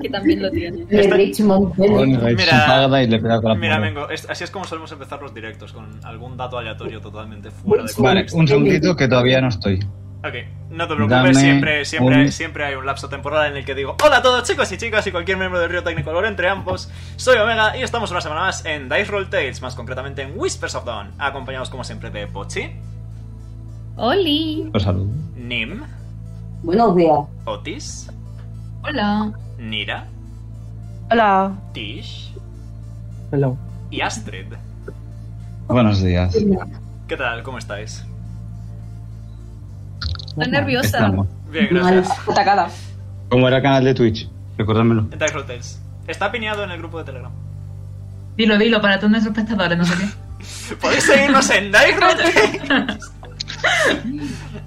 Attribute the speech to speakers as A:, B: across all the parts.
A: que también lo tiene.
B: De Richmond.
C: Bueno, es
D: Mira,
C: apágala y le pegas con la
D: Mira,
C: púa.
D: Mengo, es- así es como solemos empezar los directos, con algún dato aleatorio totalmente fuera de
C: Vale,
D: contexto.
C: un segundito que todavía no estoy.
D: Ok, no te preocupes,
C: Dame
D: siempre, siempre,
C: un-
D: siempre hay un lapso temporal en el que digo Hola a todos chicos y chicas y cualquier miembro del Río Technicolor entre ambos Soy Omega y estamos una semana más en Dice Roll Tales, más concretamente en Whispers of Dawn Acompañados como siempre de Pochi,
A: ¡Oli!
C: Os saludo.
D: Nim,
B: Buenos días.
D: Otis,
A: Hola.
D: Nira,
E: Hola.
D: Tish
F: Hello.
D: y Astrid
C: Buenos días.
D: ¿Qué tal? ¿Cómo estáis?
A: Estoy nerviosa.
C: Estamos.
D: Bien,
B: Mal.
D: gracias
B: Atacada.
C: ¿Cómo era el canal de Twitch? Recuérdamelo.
D: En Dice Roll Tales Está pineado en el grupo de Telegram
G: Dilo, dilo, para todos nuestros espectadores, no sé qué.
D: Podéis seguirnos en Dice Roll Tales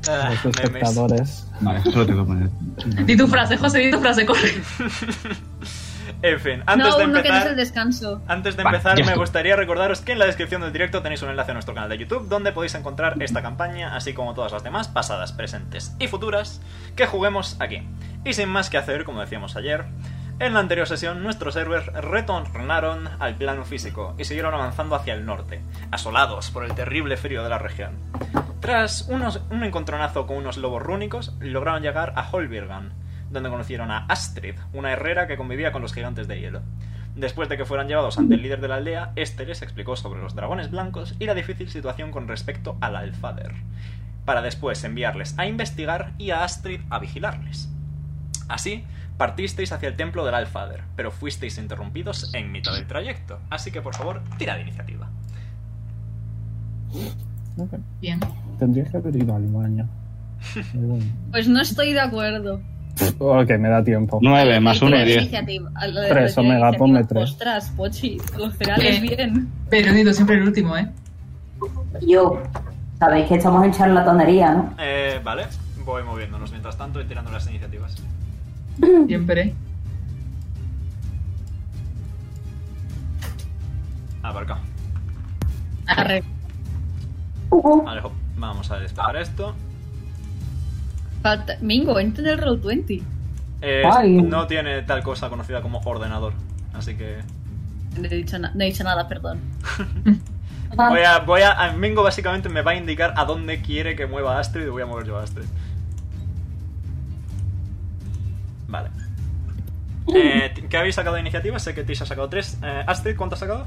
D: Ah,
F: Los
D: memes.
F: espectadores.
C: Vale, solo tengo que poner.
G: Di tu frase, José, di tu frase, corre.
D: En fin, antes
A: no,
D: de
A: uno que no es
D: empezar
A: el descanso.
D: Antes de
C: Vale,
D: empezar,
C: ya
D: me
C: estoy.
D: gustaría recordaros que en la descripción del directo tenéis un enlace a nuestro canal de YouTube donde podéis encontrar esta campaña, así como todas las demás, pasadas, presentes y futuras, que juguemos aquí. Y sin más que hacer, como decíamos ayer, en la anterior sesión nuestros servers retornaron al plano físico y siguieron avanzando hacia el norte, asolados por el terrible frío de la región. Tras unos- un encontronazo con unos lobos rúnicos, lograron llegar a Holbirgan, donde conocieron a Astrid, una herrera que convivía con los gigantes de hielo. Después de que fueran llevados ante el líder de la aldea, este les explicó sobre los dragones blancos y la difícil situación con respecto al Alfader, para después enviarles a investigar y a Astrid a vigilarles. Así, partisteis hacia el templo del Alfader, pero fuisteis interrumpidos en mitad del trayecto, así que por favor, tira de iniciativa.
F: Ok.
G: Bien.
F: Tendría que haber ido al baño. Pero bueno.
A: Pues no estoy de acuerdo.
F: ok, me da tiempo.
C: 9 más
A: Lo de
C: 1 es 10.
A: iniciativa- a lo de
F: Tres,
A: lo de
F: Omega,
A: iniciativa.
F: ponme tres.
A: Ostras, Pochi, los cereales
G: Bien.
A: bien.
G: Pero di tú siempre el último, ¿eh?
B: Yo, sabéis que estamos en charlatanería, ¿no?
D: Eh, vale, voy moviéndonos mientras tanto y tirando las iniciativas.
A: Mm.
G: Siempre.
D: Aparca,
G: Arre.
B: Ujú.
D: Alejo, vamos a despejar esto.
A: Falta- Mingo, entra en el Roll 20.
D: Eh,
B: Ay.
D: no tiene tal cosa conocida como ordenador, así que
A: No he dicho, na- no he dicho nada, perdón. Ah.
B: Ah,
D: Voy a, voy a, a- Mingo básicamente me va a indicar a dónde quiere que mueva a Astrid y voy a mover yo a Astrid. Vale. Eh, t- ¿Qué habéis sacado de iniciativa? Sé que Tish ha sacado 3. Astrid, ¿cuánto has sacado?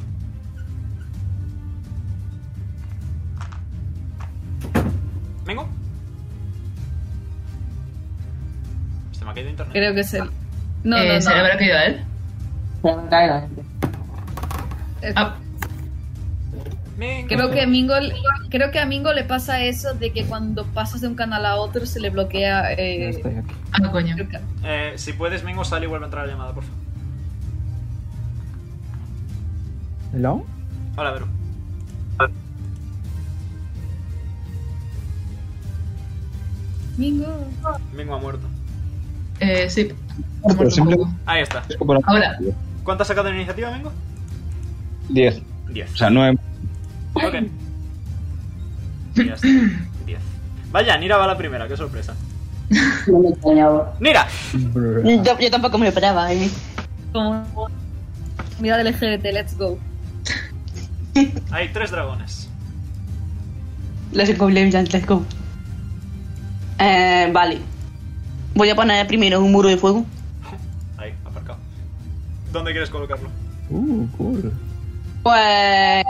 D: ¿Mingo? Se me ha caído internet.
A: Creo que es el. No,
G: Eh,
A: no,
G: ¿Se le
A: no.
G: habrá caído a él?
B: Se me cae la gente.
A: Eh,
G: Ah,
D: Mingo.
A: Creo que, a Mingo, creo que a Mingo le pasa eso de que cuando pasas de un canal a otro se le bloquea.
F: Ya
A: eh,
F: estoy aquí.
G: ah, coño.
A: el ca-
D: Eh, si puedes, Mingo, sale y vuelve a entrar la llamada, por favor.
F: ¿Hello?
D: Hola, Veru.
A: Mingo.
D: Mingo ha muerto.
G: Eh, sí.
C: Pero
G: Muerto un
C: siempre-
G: poco.
D: Ahí está.
C: Es que por ahora-
G: Ahora,
D: ¿Cuánto has sacado de iniciativa, Mingo?
C: 10.
D: 10.
C: O sea, 9.
D: Ok. Ya está. 10. Vaya, Nira va la primera, qué sorpresa.
B: No me extrañaba.
D: ¡Nira!
F: Brr.
H: Yo, yo tampoco me lo esperaba, ¿eh?
A: Como. Mira del LGBT, let's go.
D: Hay tres dragones.
H: Los goblins and let's go. Eh, vale. Voy a poner primero un muro de fuego.
D: Ahí, aparcado. ¿Dónde quieres colocarlo?
F: Uh, cool.
H: Pues.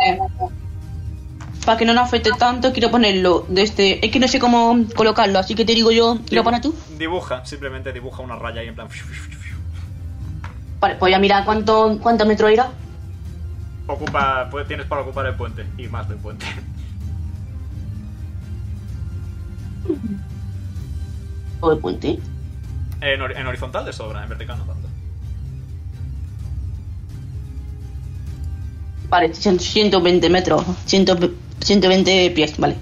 H: Para que no nos afecte tanto, quiero ponerlo desde. Es que no sé cómo colocarlo, así que te digo yo. ¿Lo pones tú?
D: Dibuja, simplemente dibuja una raya ahí en plan. fiu, fiu, fiu, fiu.
H: Vale, pues voy a mirar cuánto, cuánto metro era.
D: Ocupa, pues, tienes para ocupar el puente y más del puente.
H: O el puente.
D: En, hor- en horizontal de sobra, en vertical no tanto.
H: Vale, 120 metros. 100 120 pies, vale.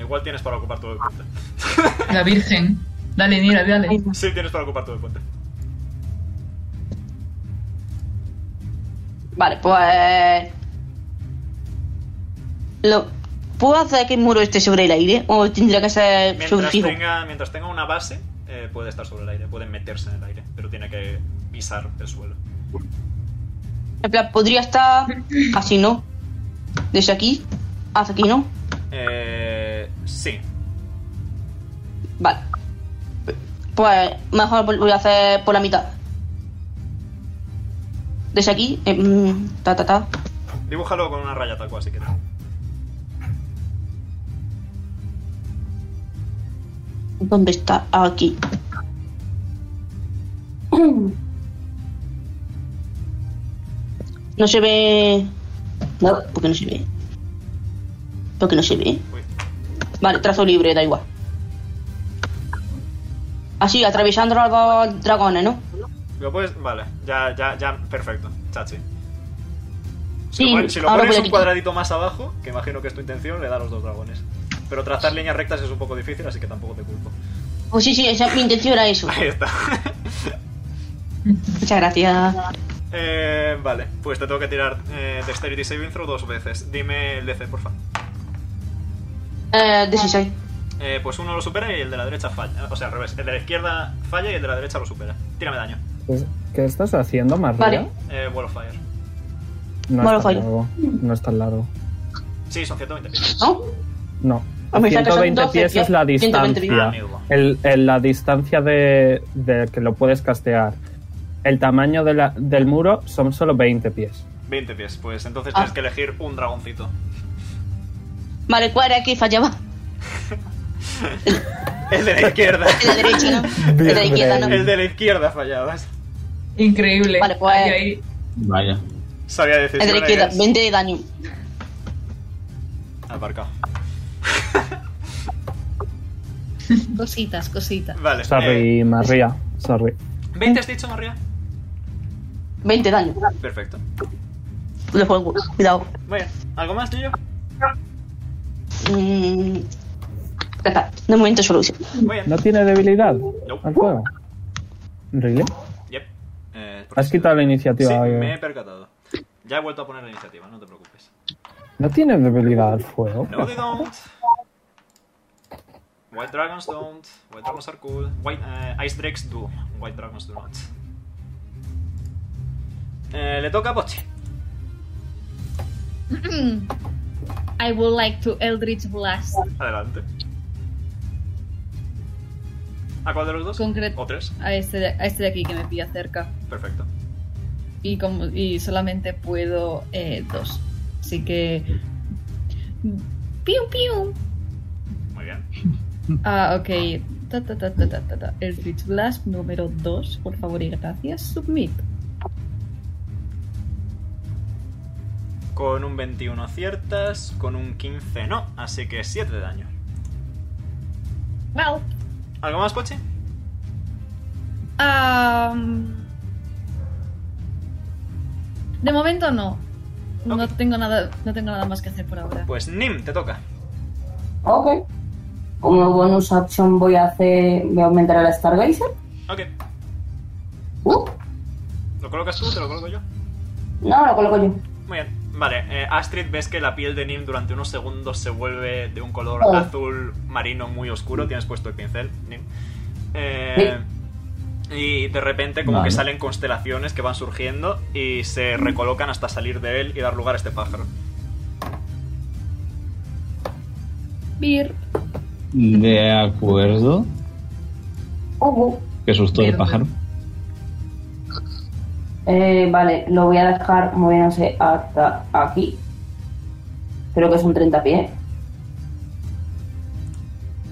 D: Igual tienes para ocupar todo el puente.
G: la Virgen. Dale, mira, dale.
D: Sí, tienes para ocupar todo el puente.
H: Vale, pues. Lo... ¿Puedo hacer que el muro esté sobre el aire? ¿O tendría que ser sobre
D: Mientras
H: fijo?
D: tenga, mientras tenga una base, eh, puede estar sobre el aire, puede meterse en el aire, pero tiene que pisar el suelo.
H: En plan, podría estar así, ¿no? Desde aquí hasta aquí, ¿no?
D: Eh, sí,
H: Vale. Pues mejor vol- voy a hacer por la mitad. Desde aquí, eh, mm, ta ta ta.
D: dibújalo con una raya taco, así que.
H: ¿Dónde está? Aquí. No se ve.
B: No.
H: ¿Por qué no se ve? ¿Por qué no se ve?
D: Uy.
H: Vale, trazo libre, da igual. Así, atravesando los dos dragones, ¿no?
D: Lo puedes. Vale, ya, ya, ya, perfecto, chachi. Si
H: Sí,
D: lo pones, si lo
H: ahora
D: pones
H: voy a
D: un
H: quitar.
D: cuadradito más abajo, que imagino que es tu intención, le da a los dos dragones. Pero trazar líneas rectas es un poco difícil, así que tampoco te culpo.
H: Pues sí, sí, esa, mi intención era eso.
D: Ahí está.
H: Muchas gracias.
D: Eh, vale, pues te tengo que tirar eh, Dexterity Saving Throw dos veces. Dime el DC, porfa.
H: Eh, 16.
D: Eh, pues uno lo supera y el de la derecha falla. O sea, al revés. El de la izquierda falla y el de la derecha lo supera. Tírame daño.
F: Pues, ¿Qué estás haciendo, María?
H: Vale.
D: Eh, Wall of Fire.
F: No
H: Bueno,
F: es tan
H: fallo.
F: largo. No es tan largo.
D: Sí, son 120 pies.
H: ¿No?
F: No.
H: A mí Ah, me saca son
F: 120
H: 12,
F: pies es la
H: 120
F: distancia.
D: pies.
F: El, el- la distancia de, de que lo puedes castear. El tamaño de la- del muro son solo 20 pies.
D: 20 pies. Pues entonces
H: Ah.
D: tienes que elegir un dragoncito.
H: Vale, ¿cuál era que fallaba?
D: El de la izquierda.
H: El de derecha, ¿no? El de la izquierda,
D: el
H: ¿no?
D: de la izquierda fallabas.
G: Increíble.
H: Vale, pues-
G: Ahí, ahí.
C: Vaya.
D: Sabía
H: El de la
D: decisiones.
H: izquierda, 20 de daño.
D: Aparcado.
A: Cositas, cositas.
D: Vale. eh,
F: Sorry, María. Sorry.
D: 20 has dicho, María.
H: 20 de daño.
D: Perfecto.
H: De fuego, cuidado.
D: Muy bien. ¿Algo más, tuyo?
H: Mm, ya está, de momento solo uso.
D: Muy bien.
F: ¿No tiene debilidad
D: No.
F: al fuego? ¿Really?
D: Yep. Eh, porque
F: Has
D: sí.
F: quitado la iniciativa.
D: Sí,
F: eh.
D: me he percatado. Ya he vuelto a poner la iniciativa, no te preocupes.
F: ¿No tiene debilidad al fuego?
D: No, they don't. White dragons don't. White dragons are cool. White, eh, ice drakes do. White dragons do not. Eh, le toca a Pochi.
A: I would like to Eldritch Blast.
D: Adelante. ¿A cuál de los dos?
A: Concreto.
D: ¿O tres?
A: A este, de- a este de aquí que me pilla cerca.
D: Perfecto.
A: Y, como, y solamente puedo eh, dos. Así que. ¡Piu, piu!
D: Muy bien.
A: Ah, ok. Ta, ta, ta, ta, ta, ta, ta. Eldritch Blast número 2, por favor y gracias. Submit.
D: Con un 21 aciertas, con un 15 no, así que 7 de daño.
A: Wow.
D: ¿Algo más, Pochi?
A: Am, de momento no. No
D: Ok.
A: tengo nada, no tengo nada más que hacer por ahora.
D: Pues Nim, te toca.
B: Ok. Como bonus action voy a hacer. Voy a aumentar el Stargazer.
D: Ok.
B: Uh,
D: ¿Lo colocas tú? ¿Te lo coloco yo?
B: no, lo coloco yo.
D: Muy bien. Vale, eh, Astrid, ves que la piel de Nim durante unos segundos se vuelve de un color
B: Oh.
D: azul marino muy oscuro. Tienes puesto el pincel, Nim. Eh, y de repente como
C: Vale.
D: que salen constelaciones que van surgiendo y se
B: Mm.
D: recolocan hasta salir de él y dar lugar a este pájaro.
A: Bir.
C: De acuerdo.
B: Uh, uh.
C: Qué susto el
G: Verde.
C: pájaro.
B: Eh, vale, lo voy a dejar moviéndose hasta aquí. Creo que son 30 pies.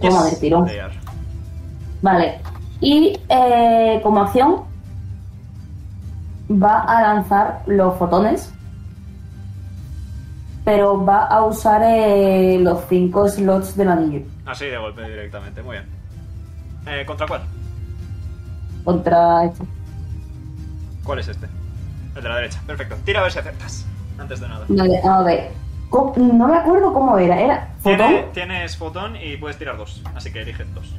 B: Toma del tirón.
D: They are.
B: Vale. Y eh, como acción va a lanzar los fotones. Pero va a usar eh, los 5 slots del anillo.
D: Así Ah, de golpe directamente, muy bien. Eh, ¿Contra cuál?
B: Contra este.
D: ¿Cuál es este? El de la derecha, perfecto. Tira a ver si acertas. Antes de nada.
B: Vale, a ver. Co- No me acuerdo cómo era. ¿Era fotón?
D: Tiene- tienes fotón y puedes tirar dos, así que elige dos.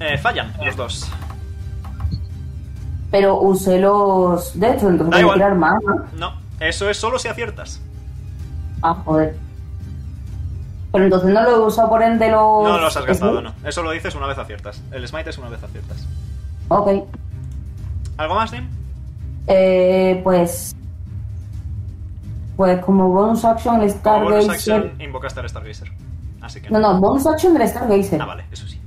D: Eh, fallan los dos.
B: Pero usé los de estos, entonces
D: Da
B: voy a
D: igual.
B: tirar más. ¿no?
D: No, eso es solo si aciertas.
B: Ah, joder. Pero entonces no lo he usado por ende los.
D: No los
B: Oh,
D: has gastado,
B: ¿Smite?
D: no. Eso lo dices una vez aciertas. El smite es una vez aciertas.
B: Ok.
D: ¿Algo más, Nim?
B: Eh, pues. Pues como bonus action, el
D: Como bonus
B: Stargazer.
D: action invocaste al Stargazer. Así que
B: No, no, bonus action del Stargazer.
D: Ah, vale, eso sí.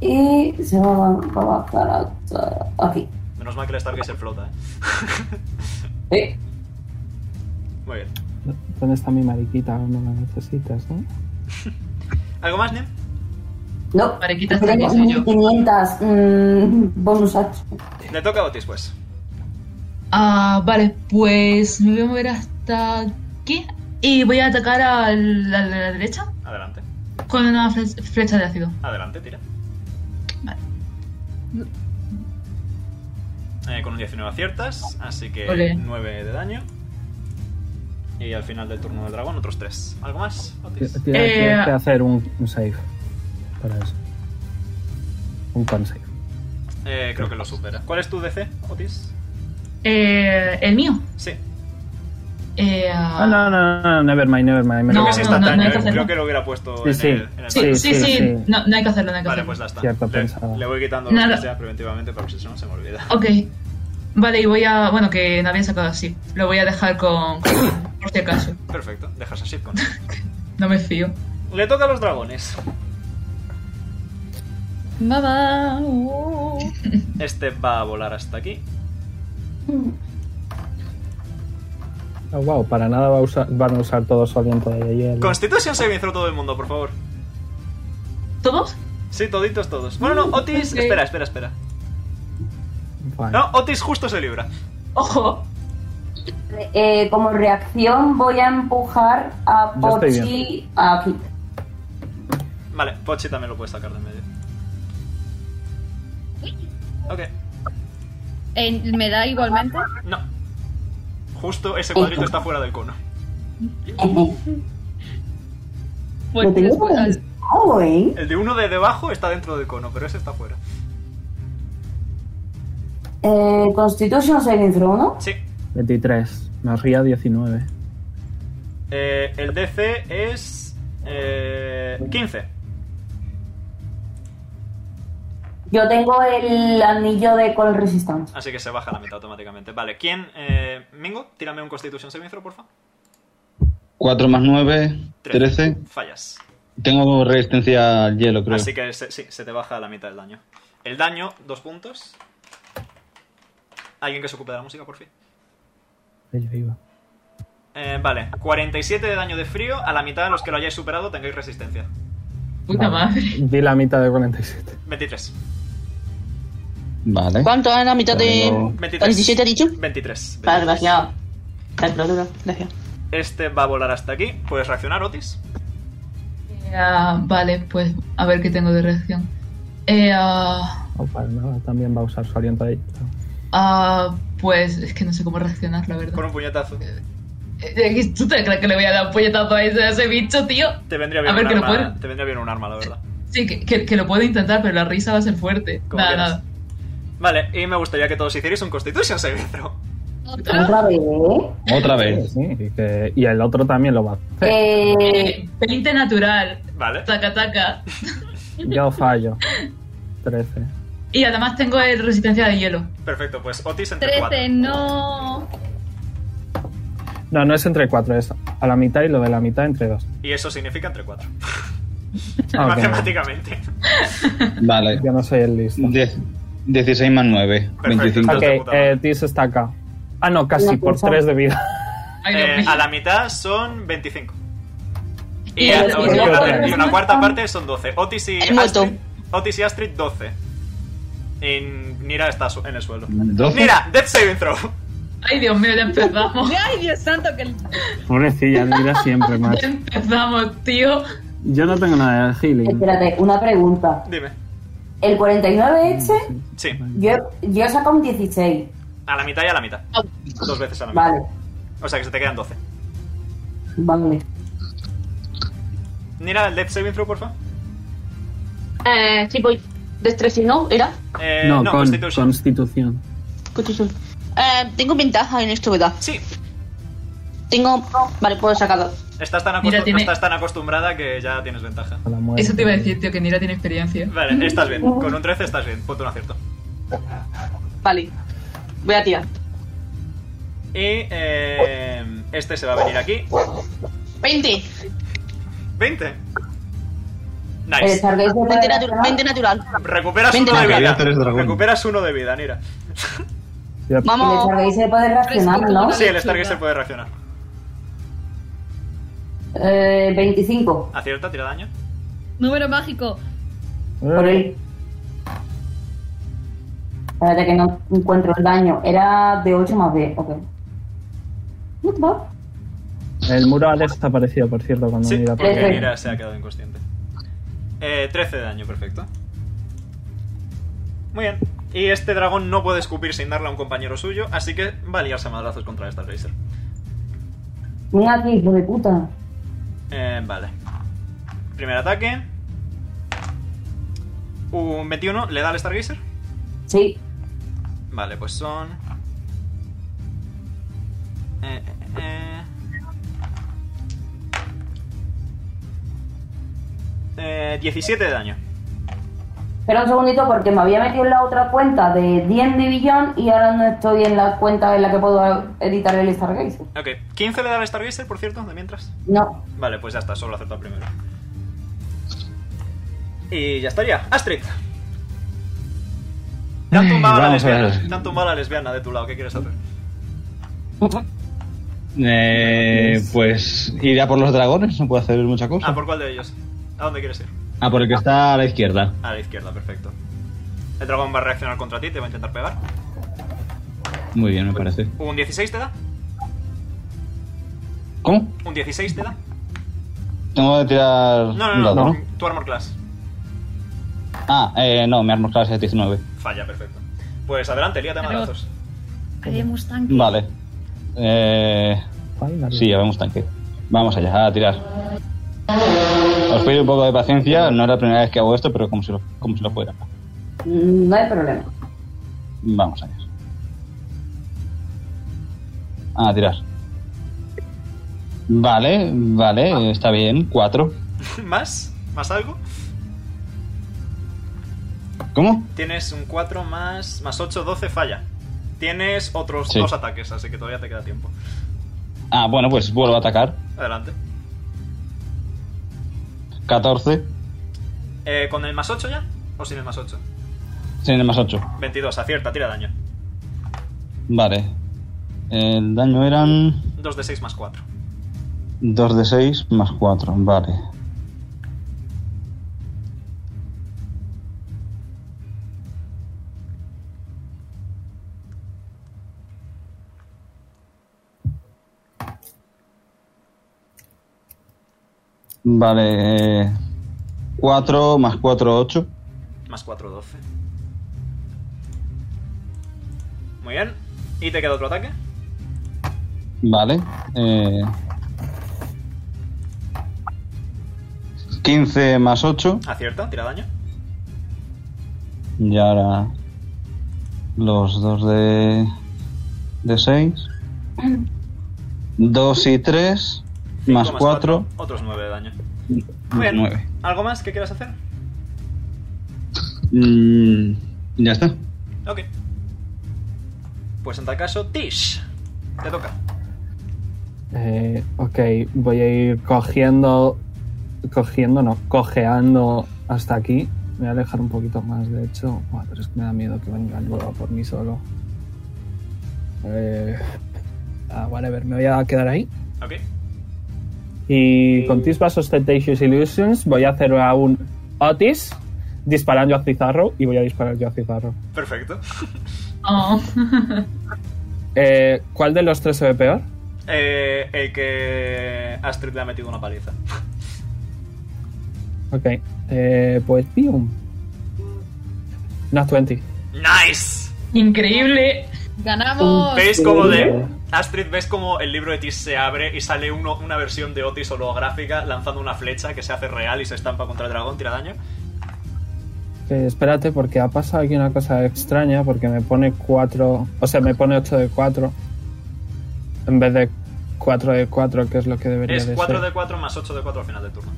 B: Y se va a, va a bajar hasta aquí.
D: Menos mal que el Stargazer flota, ¿eh?
B: Sí.
D: Muy bien.
F: ¿Dónde está mi mariquita? No la necesitas, ¿no?
D: ¿Algo más, Nim?
B: No.
G: Mariquita
B: tengo
G: Stargazer, yo.
B: 500 mm, bonus action.
D: Le toca a Otis, pues.
G: Ah, vale, pues me voy a mover hasta aquí y voy a atacar al- a la, a la derecha
D: Adelante.
G: con una fle- flecha de ácido.
D: Adelante, tira.
G: Vale.
D: Eh, con un 19 aciertas, así que
G: Ole.
D: 9 de daño. Y al final del turno del dragón, otros 3. ¿Algo más,
F: Ti-
D: Otis?
F: ti-
G: Eh,
F: Tienes que hacer un, un save para eso. Un con save.
D: Eh, creo que lo supera. ¿Cuál es tu DC, Otis?
G: Eh, el mío.
D: Sí.
G: Eh, ah,
F: Ah, no, no, no, never mind, never mind. me lo
D: Creo
G: No,
D: que es
F: guardo.
G: no, no,
D: instantáneo,
G: hay que
D: eh.
G: hacerlo.
D: creo que lo hubiera puesto
F: Sí,
D: en
F: sí.
D: el, en el
G: Sí,
D: manual.
G: sí,
F: sí,
G: sí,
F: sí.
G: No, no hay que hacerlo, no hay que
D: Vale,
G: hacerlo.
D: pues ya está.
F: Cierto,
D: le,
F: pensaba.
D: le voy quitando lo
G: Nada.
D: que sea preventivamente para que si no se me olvida.
G: Ok. Vale, y voy a. Bueno, que no había sacado así. Lo voy a dejar con. con- por si acaso.
D: Perfecto, dejas así con.
G: No me fío.
D: Le toca a los dragones.
A: Mamá. uh.
D: Este va a volar hasta aquí.
F: Ah, wow, para nada va a usar- van a usar todo su aliento de ayer.
D: Constitution Saving Throw todo el mundo, por favor.
G: ¿Todos?
D: Sí, toditos, todos. Bueno, no, Otis.
G: Mm, Ok.
D: Espera, espera, espera.
F: Vale.
D: No, Otis justo se libra.
G: ¡Ojo!
B: Eh, como reacción voy a empujar a
F: Yo estoy
B: Pochi aquí.
D: Vale, Pochi también lo puede sacar de en medio. Ok,
A: Eh, ¿Me da igualmente?
D: no. Justo ese cuadrito está fuera del cono.
A: Pues
B: Lo tenía
A: después-
B: como
A: al-
B: pensado, ¿eh?
D: El de uno de debajo está dentro del cono, pero ese está fuera.
B: Eh, Constitution Saving Throw, ¿no?
D: Sí.
F: 23. Me ría 19.
D: Eh, el DC es. Eh, 15.
B: Yo tengo el anillo de Call Resistance.
D: Así que se baja la mitad automáticamente. Vale, ¿quién? Eh, Mingo, tírame un Constitution Saving Throw, porfa.
C: 4 más 9, 13.
D: Fallas.
C: Tengo resistencia al hielo, creo.
D: Así que se- Ah, sí, se te baja la mitad del daño. El daño, dos puntos. Alguien que se ocupe de la música, por fin.
F: Ahí yo iba.
D: Eh, vale, 47 de daño de frío. A la mitad de los que lo hayáis superado tengáis resistencia.
G: Puta
F: Vale.
G: madre.
F: Di la mitad de 47.
D: 23.
F: ¿Eh?
C: Vale.
H: ¿Cuánto es la mitad de...?
C: Tengo-
D: 23.
H: 17 ha dicho.
D: 23.
H: Vale,
D: 23.
H: gracias. Calculadora, gracias.
D: Este va a volar hasta aquí. ¿Puedes reaccionar, Otis?
G: Eh, ah, vale, pues a ver qué tengo de reacción. Eh, ah,
F: Oh, para nada, también va a usar su aliento de ayer.
G: ah, pues es que no sé cómo reaccionar, la
D: Con
G: verdad.
D: un puñetazo.
G: Eh, eh, ¿Tú te crees que le voy a dar un puñetazo a ese, a ese bicho, tío?
D: Te vendría bien
G: A ver,
D: un
G: que lo
D: arma.
G: puede.
D: Te vendría bien un arma, la verdad.
G: Sí, que, que- que lo puedo intentar, pero la risa va a ser fuerte.
D: Como
G: Nada,
D: quieras.
G: nada.
D: Vale, y me gustaría que todos hicierais un Constitution Saving Throw.
A: Ah.
B: Otra vez, ¿eh?
C: Otra vez.
F: Sí, y, que- y el otro también lo va a hacer.
B: Eh,
G: Eh, 20 natural.
D: Vale.
G: Taca, taca.
F: Yo fallo. 13.
G: Y además tengo el resistencia de hielo.
D: Perfecto, pues Otis entre 4.
A: 13, no.
F: No, no es entre 4, es a la mitad y lo de la mitad entre 2.
D: Y eso significa entre 4.
G: Ah,
D: Matemáticamente.
C: Vale.
F: Yo no soy el listo.
C: Diez- 16 más 9,
D: Perfecto.
C: 25.
F: Ok,
D: de puta madre.
F: eh, Tis está acá. Ah, no, casi,
B: Una
F: por
B: cosa.
F: 3 de vida.
G: Ay,
D: Eh,
G: Dios mío.
D: a la mitad son 25. Y,
G: Y
D: a-
G: el-
D: y
F: el-
D: una, y una
G: el-
D: cuarta parte son 12. Otis y,
H: El muerto.
D: Astrid, Otis y Astrid, 12. Y Nira está su- en el suelo.
C: 12.
D: Nira, Death Saving Throw.
G: Ay, Dios mío, ya empezamos.
A: Ay, Dios santo, que el-
F: Pobrecilla, mira siempre, más.
G: Ya empezamos, tío.
F: Yo no tengo nada de healing.
B: espérate, una pregunta.
D: Dime.
B: El 49 este,
D: Sí,
B: yo, yo he sacado un 16.
D: a la mitad y a la mitad. Dos veces a la mitad.
B: Vale,
D: O sea que se te quedan 12.
B: vale.
D: Nira, el Death Saving Throw, porfa.
H: Eh, sí, voy. Destreza, ¿no? ¿Era?
D: Eh,
F: No, con
D: Constitution.
F: constitución.
H: Constitución. Eh, tengo ventaja en esto, ¿verdad?
D: Sí,
H: Tengo... Vale, puedo sacar dos.
D: Estás tan,
G: Mira,
D: acostu-
G: tiene-
D: estás tan acostumbrada que ya tienes ventaja.
F: A la muerte.
G: Eso te iba a decir, tío, que Nira tiene experiencia.
D: Vale, estás bien. Con un 13 estás bien. Punto un acierto.
H: Vale. Voy a tirar.
D: Y eh, este se va a venir aquí.
H: 20.
D: 20.
B: El
D: Nice.
B: Stargazer puede
H: 20 natural. 20 natural.
D: Recuperas
H: 20
D: uno de
I: Había
D: vida.
I: tres dragones.
D: Recuperas uno de vida, Nira.
F: Ya-
B: El
H: Vamos.
B: Stargazer puede reaccionar, ¿no?
D: Sí, el Stargazer puede reaccionar.
B: Eh, 25.
D: Acierta, tira daño.
A: Número mágico.
B: Por
F: Eh,
B: él. Espérate que no encuentro el daño. Era de 8 más B. Ok. What the fuck?
F: El muro ha desaparecido, por cierto, cuando
D: Sí,
F: mira por
D: porque
B: Trece.
D: Nira se ha quedado inconsciente. Eh, 13 de daño, perfecto. Muy bien. Y este dragón no puede escupir sin darle a un compañero suyo, así que va a liarse a madrazos contra el Stargazer.
B: Ven aquí, hijo de puta.
D: Eh, vale. Primer ataque. Un 21, ¿le da al Stargazer?
B: Sí.
D: Vale, pues son. Eh, eh, eh. Eh, 17 de daño.
B: Espera un segundito porque me había metido en la otra cuenta de 10 de billón y ahora no estoy en la cuenta en la que puedo editar el Stargazer.
D: Ok, 15 le da al Stargazer, por cierto, de mientras.
B: No.
D: Vale, pues ya está, solo acertó primero. Y ya estaría. Astrid. Te han tumbado a la
I: Vamos a
D: lesbiana.
I: ver.
D: Te han tumbado a la lesbiana de tu lado, ¿qué quieres hacer?
I: Eh, pues ir a por los dragones, no puedo hacer mucha cosa.
D: Ah, ¿por cuál de ellos? ¿A dónde quieres ir?
I: Ah, por el que está a la izquierda.
D: A la izquierda, perfecto. El dragón va a reaccionar contra ti, te va a intentar pegar.
I: Muy bien, me
D: Pues-
I: parece.
D: ¿Un 16 te da?
I: ¿Cómo?
D: ¿Un 16 te da?
I: Tengo que tirar
D: No,
I: un
D: no, no,
I: dado,
D: no. Tu armor class.
I: Ah, eh, no, mi armor class es 19.
D: Falla, perfecto. Pues adelante, líate a
A: Pero-
D: madrazos.
A: Haremos tanque.
I: Vale. Eh,
F: Final.
I: sí, ya vemos tanque. Vamos allá, a tirar. Os pido un poco de paciencia, no es la primera vez que hago esto, pero como si lo, como si lo fuera.
B: Mm, No hay problema.
I: Vamos allá. A Ah, tirar. Vale, vale, está bien. 4.
D: ¿Más? ¿Más algo?
I: ¿Cómo?
D: Tienes un 4 más, más 8, 12, falla. Tienes otros
I: Sí.
D: dos ataques, así que todavía te queda tiempo.
I: Ah, bueno, pues vuelvo a atacar.
D: Adelante.
I: 14.
D: Eh, ¿Con el más 8 ya? ¿O sin el más 8?
I: Tiene más 8.
D: 22, acierta, tira daño.
I: Vale. El daño eran
D: 2 de 6 más 4.
I: 2 de 6 más 4. Vale. Vale. 4 más 4, 8.
D: Más 4, 12. Muy bien. ¿Y te queda otro ataque?
I: Vale. Eh, 15 más 8.
D: Acierta, tira daño.
I: Y ahora los dos de, de 6. 2 y 3
D: Cinco
I: más Mm, 4,
D: cuatro, Otros 9 de daño. Muy bien.
I: 9.
D: ¿Algo más que quieras hacer?
I: Mm, ya está.
D: Ok. Pues en tal caso, Tish. Te toca.
F: Eh, ok, voy a ir cogiendo. Cogiendo, no, cojeando hasta aquí. Me voy a alejar un poquito más, de hecho. Buah, pero es que me da miedo que venga luego a por mí solo. Eh, ah, whatever, me voy a quedar ahí.
D: Ok.
F: Y con Tisbas Ostentatious Illusions voy a hacer a un Otis disparando a Cizarro y voy a disparar yo a Cizarro.
D: Perfecto.
G: Oh.
F: Eh, ¿Cuál de los tres se ve peor?
D: Eh, el que Astrid le ha metido una paliza.
F: Ok, eh, pues Pium. Not 20.
D: ¡Nice!
G: Increíble.
A: Ganamos.
D: ¿Veis cómo de Astrid, ves como el libro de Tis se abre y sale uno, una versión de Otis holográfica lanzando una flecha que se hace real y se estampa contra el dragón, tira daño?
F: Eh, espérate, porque ha pasado aquí una cosa extraña, porque me pone 4, o sea, me pone 8 de 4 en vez de 4 de 4, que es lo que debería
D: Es
F: de
D: 4
F: ser.
D: de 4 más 8 de 4 al final del turno.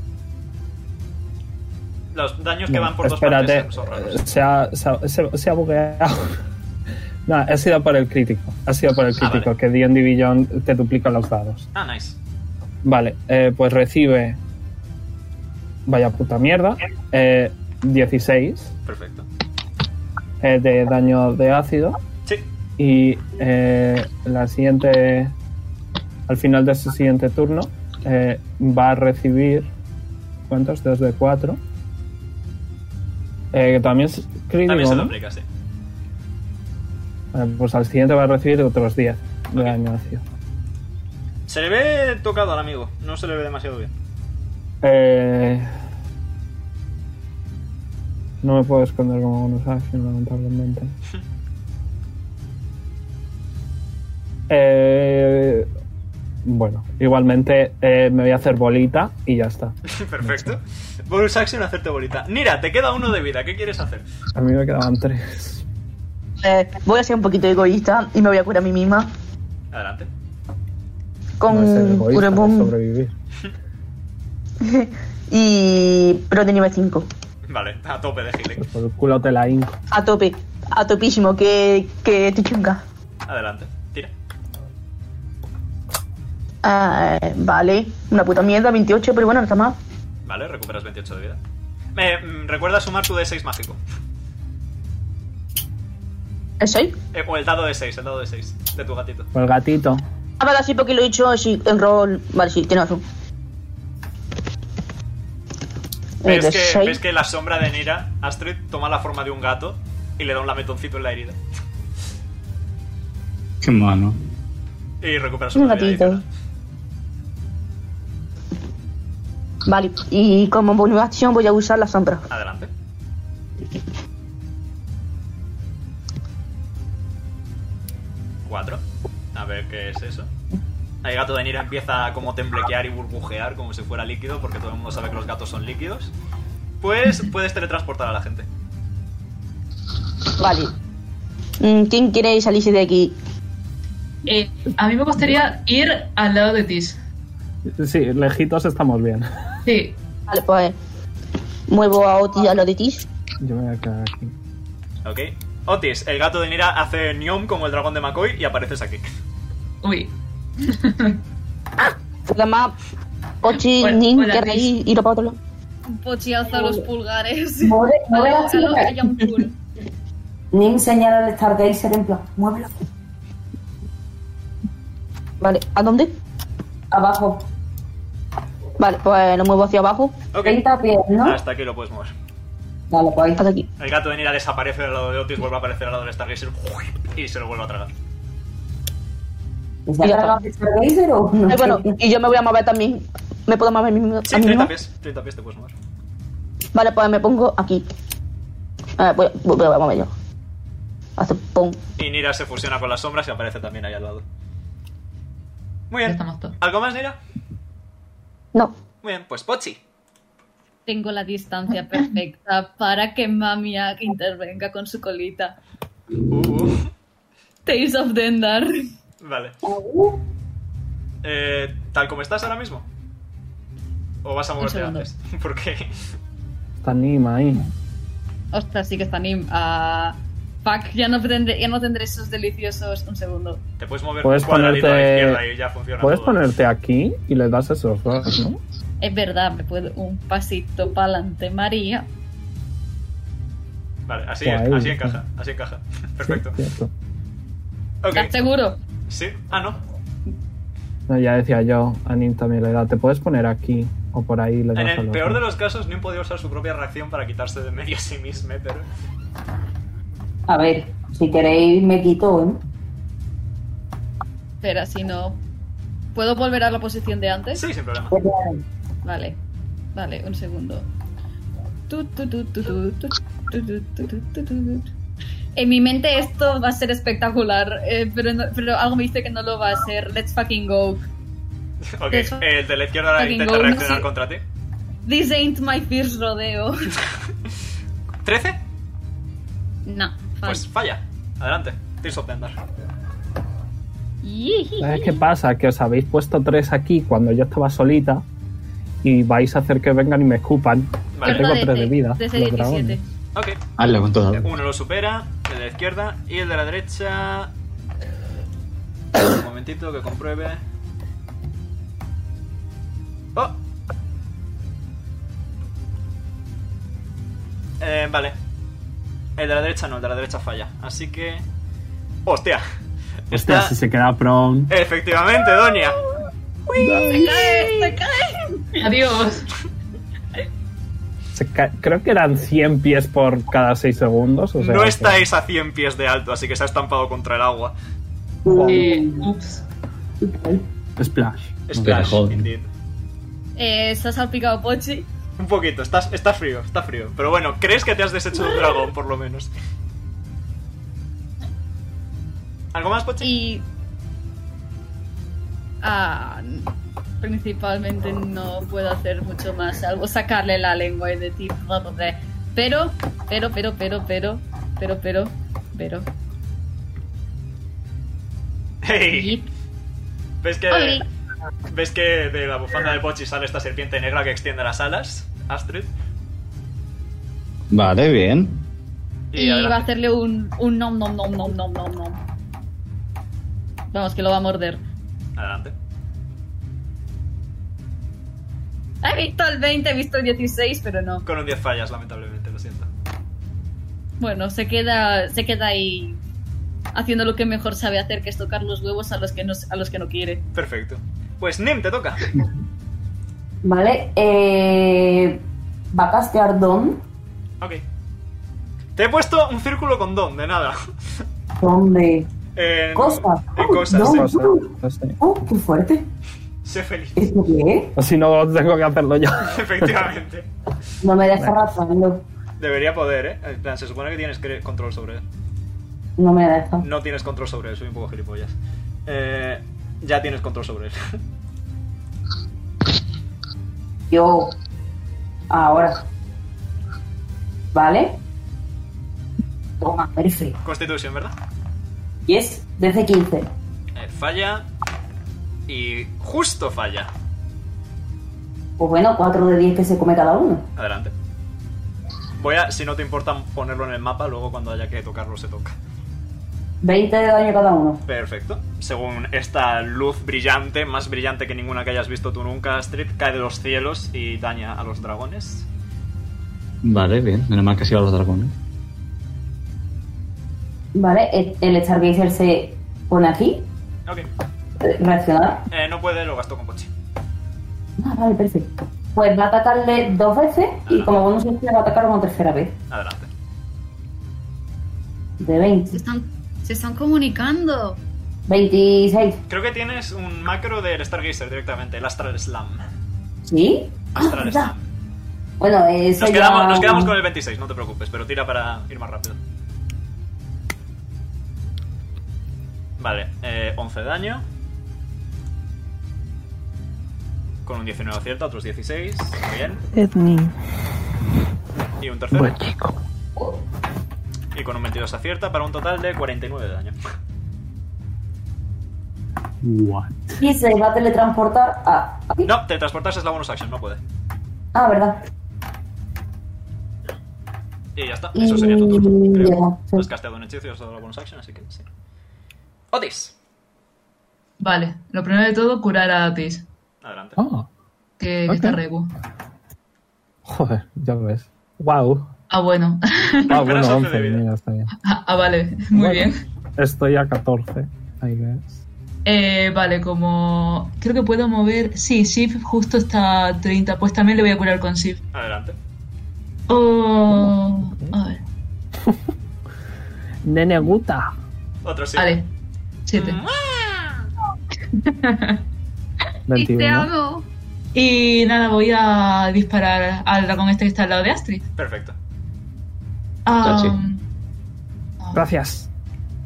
D: Los daños que
F: No,
D: van por dos
F: espérate, Eh,
D: partes son raros.
F: se ha, se, ha, se- se ha bugueado. no, ha sido por el crítico. Ha sido por el
D: Ah,
F: crítico,
D: vale.
F: que D&D Beyond te duplica los dados.
D: Ah, nice.
F: Vale, eh, pues recibe. Vaya puta mierda. eh, 16
D: Perfecto.
F: eh, de daño de ácido.
D: Sí,
F: Y eh, la siguiente. Al final de su siguiente turno, eh, va a recibir. ¿Cuántos? 2 de 4. que también es crítico.
D: también se
F: ¿no?
D: duplica, sí.
F: Vale, pues al siguiente va a recibir otros 10 de daño ácido.
D: Se le ve tocado al amigo, no se le ve demasiado bien.
F: Eh, no me puedo esconder como bonus action, lamentablemente. Eh, bueno, igualmente eh, me voy a hacer bolita y ya está.
D: Perfecto. Bonus action, hacerte bolita. Mira, te queda uno de vida, ¿qué quieres hacer?
F: A mí me quedaban tres.
H: Eh, voy a ser un poquito egoísta y me voy a curar a mí misma.
D: Adelante.
F: No es ser
H: Con
F: egoísta, es
H: curemón
F: sobrevivir.
H: y. Pero de nivel 5.
D: Vale, a tope de healing.
F: Pues por el culo te la hinco.
H: A tope. A topísimo. Que, que te chunga.
D: Adelante, tira.
H: Ah, vale. Una puta mierda, 28, pero bueno, no está mal.
D: Vale, recuperas 28 de vida. Me, mm, recuerda sumar tu D6 mágico.
H: ¿Es 6?
D: Eh, o el dado de 6, el dado de 6 de tu gatito.
F: Con el gatito.
H: Ah, vale, sí, porque lo he hecho sí, en rol. Vale, sí, tienes razón. Eh,
D: ¿Ves
H: de
D: que,
H: seis.
D: ves que la sombra de Nira, Astrid, toma la forma de un gato y le da un lametoncito en la herida.
C: Qué mano.
D: Y recuperas
H: Un
D: una vida
H: gatito.
D: adicional.
H: Vale, y como bonus acción voy a usar la sombra.
D: Adelante. Cuatro. A ver qué es eso. El gato de Nira empieza a como temblequear y burbujear como si fuera líquido, porque todo el mundo sabe que los gatos son líquidos. Pues puedes teletransportar a la gente.
H: Vale. Mm, ¿Quién quiere salirse de aquí?
G: Eh, a mí me gustaría ir al lado de Tis.
F: Sí, lejitos estamos bien.
G: Sí.
H: Vale, pues muevo a Oti y a lo de Tis.
F: Yo me voy a quedar aquí.
D: Ok. Otis, el gato de Nira hace Neom como el dragón de McCoy y apareces aquí.
G: Uy.
H: Además, Ochi,
G: Hola-
H: Nin,
G: hola,
H: querréis
G: Tis.
H: ir a para otro lado.
A: Pochi alza los pulgares.
B: Mueve, mueve la
A: Alza los
B: chica.
A: Ayamkul.
B: Nim señala al Stargazer en plan, muévelo.
H: Vale, ¿a dónde?
B: Abajo.
H: Vale, pues lo muevo hacia abajo,
D: Ok. Ah.
B: 30 pies, ¿no?
D: Hasta aquí lo puedes mover.
B: Dale, pues ahí.
H: hasta aquí.
D: El gato de Nira desaparece del lado de Otis, vuelve a aparecer al lado del Stargazer y se lo vuelve a tragar.
B: ¿Y ¿Se ha tragado el Stargazer o no?
E: Ah,
H: Eh, bueno, y yo me voy a mover también. ¿Me puedo mover a mí mismo?
D: Sí,
H: a mí
D: 30
H: mismo?
D: pies. 30 pies te puedes mover.
H: Vale, pues me pongo aquí. A ver, voy, voy, voy a mover yo. Hace pum.
D: Y Nira se fusiona con las sombras y aparece también ahí al lado. Muy
G: Ya
D: bien.
G: estamos todos.
D: ¿Algo más, Nira?
H: No.
D: Muy bien, pues Pochi.
A: Tengo la distancia perfecta para que Mamia intervenga con su colita.
D: Uh,
A: Tales of Dendar.
D: vale. Eh, ¿Tal como estás ahora mismo? ¿O vas a moverte
A: segundo.
D: antes? Porque
F: Está Nima ahí.
A: Ostras, sí que está Nim. Ah, fuck, ya no, tendré, ya no tendré esos deliciosos. Un segundo.
D: te puedes mover
F: Puedes
D: un cuadradito a la
F: ponerte-
D: izquierda y ya funciona
F: Puedes
D: todo.
F: ponerte aquí y le das esos dos, ¿no?
A: Es verdad, me puedo un pasito para adelante, María.
D: Vale, así,
F: Guay.
D: así encaja, así encaja. Perfecto.
F: Sí, cierto.
D: Ok,
A: ¿Estás seguro?
D: sí. Ah, no.
F: No, ya decía yo, a Nim también le da. Te puedes poner aquí o por ahí le das
D: En
F: a
D: el
F: los
D: peor de
F: dos.
D: los casos, Nim podía usar su propia reacción para quitarse de medio a sí misma, pero...
B: A ver, si queréis me quito, ¿eh?
A: Espera, si no. ¿Puedo volver a la posición de antes?
D: Sí, sin problema.
B: ¿eh?
A: Vale, vale, un segundo. Tu, tu, tu, tu, tu, tu, tu, tu, tu, tu, tu, tu. En mi mente esto va a ser espectacular, eh, pero, no- pero algo me dice que no lo va a ser. Let's fucking go.
D: Ok,
A: Eso.
D: el de la izquierda ahora
A: Fucking
D: intenta
A: go, no
D: reaccionar
A: sé.
D: contra ti.
A: This ain't my first rodeo.
D: ¿13?
A: no, fine.
D: Pues falla. Adelante. Tears of Thunder.
A: Yihi.
F: ¿Sabes qué pasa? Que os habéis puesto tres aquí cuando yo estaba solita y vais a hacer que vengan y me escupan.
D: Vale.
F: Que tengo
A: Perdón,
F: tres de
A: DC,
F: vida.
A: DC
F: los
A: 17.
F: dragones.
D: Ok.
I: Ah,
C: Hazle con todo.
D: Uno lo supera, el de la izquierda y el de la derecha. Un momentito que compruebe. ¡Oh! Eh, vale. El de la derecha no, el de la derecha falla. Así que. ¡Hostia!
F: Hostia,
D: Está-
F: si se queda prone.
D: Efectivamente, Donia.
A: ¡Se cae! ¡Se cae!
G: Adiós.
F: Se ca- Creo que eran 100 pies por cada 6 segundos. O sea,
D: No
F: que-
D: estáis a 100 pies de alto, así que se ha estampado contra el agua.
G: Eh, ups.
F: Splash.
D: Splash,
I: joder.
D: indeed.
A: Eh, se ha salpicado Pochi.
D: Un poquito, estás, está frío, está frío. Pero bueno, crees que te has deshecho de un dragón, por lo menos. ¿Algo más, Pochi?
A: Y. Ah. Principalmente no puedo hacer mucho más, salvo sacarle la lengua y decir. Pero, pero, pero, pero, pero, pero, pero, pero.
D: ¡Hey!
A: Yip.
D: ¿Ves que,
A: Oli.
D: ¿Ves que de la bufanda de Pochi sale esta serpiente negra que extiende las alas? Astrid.
C: Vale, bien.
A: Y, va a
D: adelante.
A: hacerle un, un nom nom nom nom nom nom nom. Vamos, que lo va a morder.
D: adelante.
A: He visto el 20, he visto el 16, pero no.
D: Con un 10 fallas, lamentablemente, lo siento.
A: Bueno, se queda, se queda ahí haciendo lo que mejor sabe hacer, que es tocar los huevos a los que no, a los que no quiere.
D: Perfecto. Pues Nim, te toca.
B: Vale, eh, va a castear Don.
D: Ok. Te he puesto un círculo con don, de nada.
B: ¿Dónde?
D: En,
B: Cosas.
D: En cosas,
B: No.
D: sí.
F: Cosa, no sé.
B: ¡Oh, qué fuerte!
D: Sé feliz.
B: ¿Esto qué
F: O si no, tengo que hacerlo yo.
D: Efectivamente.
B: es? No me deja razonarlo.
D: Debería poder, ¿eh? En plan, se supone que tienes cre- control sobre él.
B: No me deja.
D: No tienes control sobre él, soy un poco gilipollas. Eh, ya tienes control sobre él.
B: Yo. Ahora. ¿Vale? Toma, perfecto.
D: Constitución, ¿verdad?
B: Yes, desde 15.
D: Eh, falla. Y justo falla.
B: Pues bueno, 4 de 10 que se come cada uno.
D: Adelante. Voy a, si no te importa ponerlo en el mapa, luego cuando haya que tocarlo se toca.
B: 20 de daño cada uno.
D: Perfecto. Según esta luz brillante, más brillante que ninguna que hayas visto tú nunca, Astrid, cae de los cielos y daña a los dragones.
I: Vale, bien. Menos mal que ha sido a los dragones.
B: ¿Vale? El- El Stargazer se pone aquí.
D: Ok.
B: eh, Reaccionar.
D: Eh, no puede, lo gastó con poche.
B: Ah, vale, perfecto. Pues va a atacarle dos veces y como bonus extra va a atacar una tercera vez.
D: Adelante.
B: De 20.
A: están, se están comunicando.
B: 26.
D: Creo que tienes un macro del Stargazer directamente, el Astral Slam.
B: ¿Sí?
D: Astral
B: Ah,
D: Slam.
B: Bueno, eso
D: Nos
B: ya-
D: quedamos, nos quedamos con el 26, no te preocupes, pero tira para ir más rápido. Vale, eh, 11 daño. Con un 19 acierta, otros 16. muy Bien.
E: Edni.
D: Y un tercero.
F: chico.
D: Y con un 22 acierta para un total de 49 de daño.
F: What?
B: Y se va a teletransportar a... aquí.
D: No, te transportas es la bonus action, no puede.
B: Ah, verdad.
D: Y ya está,
B: Y-
D: eso sería tu turno. Creo.
B: Mm, ya, sí.
D: Has casteado un hechizo y has dado la bonus action, así que sí. Otis.
G: Vale, lo primero de todo, curar a Atis,
D: Adelante.
F: Ah,
G: que, que
F: Ok.
G: está regu.
F: joder, ya ves. Wow.
G: Ah, bueno.
F: Ah,
D: Recuperas
F: bueno,
D: 11 de
F: 11,
D: vida.
F: mira, está bien.
G: ah, ah, vale, muy
F: Bueno.
G: bien.
F: Estoy a 14. Ahí ves.
G: Eh, vale, como creo que puedo mover. Sí, Sif justo está a 30, pues también le voy a curar con Sif.
D: Adelante.
G: Oh, a ver,
F: Nene Guta.
D: Otro sí.
G: vale, 7.
F: 21.
A: amo.
G: Y nada, voy a disparar al dragón este que está al lado de Astrid.
D: Perfecto.
G: Ah,
I: Chachi.
G: ah,
F: Gracias.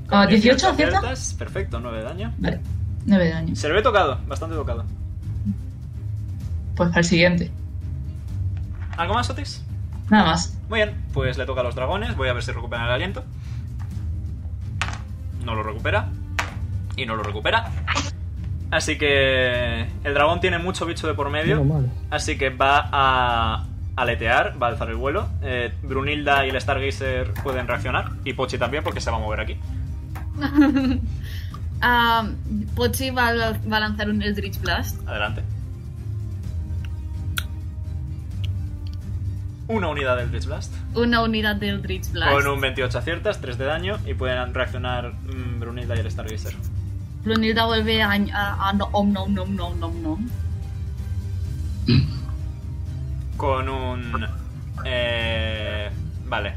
G: ah, 18
D: aciertas,
G: acierta.
D: Perfecto, 9 de daño.
G: Vale, 9 daños.
D: Se le ve tocado, bastante tocado.
G: Pues para el siguiente.
D: ¿Algo más, Otis?
G: Nada más.
D: Muy bien, pues le toca a los dragones. Voy a ver si recupera el aliento. No lo recupera. y no lo recupera. Así que el dragón tiene mucho bicho de por medio,
F: Menos mal.
D: así que va a aletear, va a alzar el vuelo. Eh, Brunilda y el Stargazer pueden reaccionar y Pochi también porque se va a mover aquí.
A: Ah, Pochi va a, va a lanzar un Eldritch Blast.
D: Adelante. Una unidad del Blitz Blast.
A: Una unidad de Eldritch Blast.
D: Con un 28 aciertas, 3 de daño y pueden reaccionar mm, Brunilda y el Stargazer.
A: Brunilda vuelve a... a, a no, oh, no, no, no, no, no.
D: Con un... eh, vale.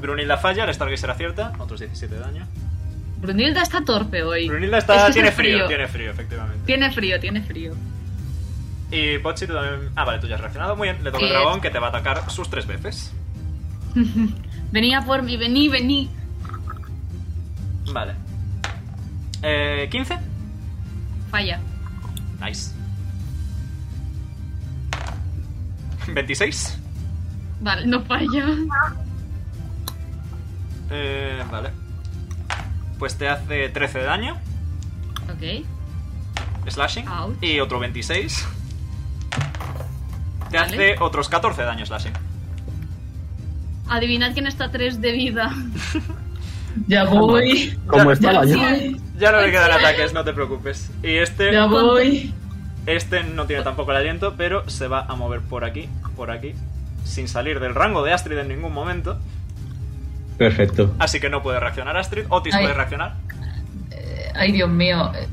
D: Brunilda falla, el Stargazer acierta, otros 17 de daño.
A: Brunilda está torpe hoy.
D: Brunilda está,
A: Es que
D: tiene
A: hace
D: frío,
A: frío.
D: tiene frío, efectivamente.
A: Tiene frío, tiene frío.
D: Y Pochi, tú también... Ah, vale, tú ya has reaccionado. Muy bien, le toca el
A: Bien.
D: dragón que te va a atacar sus tres veces.
A: Venía por mí, vení, vení.
D: Vale. Eh, 15.
A: Falla.
D: Nice. 26.
A: Vale, no falla.
D: Eh, vale. Pues te hace 13 de daño,
A: Ok.
D: slashing.
A: Ouch.
D: Y otro 26. Te
A: Vale.
D: hace otros 14 de daño, slashing.
A: Adivinad quién está a 3 de vida.
G: Ya voy.
F: ¿Cómo está
G: Ya
F: la llave?
G: voy.
D: Ya no le quedan ataques, no te preocupes. Y este,
G: Ya voy.
D: este no tiene tampoco el aliento, pero se va a mover por aquí, por aquí, sin salir del rango de Astrid en ningún momento.
I: Perfecto.
D: Así que no puede reaccionar Astrid. Otis
G: Ay.
D: puede reaccionar.
G: Ay, Dios mío. eh,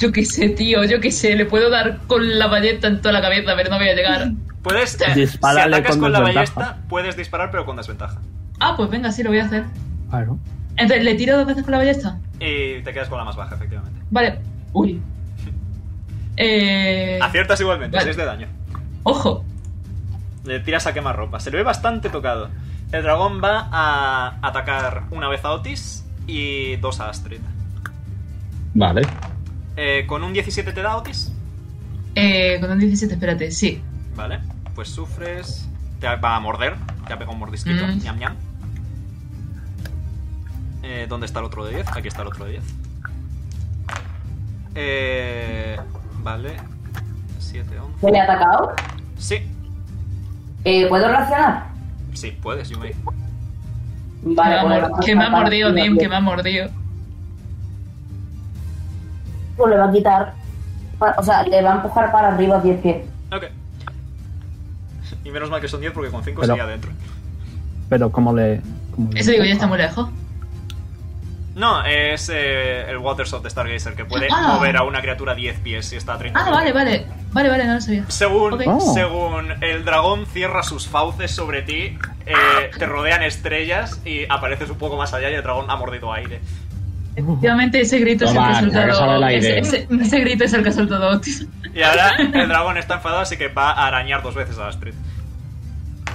G: Yo qué sé, tío, yo qué sé. Le puedo dar con la valleta en toda la cabeza, pero no voy a llegar.
D: Puedes. eh,
F: Dispárale
D: si atacas
F: con
D: con, la
F: desventaja.
D: ballesta, puedes disparar, pero con desventaja.
G: Ah, pues venga, sí, lo voy a hacer.
F: Claro.
G: Entonces, ¿le tiro dos veces con la ballesta?
D: Y te quedas con la más baja, efectivamente.
G: Vale. Uy. Eh,
D: Aciertas igualmente,
G: Vale.
D: 6 de daño.
G: ojo.
D: Le tiras a quemar ropa. Se le ve bastante tocado. El dragón va a atacar una vez a Otis y dos a Astrid.
I: Vale.
D: Eh, con un 17 te da Otis.
G: Eh, con un 17, espérate, sí.
D: Vale. Pues sufres. Te va a morder. Te ha pegado un mordisquito.
G: Mm.
D: Ñam, ñam. Eh, ¿Dónde está el otro de 10? Aquí está el otro de 10. Eh, vale. 7, 11.
B: ¿Se Pues le ha atacado?
D: Sí,
B: Eh, ¿Puedo reaccionar?
D: sí, puedes, Yumei.
B: Vale,
G: que, me
B: pues
G: ha mor-
B: vamos
G: que me
B: a
G: ha
B: sacar
G: mordido,
B: una
G: Dim, que
B: pieza.
G: me ha mordido.
B: Pues le va a quitar. pa- O sea, le va a empujar para arriba 10 pies.
D: Ok. Y menos mal que son 10 porque con 5
F: Pero-
D: sigue adentro.
F: Pero como le. cómo le-
G: Eso digo, ya está muy lejos.
D: No, es eh, el Waters of the Stargazer que puede
G: Ah.
D: mover a una criatura 10 pies si está a 30.
G: Ah, vale, vale. Vale, vale, no lo sabía.
D: Según,
G: Ok.
F: Oh.
D: según el dragón cierra sus fauces sobre ti,
G: Ah,
D: eh, te rodean estrellas y apareces un poco más allá y el dragón ha mordido aire.
G: Efectivamente, ese grito
I: Toma,
G: es el que ha
I: la que sale
G: soltado.
I: al
G: Ese,
I: aire.
G: ese- ese grito es el que ha soltado Otis.
D: Y ahora el dragón está enfadado, así que va a arañar dos veces a Astrid.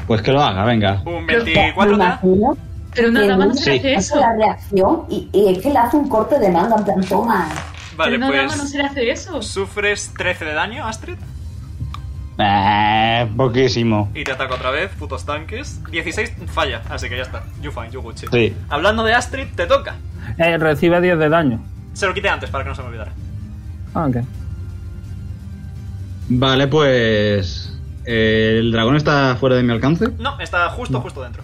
I: Pues que lo haga, venga.
D: Un
B: Me
D: 24 te da.
B: imagino
G: Pero una
B: que
G: dama no
B: Luna
G: se le hace
B: hace
G: eso.
B: La reacción y, y es que le hace un corte de manga en plan, toma.
G: Pero
D: Vale,
G: una dama no
D: pues.
G: se le hace eso.
D: Sufres 13 de daño, Astrid.
I: Eh, poquísimo.
D: Y te ataca otra vez, putos tanques. 16 falla, así que ya está. You fine, you Gucci.
I: Sí.
D: Hablando de Astrid, te toca.
F: Eh, recibe 10 de daño.
D: Se lo quité antes para que no se me olvidara.
F: Ah, ok.
I: Vale, pues. eh, el dragón está fuera de mi alcance.
D: No, está justo, justo dentro.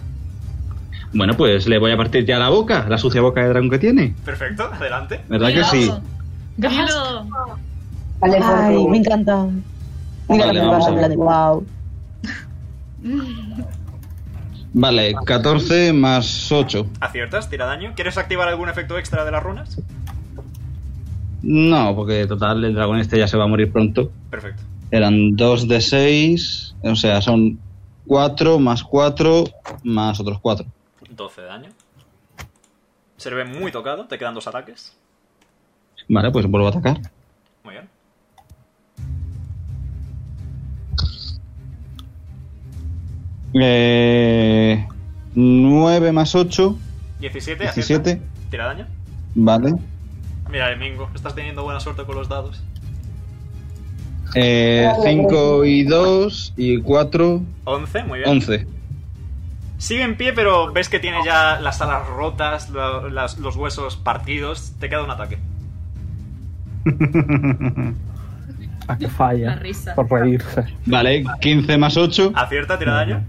I: Bueno, pues le voy a partir ya la boca, la sucia boca de dragón que tiene.
D: Perfecto, adelante.
I: ¿Verdad que sí?
G: Gajas.
B: Vale, pues,
E: Ay,
B: porque-
E: me encanta. Mira
I: Vale,
E: la
I: vamos a
E: cara,
I: ver.
E: de wow.
I: Vale, 14 más 8.
D: Aciertas, tira daño. ¿Quieres activar algún efecto extra de las runas?
I: No, porque total, el dragón este ya se va a morir pronto.
D: Perfecto.
I: Eran 2 de 6, o sea, son 4 más 4 más otros 4.
D: 12 de daño. Se le ve muy tocado, te quedan dos ataques.
I: Vale, pues vuelvo a atacar.
D: Muy bien.
I: Eh, 9 más 8,
D: 17, acierta.
I: 17.
D: Tira daño.
I: Vale.
D: Mira, el Mingo, estás teniendo buena suerte con los dados.
I: 5 y 2 y 4,
D: 11, muy bien.
I: 11.
D: Sigue en pie, pero ves que tiene ya las alas rotas, la- las- los huesos partidos. Te queda un ataque.
F: A que falla.
A: La risa.
F: Por reírse.
I: Vale, 15 más 8.
D: Acierta, tira daño.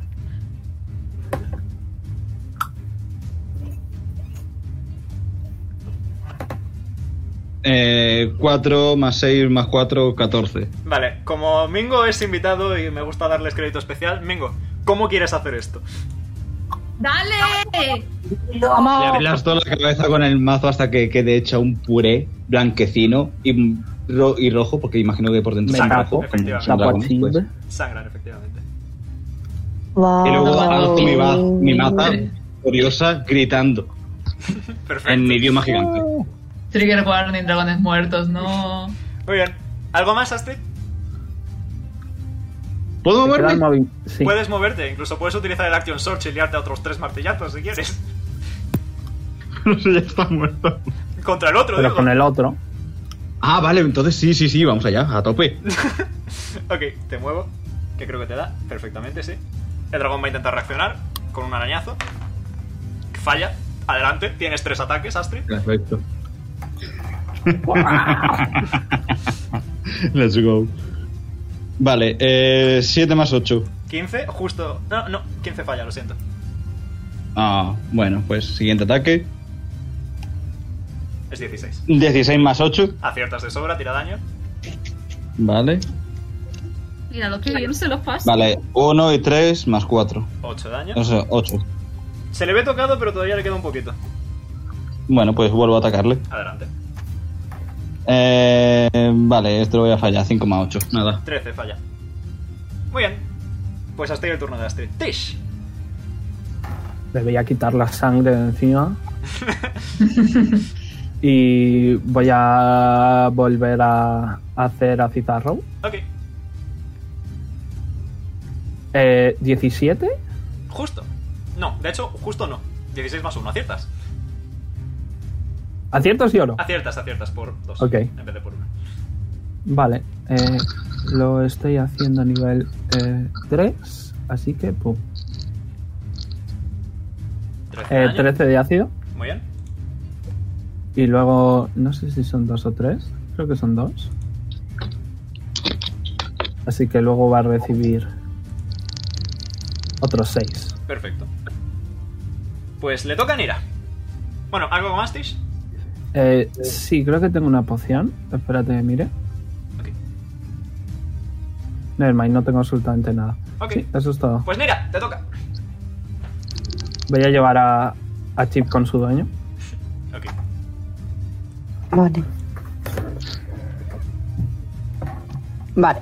I: Eh, 4 más 6 más 4, 14.
D: Vale, como Mingo es invitado y me gusta darles crédito especial, Mingo, ¿cómo quieres hacer esto?
A: ¡Dale!
I: Le
B: Vamos.
I: abrirás toda la cabeza con el mazo hasta que quede hecha un puré blanquecino y, ro- y rojo, porque imagino que por dentro
F: Me
I: será
F: tapo,
I: rojo.
D: efectivamente.
F: La Ah,
I: Dragones, pues.
F: pochimbe.
D: Sangran, efectivamente.
I: Y luego
H: Ah.
I: alzo mi, ma-
E: Wow.
I: mi maza furiosa gritando
D: Perfecto.
I: en mi idioma gigante.
G: Trigger Warning, dragones muertos, no.
D: Muy bien. ¿Algo más, Astrid?
I: ¿Puedo
F: Se queda el
I: moverme?
F: movi- Sí.
D: Puedes moverte, incluso puedes utilizar el Action Search y liarte a otros tres martillazos si quieres.
I: ya está muerto.
D: Contra el otro,
F: Pero
D: digo.
F: con el otro.
I: Ah, vale, entonces sí, sí, sí, vamos allá, a tope.
D: Ok, te muevo, que creo que te da perfectamente, sí. El dragón va a intentar reaccionar con un arañazo. Falla. Adelante, tienes tres ataques, Astrid.
I: Perfecto. Let's go. Vale, eh, 7 más 8.
D: 15, justo. No, no, 15 falla, lo siento.
I: Ah, bueno, pues siguiente ataque.
D: Es 16.
I: 16 más 8.
D: Aciertas de sobra, tira daño.
I: Vale.
A: Mira, lo que bien se los pasa.
I: Vale, 1 y 3 más 4.
D: 8 daño.
I: O sea, 8.
D: Se le ve tocado, pero todavía le queda un poquito.
I: Bueno, pues vuelvo a atacarle.
D: Adelante.
I: Eh, vale, esto lo voy a fallar. 5 más 8. Nada.
D: 13 falla. Muy bien. Pues hasta ahí el turno de Astrid. Tish.
F: Debería quitar la sangre de encima. y voy a volver a hacer a Cizarro.
D: Ok.
F: Eh, 17.
D: Justo. No, de hecho, justo no. 16 más 1, aciertas.
F: ¿Acierto sí o no?
D: Aciertas, aciertas por 2.
F: Ok.
D: En vez de por 1.
F: Vale. eh, lo estoy haciendo a nivel 3. Así que, pum.
D: 13
F: Eh,
D: daño.
F: 13 de ácido.
D: Muy bien.
F: Y luego, no sé si son dos o tres, creo que son dos. Así que luego va a recibir otros seis.
D: Perfecto. Pues le toca a Nira. Bueno, ¿algo más, Tish?
F: Eh, sí, creo que tengo una poción. Espérate que mire.
D: Ok.
F: Nevermind, no tengo absolutamente nada.
D: Ok.
F: Sí, eso es todo.
D: Pues Nira, te toca.
F: Voy a llevar a, a Chip con su dueño.
D: Ok.
E: Vale.
H: Vale.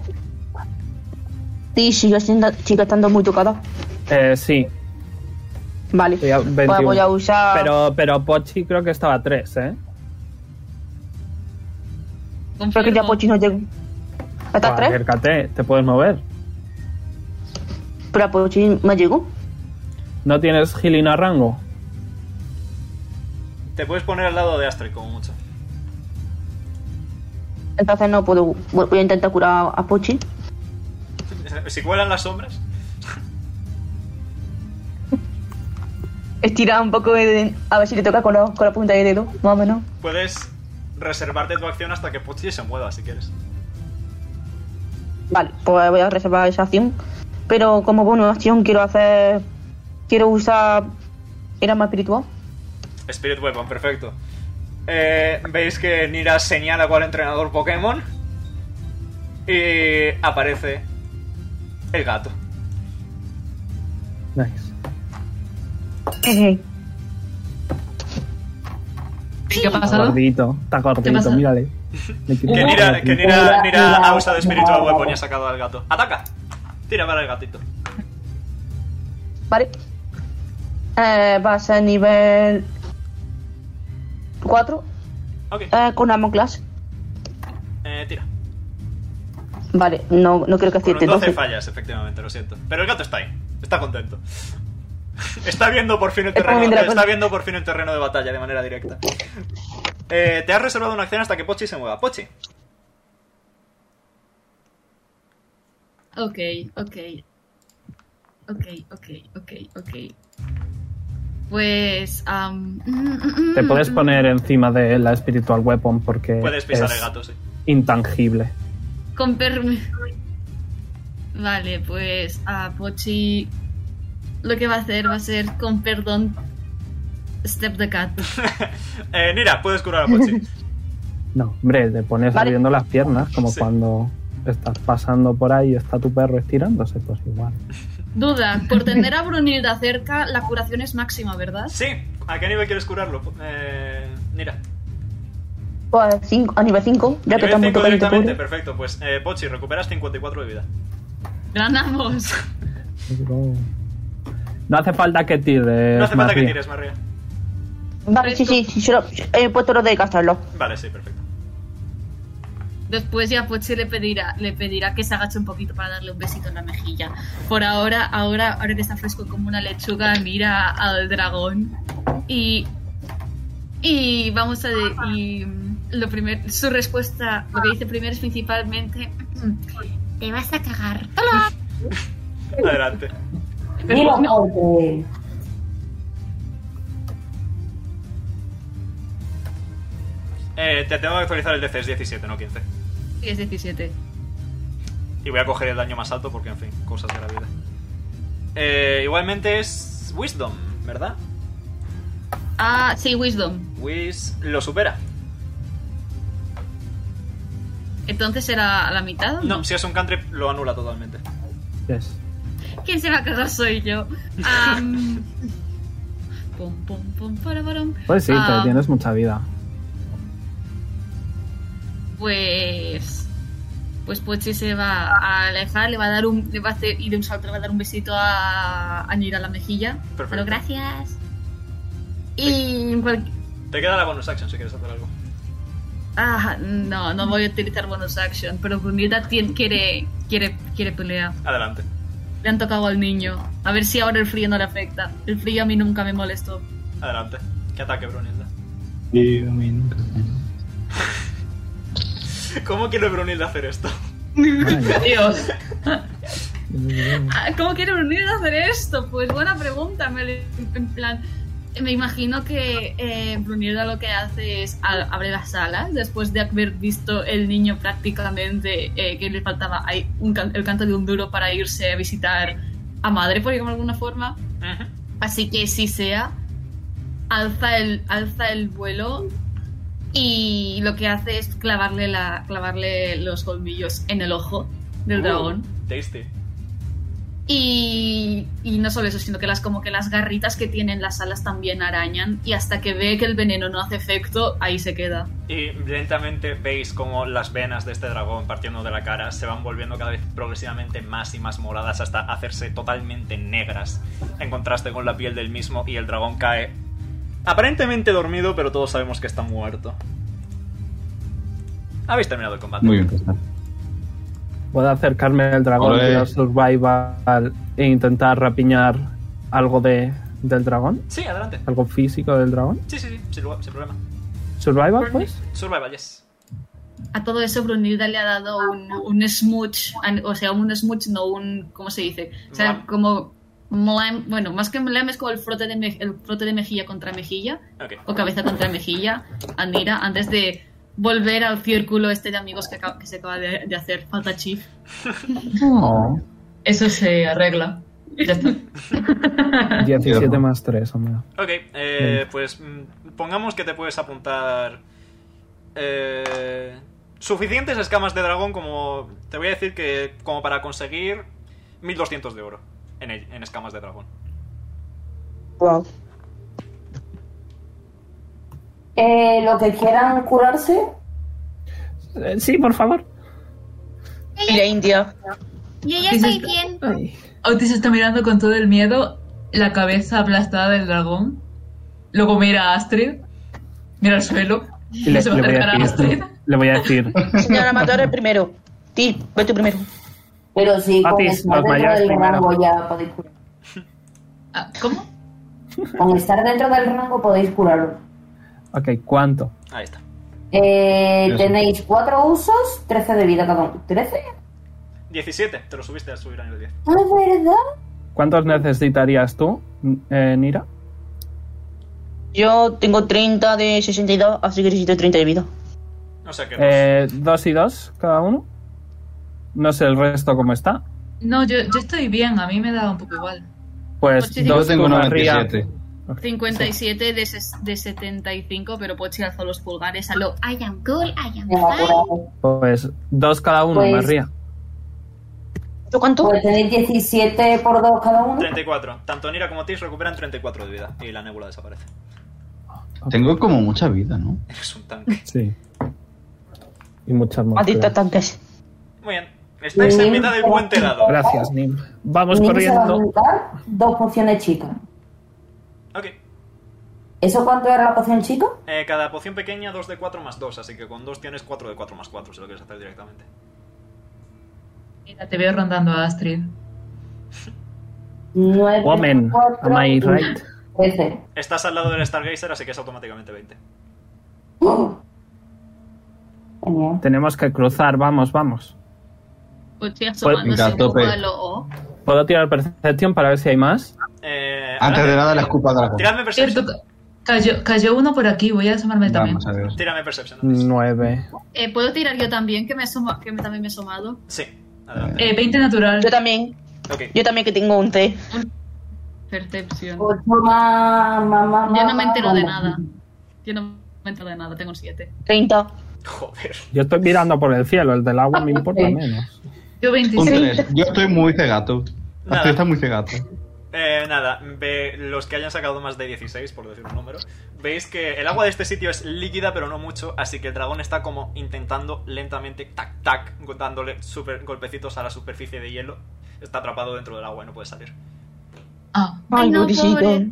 H: Sí, sigo siendo, sigo estando muy tocada.
F: Eh, sí,
H: Vale.
F: voy a, 21.
H: Pues voy a usar.
F: Pero, pero Pochi creo que estaba a tres, ¿eh?
H: Creo que ya
A: Confirmo.
H: Pochi no llega. ¿Estás
F: Buah,
H: tres?
F: Acércate, te puedes mover.
H: Pero a Pochi no llegó.
F: ¿No tienes healing a rango?
D: Te puedes poner al lado de Astrid, como mucho.
H: Entonces no puedo. Voy a intentar curar a Pochi.
D: si cuelan las sombras.
H: Estira un poco de- a ver si le toca con, la- con la punta de dedo, más o menos.
D: Puedes reservarte tu acción hasta que Pochi se mueva si quieres.
H: Vale, pues voy a reservar esa acción. Pero como bonus acción quiero hacer. Quiero usar. Era más espiritual.
D: Spirit Weapon, perfecto. Eh, Veis que Nira señala cual entrenador Pokémon. Y aparece el gato.
F: Nice.
H: Jeje.
G: ¿Qué ha
F: Está
G: pasado?
F: gordito, está
G: ¿Qué
F: gordito,
G: pasa?
F: mírale. Le quito
D: Que
F: la
D: Nira,
F: cara.
D: que Nira, Nira ha usado Spiritual Weapon y ha sacado al gato. ¡Ataca! Tira para el gatito.
H: Vale. Eh, va a ser nivel. 4.
D: Ok,
H: Eh, con Amon Class.
D: eh, tira.
H: Vale, no, no creo que
D: Bueno,
H: acierte.
D: 12
H: entonces.
D: fallas, efectivamente, lo siento. Pero el gato está ahí, está contento. Está viendo por fin el
H: Es como
D: terreno,
H: mi dragón.
D: está viendo por fin el terreno de batalla de manera directa. Eh, te has reservado una acción hasta que Pochi se mueva. Pochi,
A: Ok, ok. Ok, ok, ok, ok. Pues. am,
F: Te puedes poner encima de la Spiritual Weapon porque
D: Puedes pisar
F: es
D: el gato, sí.
F: intangible.
A: Con perm- Vale, pues a Pochi lo que va a hacer va a ser con perdón Step the Cat.
D: Eh, Nira, puedes curar a Pochi.
F: No, hombre, te pones
A: Vale.
F: abriendo las piernas como
D: Sí.
F: cuando estás pasando por ahí y está tu perro estirándose, pues igual.
A: Duda, por tener a Brunilda cerca, la curación es máxima, ¿verdad?
D: Sí, ¿a qué nivel quieres curarlo? Eh, Nira.
H: Pues cinco, a nivel 5. Ya
D: Nivel
H: toca mucho
D: 5
H: que te
D: directamente,
H: cure.
D: perfecto. Pues eh, Pochi, recuperas 54 de vida.
A: Ganamos.
F: No hace falta que tires.
D: No hace falta que
F: María.
D: tires, María.
H: Vale, sí, sí, sí, yo lo- he puesto lo de gastarlo.
D: Vale, sí, perfecto.
A: Después ya Pochi le pedirá, le pedirá que se agache un poquito para darle un besito en la mejilla. Por ahora, ahora, ahora que está fresco como una lechuga, mira al dragón y y vamos a de- y mm, lo primer, su respuesta, lo que dice primero es principalmente te vas a cagar. ¡Hola!
D: Adelante.
B: Dilo, Jorge.
D: Eh, te tengo que actualizar el DC, es 17, no 15.
A: Sí, es 17.
D: Y voy a coger el daño más alto porque, en fin, cosas de la vida. Eh, igualmente es Wisdom, ¿verdad?
A: Ah, sí, Wisdom.
D: Wis lo supera.
A: Entonces era a la mitad. ¿o
D: No, si es un cantrip lo anula totalmente.
F: Yes.
A: ¿Quién se va a cagar soy yo? Am. pum, pum, pum, para, para, pum.
F: Pues sí,
A: Ah,
F: te tienes mucha vida.
A: Pues. Pues Pochi se va a alejar, le va a dar un. Le va a hacer, y de un salto le va a dar un besito a. a Nira a la mejilla.
D: Perfecto.
A: Pero gracias. Y. cual-
D: Te queda la bonus action si quieres hacer algo.
A: Ah, no, no voy a utilizar bonus action, pero Brunilda tien- quiere, quiere, quiere pelear.
D: Adelante.
A: Le han tocado al niño. A ver si ahora el frío no le afecta. El frío a mí nunca me molestó.
D: Adelante. Que ataque, Brunilda. ¿Cómo quiere Brunilda hacer esto?
G: Dios.
A: Ah, ¿Cómo quiere Brunilda hacer esto? Pues buena pregunta. Me, le- en plan, me imagino que eh, Brunilda lo que hace es a- abre las alas después de haber visto el niño prácticamente eh, que le faltaba ahí un can- el canto de un duro para irse a visitar a madre, por llamarlo de alguna forma.
D: Ujú.
A: Así que si sea, alza el, alza el vuelo y lo que hace es clavarle, la, clavarle los colmillos en el ojo del
D: Uh,
A: dragón.
D: Tasty.
A: Y, y no solo eso, sino que las como que las garritas que tienen las alas también arañan y hasta que ve que el veneno no hace efecto, ahí se queda.
D: Y lentamente veis como las venas de este dragón partiendo de la cara se van volviendo cada vez progresivamente más y más moradas hasta hacerse totalmente negras en contraste con la piel del mismo y el dragón cae aparentemente dormido pero todos sabemos que está muerto. Habéis terminado el combate.
C: Muy bien, pues nada.
F: Puedo acercarme al dragón,
C: Olé.
F: tirar survival e intentar rapiñar algo de, del dragón,
D: Sí, adelante.
F: algo físico del dragón.
D: Sí, sí, sí, sin, lugar- sin problema.
F: Survival, pues.
D: Survival, yes.
A: A todo eso Brunilda le ha dado un, un smooch, an- o sea, un smooch, no un, ¿cómo se dice? O sea,
D: Mlam.
A: como mlam, bueno, más que mlam es como el frote, de me- el frote de mejilla contra mejilla
D: Ok.
A: o cabeza contra mejilla a Nira antes de volver al círculo este de amigos que, acaba- que se acaba de, de hacer. Falta Chief.
F: Oh,
G: Eso se arregla. Ya está.
F: 17 más 3, hombre.
D: Ok, eh, pues mm, pongamos que te puedes apuntar eh, suficientes escamas de dragón como te voy a decir que como para conseguir 1200 de oro en, el- en escamas de dragón.
H: Wow.
B: Eh, lo que quieran curarse,
F: Eh, Sí, por favor.
H: Y la India.
A: Yo
G: ya estoy
A: bien.
F: Ay.
G: Otis está mirando con todo el miedo la cabeza aplastada del dragón. Luego mira a Astrid. Mira al suelo.
F: Y le,
G: se va a
F: le voy
G: acercar
F: a
G: a Astrid.
F: decir, le voy a decir,
H: Señora Matador el primero. Ti, ve tú primero.
B: pero si con
F: Otis,
B: estar dentro
F: los mayores
B: del
F: primero.
B: rango ya podéis curar.
G: Ah, ¿Cómo?
B: Con estar dentro del rango podéis curarlo.
F: ok, ¿cuánto?
D: Ahí está.
B: Eh,
C: Eso.
B: tenéis cuatro usos, 13 de vida cada uno. ¿13?
D: 17, te lo subiste al subir a nivel 10.
B: Ah, ¿Es verdad?
F: ¿Cuántos necesitarías tú, eh, Nira?
H: Yo tengo 30 de 62, así que necesito 30 de vida.
D: O sea que.
F: Eh, ¿Dos y dos cada uno? No sé el resto cómo está.
G: No, yo, yo estoy bien, a mí me da un poco igual.
F: Pues
A: Pues sí,
F: dos
A: Yo
I: tengo
F: con Ria.
I: 97.
A: 57 de, ses- de 75, pero Pochi alzó los pulgares a lo I am cool, I am
B: Me va a
A: fine.
B: curar.
F: Pues dos cada uno,
B: Pues-
F: Marría.
H: ¿Yo cuánto?
B: Pues tenéis 17 por 2 cada uno.
D: 34. Tanto Nira como Tis recuperan 34 de vida y la nebula desaparece.
I: Tengo como mucha vida, ¿no?
D: Eres un tanque.
F: Sí. Y muchas más.
H: Maldita tanques.
D: Muy bien. Estáis en mitad del buen telado.
F: Gracias, Nim. Vamos
B: Mimi se va a
F: corriendo.
B: juntar dos pociones chicas.
D: Ok.
B: ¿Eso cuánto era la poción chica?
D: Eh, cada poción pequeña, 2 de 4 más 2. Así que con 2 tienes 4 de 4 más 4, si lo quieres hacer directamente.
G: Mira, te veo rondando a Astrid.
B: 9,
F: Woman, am I right?
B: 13.
D: Estás al lado del Stargazer, así que es automáticamente 20.
B: Genial.
F: Tenemos que cruzar, vamos, vamos.
A: Pochi
I: Pues,
A: asomándose
I: venga,
A: un poco
I: tope.
A: a lo O.
F: ¿Puedo tirar percepción para ver si hay más?
D: Eh,
I: Antes
D: ahora-
I: de nada, la escupa dragón.
D: Tiradme
G: Cierto,
D: Perception.
G: ca- cayó, cayó uno por aquí, voy a asomarme también.
I: Vamos a ver.
D: Tírame Perception. antes.
F: Nueve.
A: Eh, ¿Puedo tirar yo también? Que, me asoma- que me- también me he asomado.
D: Sí, adelante.
G: Eh, 20 natural.
H: Yo también.
D: Ok.
H: Yo también que tengo 11.
A: Percepción.
B: 8 más, más, más,
A: Yo no
B: más,
A: me entero
B: más,
A: de
B: más.
A: nada. Yo no me entero de nada, tengo un 7.
H: 30.
D: Joder.
F: Yo estoy mirando por el cielo, el del agua
H: Ah,
F: me importa
B: Sí.
F: menos.
G: Yo
I: Un
G: 26.
I: tres. Yo estoy muy cegato.
D: Nada.
I: Astrid está muy cegato.
D: Eh, nada, ve- los que hayan sacado más de 16, por decir un número, veis que el agua de este sitio es líquida, pero no mucho, así que el dragón está como intentando lentamente, tac, tac, dándole super golpecitos a la superficie de hielo. Está atrapado dentro del agua y no puede salir.
G: Ah,
A: Ay, no, pobre.
B: ¿Le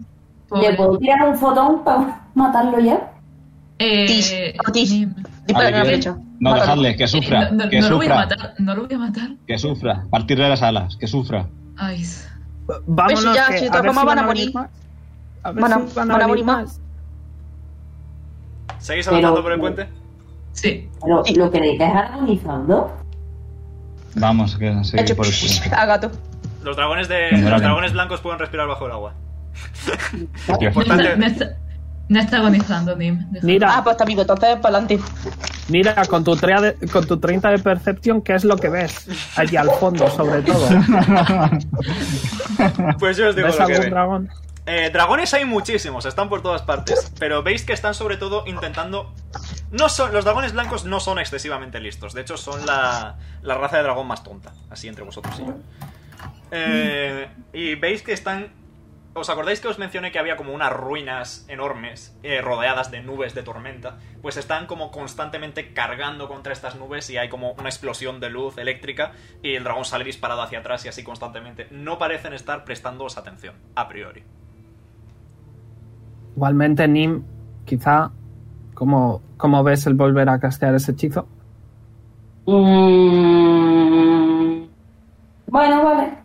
G: pobre.
B: puedo tirar un fotón para matarlo ya?
H: Tis,
G: Eh,
H: tis.
G: Nim,
H: Dispara
I: Vale,
H: la
I: yo-
H: flecha.
C: No, dejadle, que sufra,
G: no, no-
C: que
G: no lo voy a
C: sufra,
G: matar, no lo voy a matar.
C: que sufra. Partirle las alas, que sufra.
G: Ay,
F: Vámonos,
H: Pues ya,
F: que,
H: si de
F: a
H: todas
F: ver
H: formas
F: si
H: van a
F: venir
H: morir.
F: más. A ver
H: Van a-
F: si
H: Pues van a
F: venir
H: morir más.
D: ¿Seguís
B: Pero-
D: avanzando por el puente?
G: sí.
B: ¿Lo, lo queréis dejar agonizando?
C: Vamos, que se
H: Hecho
C: por el culo.
H: a gato.
D: Los dragones, de,
C: Muy
D: los
C: grave.
D: dragones blancos pueden respirar bajo el agua.
C: Dios.
G: No está, no
D: Importante.
G: está, no está agonizando, Nim. Deja-
H: Ah,
F: Mira,
H: pues está vivo, entonces para adelante.
F: mira, con tu, trea de- con tu 30 de percepción, ¿qué es lo que ves? Allí al fondo, sobre todo.
D: Pues yo os digo
F: ¿Ves
D: lo que
F: algún
D: ve.
F: dragón?
D: Eh, dragones hay muchísimos, están por todas partes, pero veis que están sobre todo intentando... No son, los dragones blancos no son excesivamente listos, de hecho son la, la raza de dragón más tonta, así entre vosotros y yo. Eh, y veis que están... ¿Os acordáis que os mencioné que había como unas ruinas enormes eh, rodeadas de nubes de tormenta? Pues están como constantemente cargando contra estas nubes y hay como una explosión de luz eléctrica y el dragón sale disparado hacia atrás y así constantemente. No parecen estar prestándoos atención, a priori.
F: Igualmente, Nim, quizá, ¿cómo, cómo ves el volver a castear ese hechizo?
B: Mm, Bueno, vale.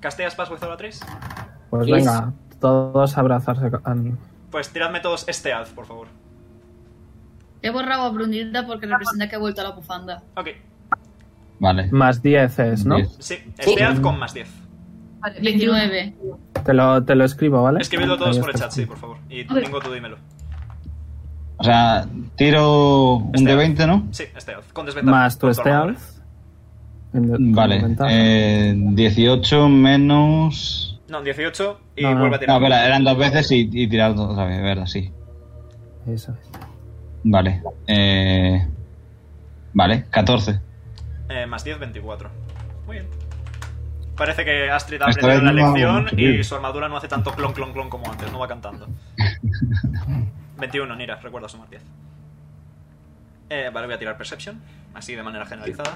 D: ¿Casteas Pass Without a Trace?
F: Pues
B: Yes.
F: venga, todos a abrazarse a Nim.
D: Pues tiradme todos este haz, por favor.
A: He borrado a Brunilda porque representa que he vuelto a la bufanda.
D: Ok,
C: Vale.
F: Más 10 es, ¿no?
C: Diez.
D: sí, este haz con más 10.
G: Vale,
A: 29.
F: Te lo, te lo escribo, ¿vale?
D: Escribidlo todos
F: Ahí
D: por el
F: está.
D: chat, sí, por favor. Y
A: Ok.
D: tengo tú dímelo.
C: O sea, tiro un
D: Este
C: de
D: haz.
C: 20, ¿no?
D: Sí, este haz, con desventaja.
F: Más tu este
D: Con armadura.
F: stealth. En- con
C: Vale.
F: ventaja.
C: Eh, 18 menos.
D: No, 18 y
F: No, no.
D: vuelve a
C: No,
D: tirar.
C: espera, eran dos veces y, y tirar dos otra vez, ¿verdad? Sí.
F: Eso.
C: Vale. Eh, vale, 14.
D: Eh, más 10, 24. Muy bien. Parece que Astrid ha
C: Esta
D: aprendido
C: vez no
D: la
C: hago
D: lección
C: mucho
D: y
C: bien.
D: su armadura no hace tanto clon, clon, clon como antes, no va cantando. 21, Nira, recuerda sumar 10. Eh, vale, voy a tirar Perception, así de manera generalizada.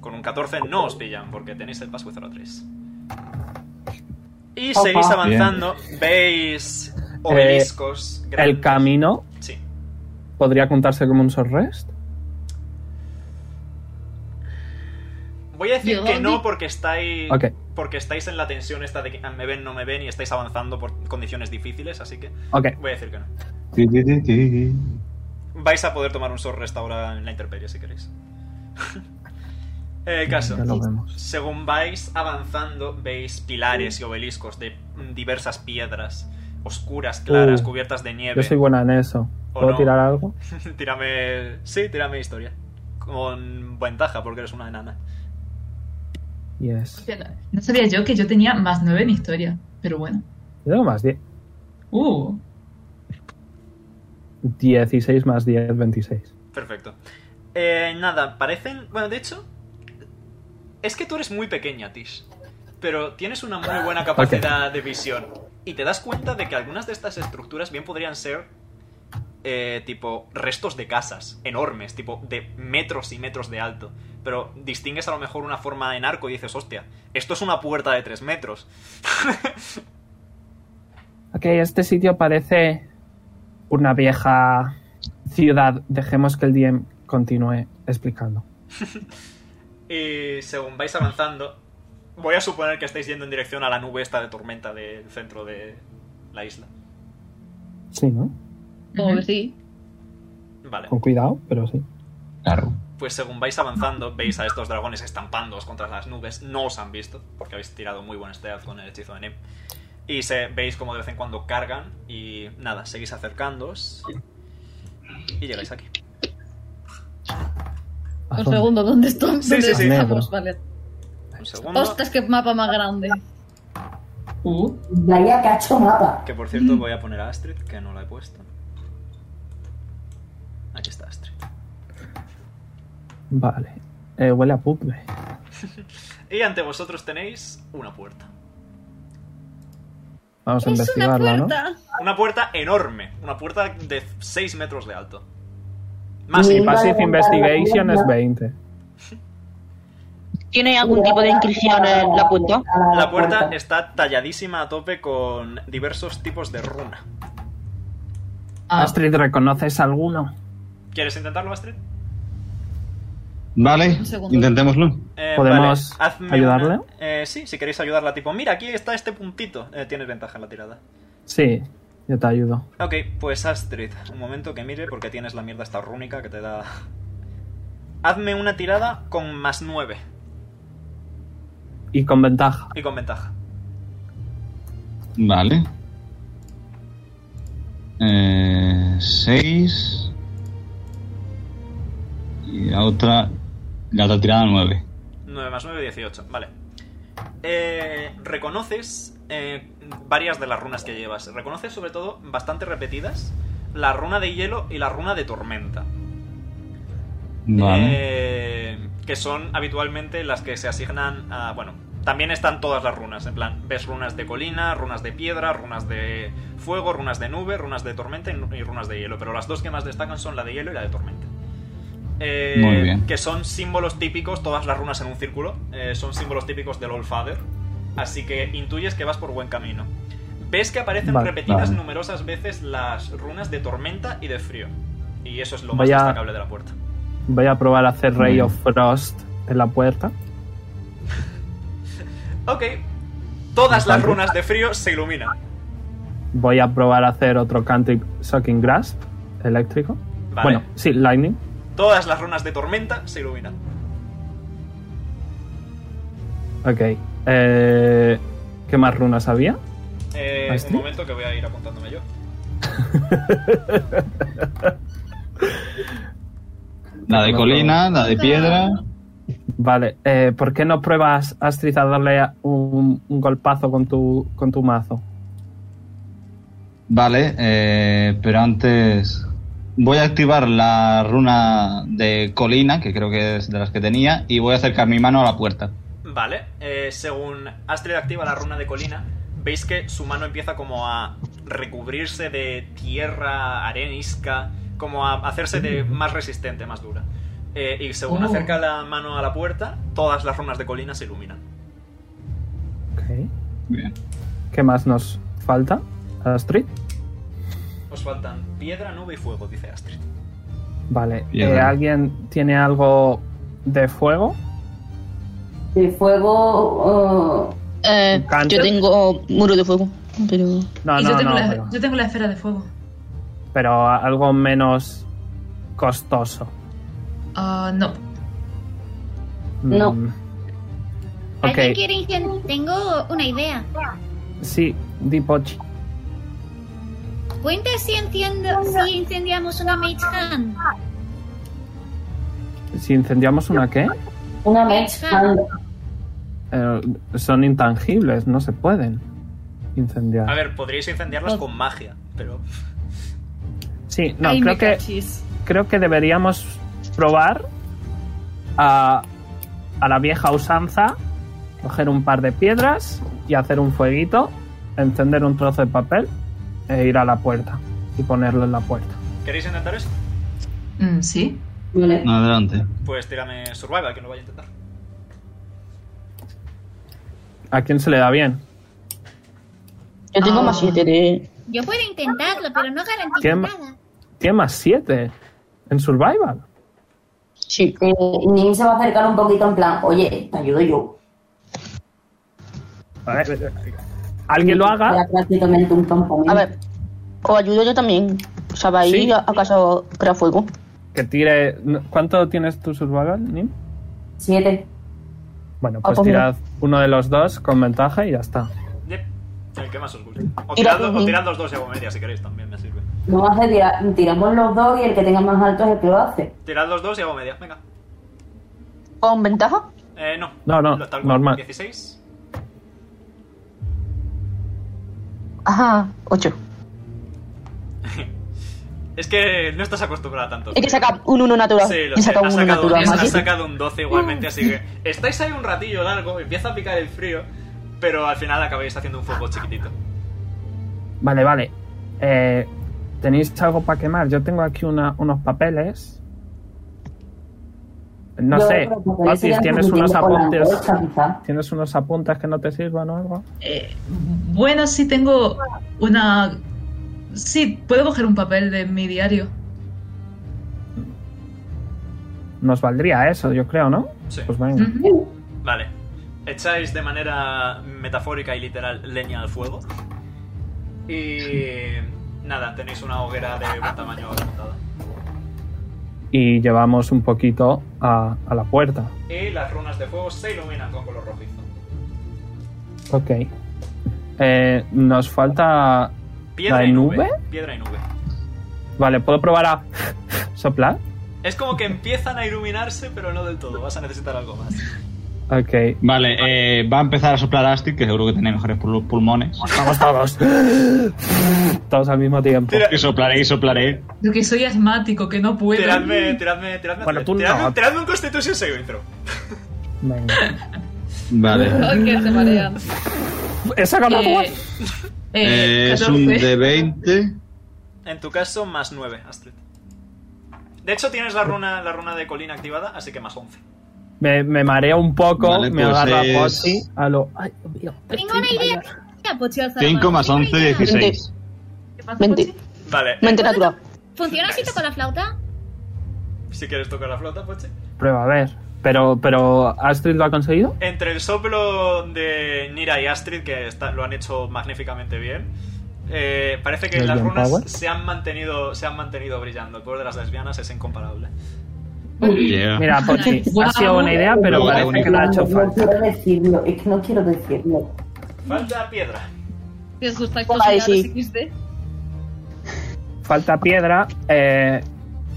D: Con un 14 no os pillan porque tenéis el Pass Without 3. Y
B: Opa.
D: seguís avanzando, veis obeliscos.
F: El
D: grandes.
F: camino
D: Sí.
F: podría contarse como un short rest.
D: Voy a decir
A: Yo
D: que no
A: di-
D: porque estáis
F: Ok.
D: porque estáis en la tensión esta de que ah, me ven, no me ven y estáis avanzando por condiciones difíciles, así que
F: Ok.
D: voy a decir que no.
C: Ti, ti, ti, ti.
D: Vais a poder tomar un short rest ahora en la intemperie si queréis. El Eh, caso.
F: Ya lo vemos.
D: Según vais avanzando, veis pilares y obeliscos de diversas piedras, oscuras, claras,
F: Uh,
D: cubiertas de nieve.
F: Yo soy buena en eso.
D: ¿O
F: ¿Puedo
D: no?
F: tirar algo?
D: tírame. Sí, tírame historia. Con ventaja, porque eres una enana.
F: Yes.
G: No sabía yo que yo tenía más nueve en historia, pero bueno.
F: Yo tengo más 10.
G: Uh,
F: 16 más 10, 26.
D: Perfecto. Eh, nada, parecen. Bueno, de hecho. Es que tú eres muy pequeña, Tish. Pero tienes una muy buena capacidad de visión. Y te das cuenta de que algunas de estas estructuras bien podrían ser. eh, tipo, restos de casas enormes, tipo, de metros y metros de alto. Pero distingues a lo mejor una forma en arco y dices, hostia, esto es una puerta de tres metros.
F: Ok, este sitio parece una vieja ciudad. Dejemos que el DM continúe explicando.
D: Y según vais avanzando, voy a suponer que estáis yendo en dirección a la nube esta de tormenta del centro de la isla.
F: Sí, ¿no?
A: Pobre, sí.
D: Vale.
F: Con cuidado, pero sí.
C: Claro.
D: Pues según vais avanzando, veis a estos dragones estampándoos contra las nubes. No os han visto, porque habéis tirado muy buen stealth con el hechizo de Nim. Y se, veis como de vez en cuando cargan y nada, seguís acercándoos. Y llegáis aquí.
A: Un
F: Asom-
A: segundo, ¿dónde estamos?
D: Sí, sí,
A: ¿Dónde
D: sí.
A: estamos? Vale.
D: Un segundo.
A: Ostras, qué mapa más grande.
G: uh.
B: Vaya cacho mapa.
D: Que por cierto voy a poner a Astrid, que no la he puesto. Aquí está Astrid.
F: Vale. Eh, huele a pup. güey.
D: Y ante vosotros tenéis una puerta.
F: Vamos a
A: Es una
F: investigarla, ¿no?
A: puerta.
D: Una puerta enorme. Una puerta de 6 metros de alto. Más
F: Mi
B: Sí,
D: impacto.
B: vale,
F: passive
B: vale,
F: investigation
B: vale.
F: es 20.
H: ¿Tiene algún tipo de inscripción en la puerta?
D: La puerta está talladísima a tope con diversos tipos de runa.
G: Ah,
F: Astrid, ¿reconoces alguno?
D: ¿Quieres intentarlo, Astrid?
I: Vale,
A: Un segundo.
I: intentémoslo.
D: Eh,
F: ¿Podemos
D: vale, hazme
F: ayudarle?
D: una- eh, sí, si queréis ayudarla, tipo, mira, aquí está este puntito. Eh, tienes ventaja en la tirada.
F: Sí, yo te ayudo.
D: Ok, pues Astrid, un momento que mire porque tienes la mierda esta rúnica que te da... Hazme una tirada con más 9
F: Y con ventaja.
D: y con ventaja.
I: Vale. Eh, seis. Y la otra. La otra tirada nueve.
D: 9 más 9, 18. Vale. Eh, reconoces eh, varias de las runas que llevas. Reconoces sobre todo bastante repetidas la runa de hielo y la runa de tormenta.
I: Vale.
D: Eh, que son habitualmente las que se asignan a... Bueno, también están todas las runas. En plan, ves runas de colina, runas de piedra, runas de fuego, runas de nube, runas de tormenta y y runas de hielo. Pero las dos que más destacan son la de hielo y la de tormenta. Eh,
I: Muy bien.
D: Que son símbolos típicos, todas las runas en un círculo, eh, son símbolos típicos del Old Father. Así que intuyes que vas por buen camino. Ves que aparecen
F: Vale,
D: repetidas
I: vale.
D: numerosas veces las runas de tormenta y de frío. Y eso es lo más
F: Vaya-
D: destacable de la puerta.
F: Voy a probar a hacer Ray
I: Bueno.
F: of Frost en la puerta.
D: Ok. Todas las
F: Bastante.
D: runas de frío se iluminan.
F: Voy a probar a hacer otro Cantric Shocking Grasp eléctrico.
D: Vale.
F: Bueno, sí, Lightning.
D: Todas las runas de tormenta se iluminan.
F: Ok. Eh, ¿Qué más runas había?
D: Eh, un
F: ¿Maestri?
D: momento que voy a ir apuntándome yo.
I: La de colina, la de piedra.
F: Vale. eh, ¿Por qué no pruebas, Astrid, a darle a- un, un golpazo con tu, con tu mazo?
I: Vale, eh, pero antes voy a activar la runa de colina, que creo que es de las que tenía, y voy a acercar mi mano a la puerta.
D: Vale. eh, según Astrid activa la runa de colina, veis que su mano empieza como a recubrirse de tierra, arenisca, como a hacerse de más resistente, más dura. Eh, y según
G: Oh.
D: acerca la mano a la puerta, todas las runas de colina se iluminan.
F: Ok.
I: Bien.
F: ¿Qué más nos falta, Astrid?
D: Os faltan piedra, nube y fuego, dice Astrid.
F: Vale.
I: Bien,
F: eh,
I: vale.
F: ¿Alguien tiene algo de fuego?
B: El fuego. uh,
H: Eh,
F: ¿Canto?
H: yo tengo muro de fuego, pero...
F: No,
C: Ah,
G: y
F: no,
G: yo, tengo
F: no.
G: la,
F: pero-
G: yo tengo la esfera de fuego.
F: pero algo menos costoso.
G: Ah, no.
B: No.
F: Mm.
J: ¿Alguien
F: Ok,
J: quiere ingen- Tengo una idea.
F: sí, Dipochi.
J: Cuenta si, enciendo, si incendiamos una Mage Hand.
F: Si incendiamos una qué,
B: Una mage
H: Ah.
B: hand.
F: Eh, son intangibles, no se pueden incendiar.
D: A ver, podríais
F: Ah.
D: incendiarlas con magia, pero.
F: Sí, no, creo que, creo que deberíamos probar a, a la vieja usanza, coger un par de piedras y hacer un fueguito, encender un trozo de papel e ir a la puerta y ponerlo en la puerta.
D: ¿Queréis intentar eso?
G: Mm, sí.
B: Vale.
I: Adelante.
D: Pues tírame Survival, que lo vaya a intentar.
F: ¿A quién se le da bien?
H: Yo tengo más 7 de.
J: Yo puedo intentarlo, pero no garantizo
F: Tiene, ma-
J: nada.
F: tiene más 7 en Survival.
B: Sí. Nim se va a acercar un poquito en plan, oye, te ayudo yo.
F: A ver, eh, Alguien lo haga.
B: prácticamente un campamento.
H: A ver, os ayudo yo también. O sea, va a ir
F: Sí.
H: a acaso crear fuego.
F: que tire. ¿Cuánto tienes tu Survival, Nim?
B: Siete.
F: Bueno,
H: Ah,
F: pues
H: pues mira.
F: tirad uno de los dos con ventaja y ya está.
D: Yep. El que más os guste. O
B: Tira
D: tirad,
B: conmigo.
D: o tirad los dos y hago media si queréis, también me sirve.
B: No hace tira- tiramos los dos y el que tenga más alto es el que lo hace.
D: Tirad los dos y hago media, venga.
H: ¿Con ventaja?
D: Eh, no.
F: No, no,
D: Lo- tal cual.
F: normal.
D: 16.
H: Ajá, 8.
D: Es que no estás acostumbrada a tanto.
H: Es que saca un 1 natural.
D: Sí, lo
H: y
D: sé.
H: saca
D: Ha
H: un 1
D: sacado,
H: natural
D: un-
H: más
D: ha
H: 7.
D: sacado un 12 igualmente, así que estáis ahí un ratillo largo, empieza a picar el frío, pero al final acabáis haciendo un fuego chiquitito.
F: Vale, vale. Eh, ¿Tenéis algo para quemar? Yo tengo aquí una- unos papeles. No
B: Yo
F: sé,
B: creo que podría
F: Otis,
B: ser
F: ¿tienes
B: algo que
F: unos
B: tengo con la
F: apuntes?
B: antorcha, quizá.
F: ¿Tienes unos apuntes que no te sirvan o algo?
G: Eh, bueno, sí tengo una... Sí, puedo coger un papel de mi diario.
F: Nos valdría eso, yo creo, ¿no?
D: Sí.
F: Pues venga.
C: Mm.
D: Vale. Echáis de manera metafórica y literal leña al fuego. Y. Nada, tenéis una hoguera de buen tamaño ahora montada.
F: Y llevamos un poquito a, a la puerta.
D: Y las runas de fuego se iluminan con color rojizo.
F: Ok. Eh, ¿Nos falta la de nube?
D: Piedra y nube.
F: Vale, ¿puedo probar a soplar?
D: Es como que empiezan a iluminarse, pero no del todo. Vas a necesitar algo más.
F: Ok.
I: Vale, eh, va a empezar a soplar Astic, que seguro que tiene mejores pul- pulmones.
F: Vamos todos. todos al mismo tiempo.
I: Y soplaré y soplaré.
G: Yo que soy asmático, que no puedo. Eh,
D: Tiradme, tiradme, tiradme.
F: Bueno, tú
D: tiradme,
F: no.
D: tiradme un Constitution Saving Throw.
F: Venga.
I: Vale.
A: Ay, que se marean.
F: He sacado
A: Eh,
F: guay.
G: Eh,
I: es un
G: 14.
I: de 20.
D: En tu caso, más 9, Astrid. De hecho, tienes la runa, la runa de colina activada, así que más 11.
F: Me, me mareo un poco,
I: Vale,
F: me
I: pues
F: agarra
I: es-
F: a Pochi. A lo. Ay, Dios mío.
J: Tengo una idea. pues, Mira, Pochi alza la
I: 5
J: mano.
I: más
J: Tengo una
I: 11,
J: idea.
I: 16.
H: Mente,
D: Vale,
H: mente natural.
J: ¿Funciona así con la flauta?
D: si quieres tocar la flota, Poche.
F: Prueba, a ver. Pero, pero, ¿Astrid lo ha conseguido?
D: Entre el soplo de Nira y Astrid, que está- lo han hecho magníficamente bien, eh, parece que
F: Muy
D: las
F: bien,
D: runas
F: Power.
D: se han, mantenido, se han mantenido brillando. El poder de las lesbianas es incomparable.
I: Yeah.
F: Mira, Pochi,
G: Guau.
F: ha sido buena idea, pero
I: Guau.
F: parece que no ha hecho
B: no,
F: falta.
B: quiero decirlo, es que no quiero decirlo.
D: Falta piedra.
A: ¿Te gusta
H: Ay, sí.
A: XD?
F: Falta piedra. Eh,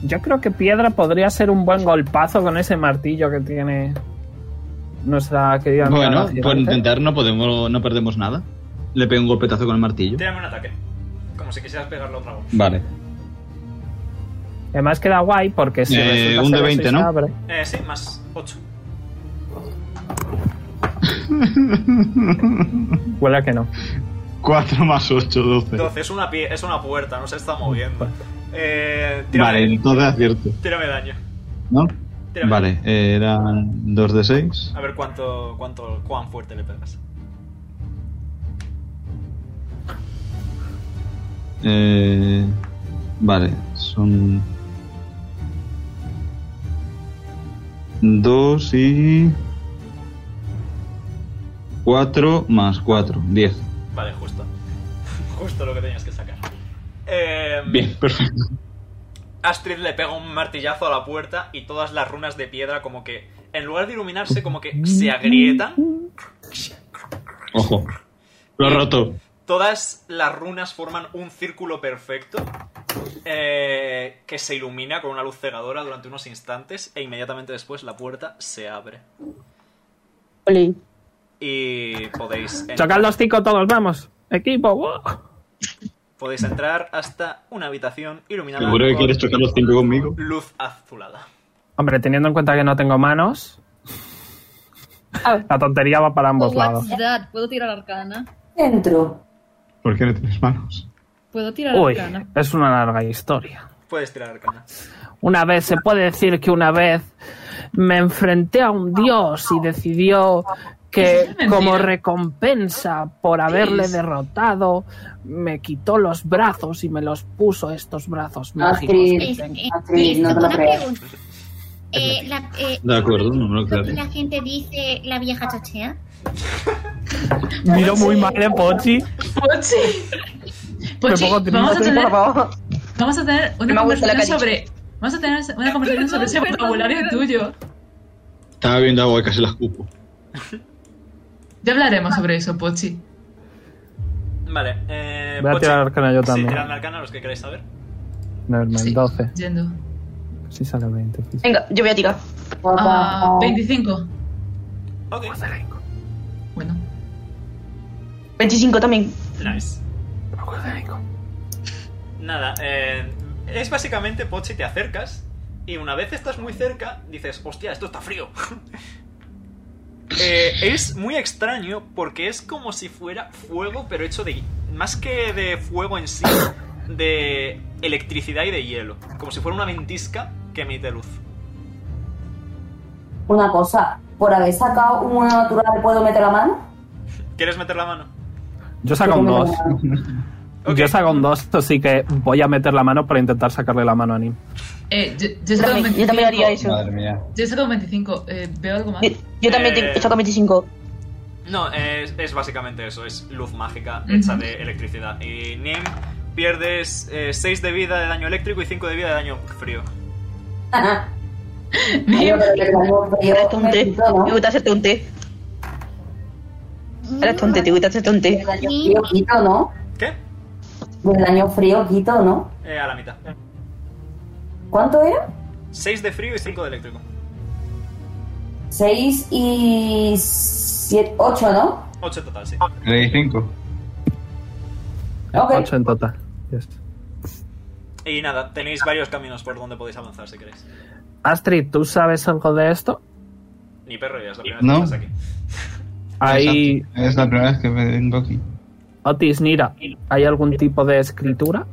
F: yo creo que piedra podría ser un buen golpazo con ese martillo que tiene nuestra querida amiga
I: Bueno,
F: la
I: por
F: gigante.
I: intentar no, podemos, no perdemos nada. Le pego un golpetazo con el martillo.
D: Tírame un ataque. Como si quisieras pegarle a un dragón.
I: Vale.
F: Además queda guay porque si
I: Eh,
F: resulta
I: un de
F: ser eso y
I: 20,
F: se
I: ¿no?
F: abre-
D: Eh, sí, más 8.
F: Huele a que no.
I: 4 más 8, 12.
D: 12, es una, pie- es una puerta, no se está moviendo. Eh, tírame,
I: Vale, entonces acierto.
D: tírame daño.
I: ¿No?
D: Tírame.
I: Vale, eh, eran 2 de 6.
D: A ver cuánto, cuánto, cuán fuerte le pegas.
I: Eh, vale, son. 2 y. 4 más 4, 10.
D: Vale, justo. Justo lo que tenías que sacar. Eh,
I: Bien, perfecto.
D: Astrid le pega un martillazo a la puerta y todas las runas de piedra como que en lugar de iluminarse, como que se agrietan
C: Ojo. Lo he roto.
D: Todas las runas forman un círculo perfecto eh, que se ilumina con una luz cegadora durante unos instantes e inmediatamente después la puerta se abre. Y podéis, en-
F: Chocar los cinco todos, vamos. Equipo, ¡wow!
D: podéis entrar hasta una habitación iluminada
C: Seguro que
D: con
C: quieres chocar los cinco conmigo.
D: luz azulada.
F: Hombre, teniendo en cuenta que no tengo manos, la tontería va para ambos
A: Oh,
F: lados.
A: what's that? ¿Puedo tirar arcana?
B: Dentro.
I: ¿Por qué no tienes manos?
A: ¿Puedo tirar
F: Uy,
A: arcana?
F: es una larga historia.
D: Puedes tirar arcana.
F: Una vez, se puede decir que una vez me enfrenté a un dios y decidió que como recompensa por haberle
G: es?
F: derrotado, me quitó los brazos y me los puso estos brazos mágicos.
J: Es-
F: que tengo.
J: eh, es
B: no te lo
J: una
B: creas.
J: pregunta. Eh, la, eh,
C: De acuerdo, no me lo
J: ¿por
C: creo.
J: qué la gente dice la vieja chochea?
F: Miro muy mal de Pochi.
G: Pochi.
F: Me pongo
G: Pochi,
F: triste.
G: vamos a
F: Por
G: tener,
F: favor.
G: vamos a tener una
H: Me gusta la
G: conversación sobre.
H: caricia.
G: Vamos a tener una conversación sobre ese
A: perdón,
G: vocabulario
A: perdón.
G: tuyo.
I: Estaba viendo agua y casi la escupo.
G: Ya hablaremos sobre eso, Pochi.
D: Vale, eh,
F: Voy a
D: Pochi.
F: tirar arcana yo también.
D: Sí, tirad arcana los que queráis saber.
F: Nevermind, 12.
G: Yendo.
F: Sí sale 20. sí.
H: Venga, yo voy a tirar.
G: Ah, 25.
D: Ok.
G: Bueno.
H: 25 también.
D: Nice. Nada, eh, es básicamente Pochi te acercas y una vez estás muy cerca dices, hostia, esto está frío. Eh, es muy extraño porque es como si fuera fuego, pero hecho de... Más que de fuego en sí, de electricidad y de hielo. Como si fuera una ventisca que emite luz.
B: Una cosa, por haber sacado un uno natural, ¿puedo meter la mano?
D: ¿Quieres meter la mano?
F: Yo saco un 2.
D: Ok.
F: Yo saco un 2, así que voy a meter la mano para intentar sacarle la mano a Nim.
G: Eh, yo, yo saco 25.
H: Yo también- yo también haría eso.
I: Madre mía.
G: Yo saco 25. Eh, ¿Veo algo más?
H: Yo, yo también
D: Eh.
H: te- he sacado 25.
D: No, es, es básicamente eso, es luz mágica hecha de electricidad. Y Nim, pierdes 6 de vida de daño eléctrico y 5 de vida de daño frío.
B: Yo creo que tengo frío,
H: Eres tonte.
B: necesito, ¿no?
H: Te gusta hacerte un té. Eres tonte, te gusta hacerte un té.
B: Del daño frío quito, ¿no?
D: ¿Qué?
B: Del daño frío quito, ¿no?
D: Eh, a la mitad.
B: ¿Cuánto era?
D: 6 de frío y 5 de eléctrico.
B: 6 y 7, 8, ¿no?
D: 8 total, sí.
I: Le di cinco.
F: 8
B: Ok.
F: en total. Yes.
D: Y nada, tenéis varios caminos por donde podéis avanzar si queréis.
F: Astrid, ¿tú sabes algo de esto?
D: Ni perro, ya es la primera
I: No.
D: vez que estás aquí.
F: ¿Hay
I: Exacto. Es la primera vez que vengo aquí.
F: Otis Nira? ¿Hay algún tipo de escritura?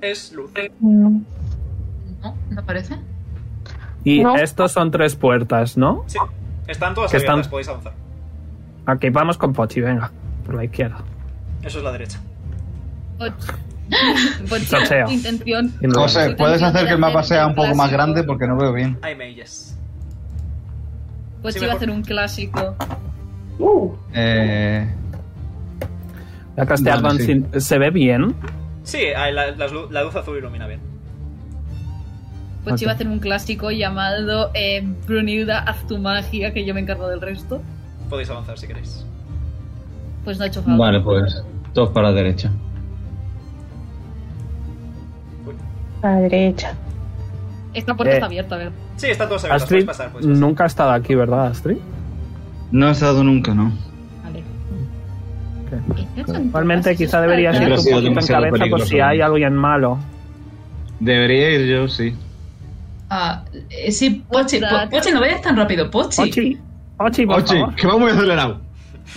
D: Es luz.
G: ¿No? ¿No parece?
F: Y
H: No.
F: estos son tres puertas, ¿no?
D: Sí, están todas
F: Que
D: abiertas,
F: están-
D: podéis avanzar.
F: Aquí vamos con Pochi, venga, por la izquierda.
D: Eso es la derecha.
A: Poch- Poch-
F: Chocheo.
A: tu intención.
F: Y luego-
I: José, ¿puedes hacer que el mapa sea un poco más grande? Porque no veo bien.
D: Hay mellas.
A: Pochi
D: Sí,
A: iba a
D: mejor.
A: hacer un clásico.
B: Uh,
I: Eh,
F: La castear
I: Vale, sí.
F: sin- ¿Se ve bien?
D: Sí, ah, la, las lu- la luz azul ilumina bien.
A: Pochi
F: Ok.
A: iba a hacer un clásico llamado eh, Brunilda, haz tu magia, que yo me encargo del resto.
D: Podéis avanzar si queréis.
A: Pues no ha hecho falta.
C: Vale, pues. Todos para la derecha.
H: A la derecha.
A: Esta puerta
F: Eh.
A: está abierta, a ver.
D: Sí, están todas abiertas,
F: Astrid
D: podéis pasar. pues, Podéis pasar.
F: nunca ha estado aquí, ¿verdad, Astrid?
I: no he estado nunca, ¿no.
A: Vale.
F: Ok.
A: Estas son
F: Igualmente
A: todas
F: quizá deberías ir
A: esas
I: Siempre ha
F: tú un
I: sido
F: poquito en
I: demasiado
F: cabeza por si
I: peligroso.
F: hay alguien malo.
I: Debería ir yo, sí.
G: Ah, eh, sí, Pochi. Po-
A: Otra.
G: Pochi, no vayas tan rápido, Pochi. Pochi,
F: Ochi, Ochi, por
I: Oye,
F: favor.
I: que va muy acelerado.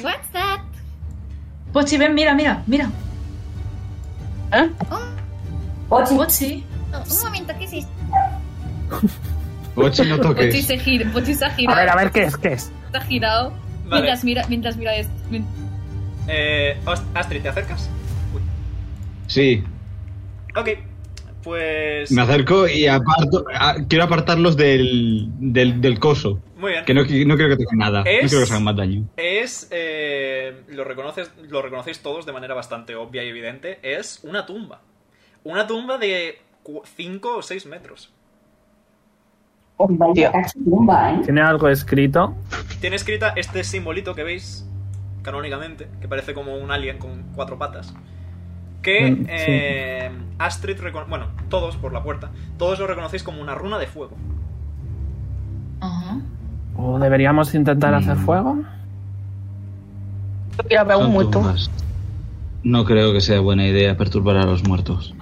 J: What's that?
G: ven, mira, mira, mira.
H: ¿Eh?
B: Pochi,
G: Pochi.
J: Oh, un momento, ¿qué es esto?
I: Oye,
A: cosas.
I: no
A: Pochi
I: toques.
A: se, gira, Pochi se ha
F: A
A: girado.
F: ver, a ver, ¿qué es? ¿Qué es?
A: Se ha girado.
D: Vale.
A: Mientras mira, mientras mira esto. mien-
D: Eh, Ast- Astrid, ¿te acercas? Uy.
I: Sí,
D: Ok, pues...
I: me acerco y aparto. ah, quiero apartarlos del, del, del coso.
D: Muy bien.
I: Que no, qui- no creo que toquen nada.
D: Es-
I: No creo que se hagan más daño.
D: Es... eh, lo, reconoces, lo reconocéis todos de manera bastante obvia y evidente. Es una tumba. Una tumba de 5 o 6 metros.
B: Vaya cachimba, ¿eh?
F: ¿Tiene algo escrito?
D: Tiene escrita este simbolito que veis, canónicamente, que parece como un alien con cuatro patas. Que
F: Mm, sí.
D: eh, Astrid, recono- bueno, todos por la puerta, todos lo reconocéis como una runa de fuego.
G: Ajá.
F: ¿O deberíamos intentar hacer fuego?
H: Yo quiero hablar un
I: Son
H: muerto.
I: tumbas. No creo que sea buena idea perturbar a los muertos.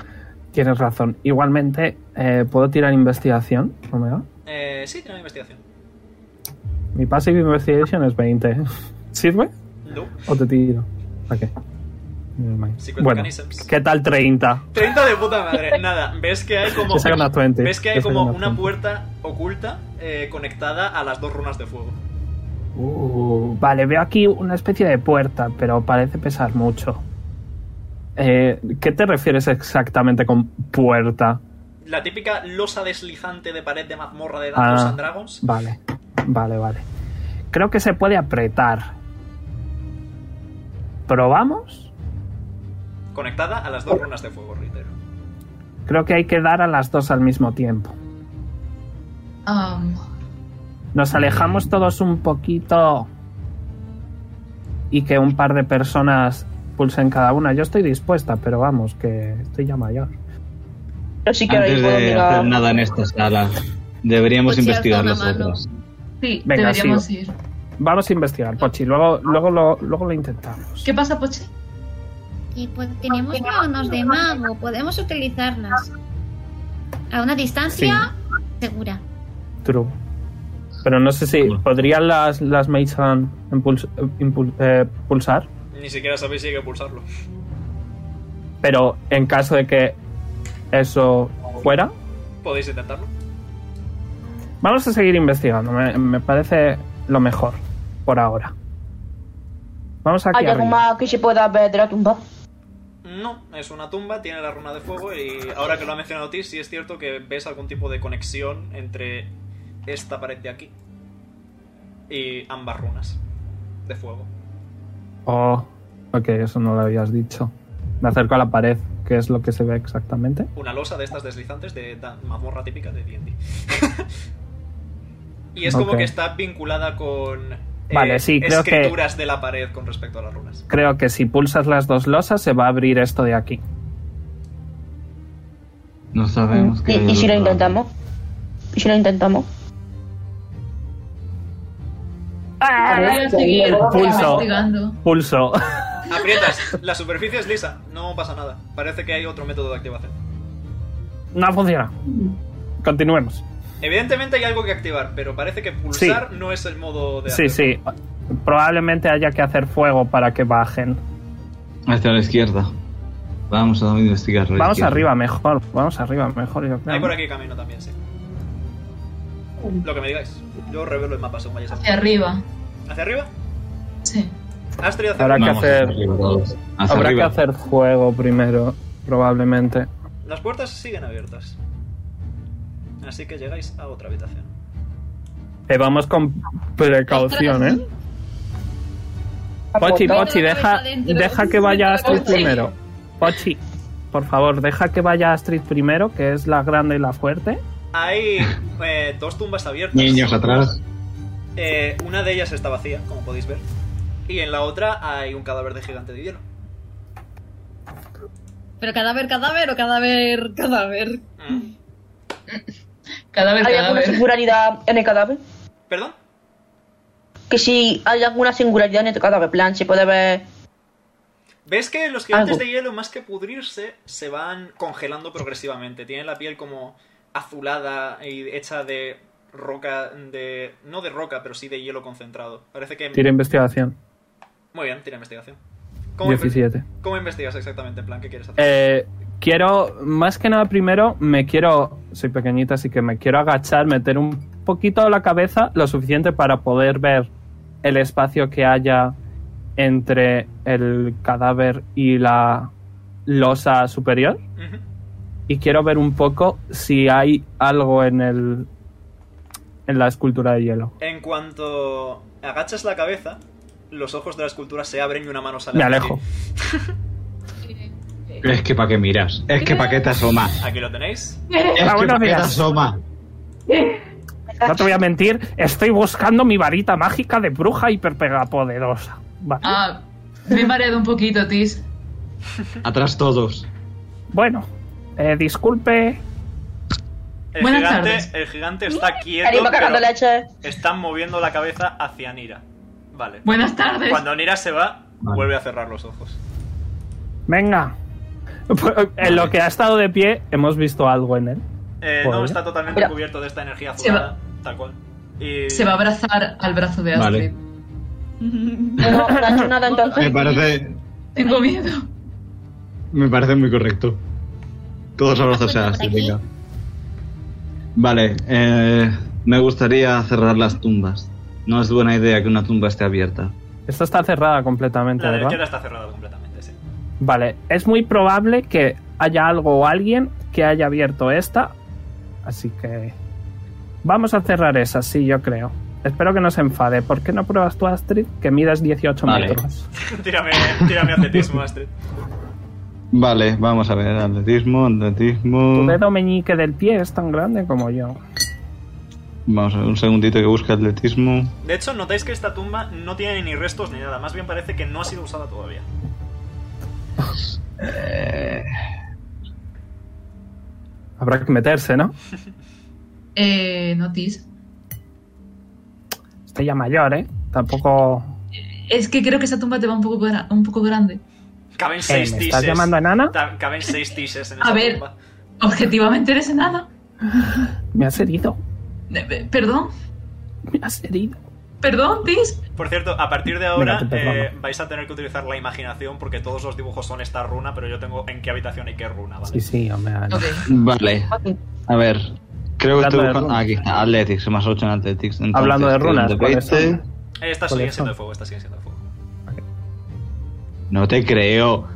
F: Tienes razón. Igualmente, eh, ¿puedo tirar investigación, Romeo?
D: Eh, sí, tiene una investigación.
F: Mi passive investigation es 20. ¿Sirve?
D: No.
F: ¿O te tiro? ¿A qué? Never mind.
D: Secret
F: Bueno,
D: mechanisms.
F: ¿qué tal 30?
D: 30 de puta madre, nada. Ves que hay como.
F: Yo saco una 20,
D: Ves que hay
F: yo saco
D: como
F: una
D: una
F: 20.
D: puerta oculta eh, conectada a las dos runas de fuego.
F: Uh, vale, veo aquí una especie de puerta, pero parece pesar mucho. Eh, ¿Qué te refieres exactamente con puerta?
D: La típica losa deslizante de pared de mazmorra de Dungeons
F: Ah.
D: and Dragons.
F: Vale, vale, vale. Creo que se puede apretar. ¿Probamos?
D: Conectada a las dos runas de fuego, reitero.
F: Creo que hay que dar a las dos al mismo tiempo.
G: Am,
F: Nos alejamos todos un poquito y que un par de personas pulsen cada una. Yo estoy dispuesta, pero vamos, que estoy ya mayor.
H: Pero sí que ahora
I: Antes
H: yo puedo
I: de hacer
H: mirar.
I: nada en esta sala, deberíamos
G: Pues si
I: investigar
G: alza
I: las
G: una mano.
I: otras.
G: sí,
F: Venga,
G: deberíamos
F: sigo.
G: ir.
F: Vamos a investigar, Pochi. Luego, luego, lo, luego lo intentamos.
G: ¿Qué pasa, Poche?
J: Y pues tenemos manos de mago, podemos utilizarlas. A una distancia segura.
F: True. Pero no sé si podrían las, las Mage Hand impuls- eh, impul- eh, pulsar,
D: Ni siquiera sabéis si hay que pulsarlo.
F: pero en caso de que eso fuera,
D: Podéis intentarlo.
F: vamos a seguir investigando. Me, me parece lo mejor por ahora. Vamos aquí
H: ¿Hay algo
F: arriba.
H: más que se pueda ver de la tumba?
D: No, es una tumba, tiene la runa de fuego y ahora que lo ha mencionado Tis, sí es cierto que ves algún tipo de conexión entre esta pared de aquí y ambas runas de fuego.
F: Oh, ok, eso no lo habías dicho. Me acerco a la pared, que es lo que se ve exactamente.
D: Una losa de estas deslizantes de da- mazmorra típica de D&D. y es como
F: Ok.
D: que está vinculada con eh,
F: Vale, sí, creo que-
D: escrituras de la pared con respecto a las runas.
F: Creo que si pulsas las dos losas se va a abrir esto de aquí.
I: No sabemos
H: ¿Y,
I: qué.
H: Mm, y si lo intentamos? ¿Y si lo intentamos?
B: Ah,
G: Voy a seguir
F: Pulso.
G: investigando.
F: Pulso.
D: Aprietas, la superficie es lisa, no pasa nada. Parece que hay otro método de activación.
F: no funciona. Continuemos.
D: Evidentemente hay algo que activar, pero parece que pulsar no es el modo de
F: Sí,
D: hacerlo.
F: sí. Probablemente haya que hacer fuego para que bajen.
I: Hacia la izquierda. Vamos a investigar. la
F: Vamos
I: izquierda.
F: arriba mejor. Vamos arriba mejor, yo creo.
D: Hay por aquí camino también, sí. Lo que me digáis. Yo revelo el mapa según vayáis
G: Hacia arriba.
D: ¿Hacia arriba?
G: Sí.
D: Astrid hacia
F: Habrá que
D: arriba.
I: Vamos hacia
F: hacer.
I: arriba todos. Hacia
F: Habrá que
I: arriba.
F: hacer fuego primero, probablemente.
D: Las puertas siguen abiertas. Así que llegáis a otra habitación.
F: Eh, vamos con precaución, ¿eh? Pochi, Pochi, deja, deja que vaya Astrid
G: Pochi.
F: primero. Pochi, por favor, deja que vaya Astrid primero, que es la grande y la fuerte.
D: Hay eh, dos tumbas abiertas.
I: Niños atrás.
D: Eh, una de ellas está vacía, como podéis ver. Y en la otra hay un cadáver de gigante de hielo.
A: Pero cadáver, cadáver o cadáver, cadáver.
D: Mm.
G: Cadáver,
H: ¿Hay alguna
G: cadáver.
H: singularidad en el cadáver?
D: ¿Perdón?
H: Que si hay alguna singularidad en el cadáver, en plan, se puede ver...
D: ¿Ves que los gigantes
H: Algo.
D: de hielo, más que pudrirse, se van congelando progresivamente? Tienen la piel como azulada y hecha de roca, de no de roca, pero sí de hielo concentrado. Parece que...
F: Tira investigación.
D: Muy bien, tira investigación. inve-
F: 17.
D: ¿Cómo investigas exactamente? En plan, ¿qué quieres hacer?
F: Eh, quiero, más que nada primero, me quiero, soy pequeñita, así que me quiero agachar, meter un poquito la cabeza, lo suficiente para poder ver el espacio que haya entre el cadáver y la losa superior.
D: Ujú.
F: Y quiero ver un poco si hay algo en el en la escultura de hielo.
D: En cuanto agachas la cabeza, los ojos de la escultura se abren y una mano sale.
F: Me
D: hacia
F: alejo.
D: ti.
I: Es que pa' qué miras. Es que pa' qué te asomas.
D: Aquí lo tenéis.
I: Es que pa'
F: buenos
I: qué te
F: días.
I: asomas.
F: No te voy a mentir, estoy buscando mi varita mágica de bruja hiperpegapoderosa. Vale.
G: Ah, me he mareado un poquito, Tis.
K: Atrás todos.
F: Bueno, eh, disculpe.
D: El
F: Buenas
D: gigante,
F: tardes.
D: el gigante está quieto.
H: Karima
D: pero
H: cagando la hacha.
D: Están moviendo la cabeza hacia Nira. Vale.
F: Buenas tardes.
D: Cuando Nira se va, vuelve a cerrar los ojos.
F: Venga. En lo que ha estado de pie, hemos visto algo en él.
D: Eh, no,
F: Joder.
D: está totalmente
G: Pero-
D: cubierto de esta energía
G: Se va-
D: azulada. Tal cual. Y-
G: Se va a abrazar al brazo de Astrid.
H: No, no ha hecho nada entonces.
I: Me parece,
G: Tengo miedo.
I: me parece muy correcto. Todos abrazos a Astrid, venga. Vale, eh, me gustaría cerrar las tumbas. No es buena idea que una tumba esté abierta.
F: Esta está cerrada completamente,
D: La
F: ¿verdad?
D: derecha está cerrada completamente, sí.
F: Vale, es muy probable que haya algo o alguien que haya abierto esta. Así que. Vamos a cerrar esa, sí, yo creo. Espero que no se enfade. ¿Por qué no pruebas tú, Astrid, que midas 18
I: Vale.
F: metros?
D: tírame, tírame atletismo, Astrid.
I: Vale, vamos a ver, atletismo,
F: Tu
I: atletismo.
F: dedo meñique del pie es tan grande como yo.
I: Vamos a ver, un segundito que busque atletismo.
D: De hecho, notáis que esta tumba no tiene ni restos ni nada. Más bien parece que no ha sido usada todavía.
F: Habrá que meterse, ¿no?
G: Eh, no, Tis.
F: Estoy ya mayor, ¿eh? Tampoco.
G: Es que creo que esa tumba te va un poco, gra- un poco grande.
D: Caben
F: Eh, ¿me
D: seis tises.
F: estás llamando enana?
D: Ta- Caben seis tises en
G: A
D: esta
G: ver.
D: tumba.
G: Objetivamente eres enana.
F: Me has herido.
G: Eh, eh, Perdón,
F: Me has herido.
G: perdón, Tis.
D: Por cierto, a partir de ahora
F: Venga, te perdono.
D: eh, vais a tener que utilizar la imaginación porque todos los dibujos son esta runa, pero yo tengo en qué habitación y qué runa, ¿vale?
F: Sí, sí, hombre. no.
I: Vale, a ver. Creo que
F: Hablando
I: estoy
F: de
I: buscando.
F: runas.
I: ah, aquí está, Athletics, más 8 en Athletics. Entonces,
F: Hablando de
I: tengo
F: runas,
I: un
F: ¿cuáles son?
I: 20.
D: Eh, estas
F: ¿Cuáles
D: siguen siendo
F: son?
D: de fuego, estas siguen siendo de fuego.
I: No te creo.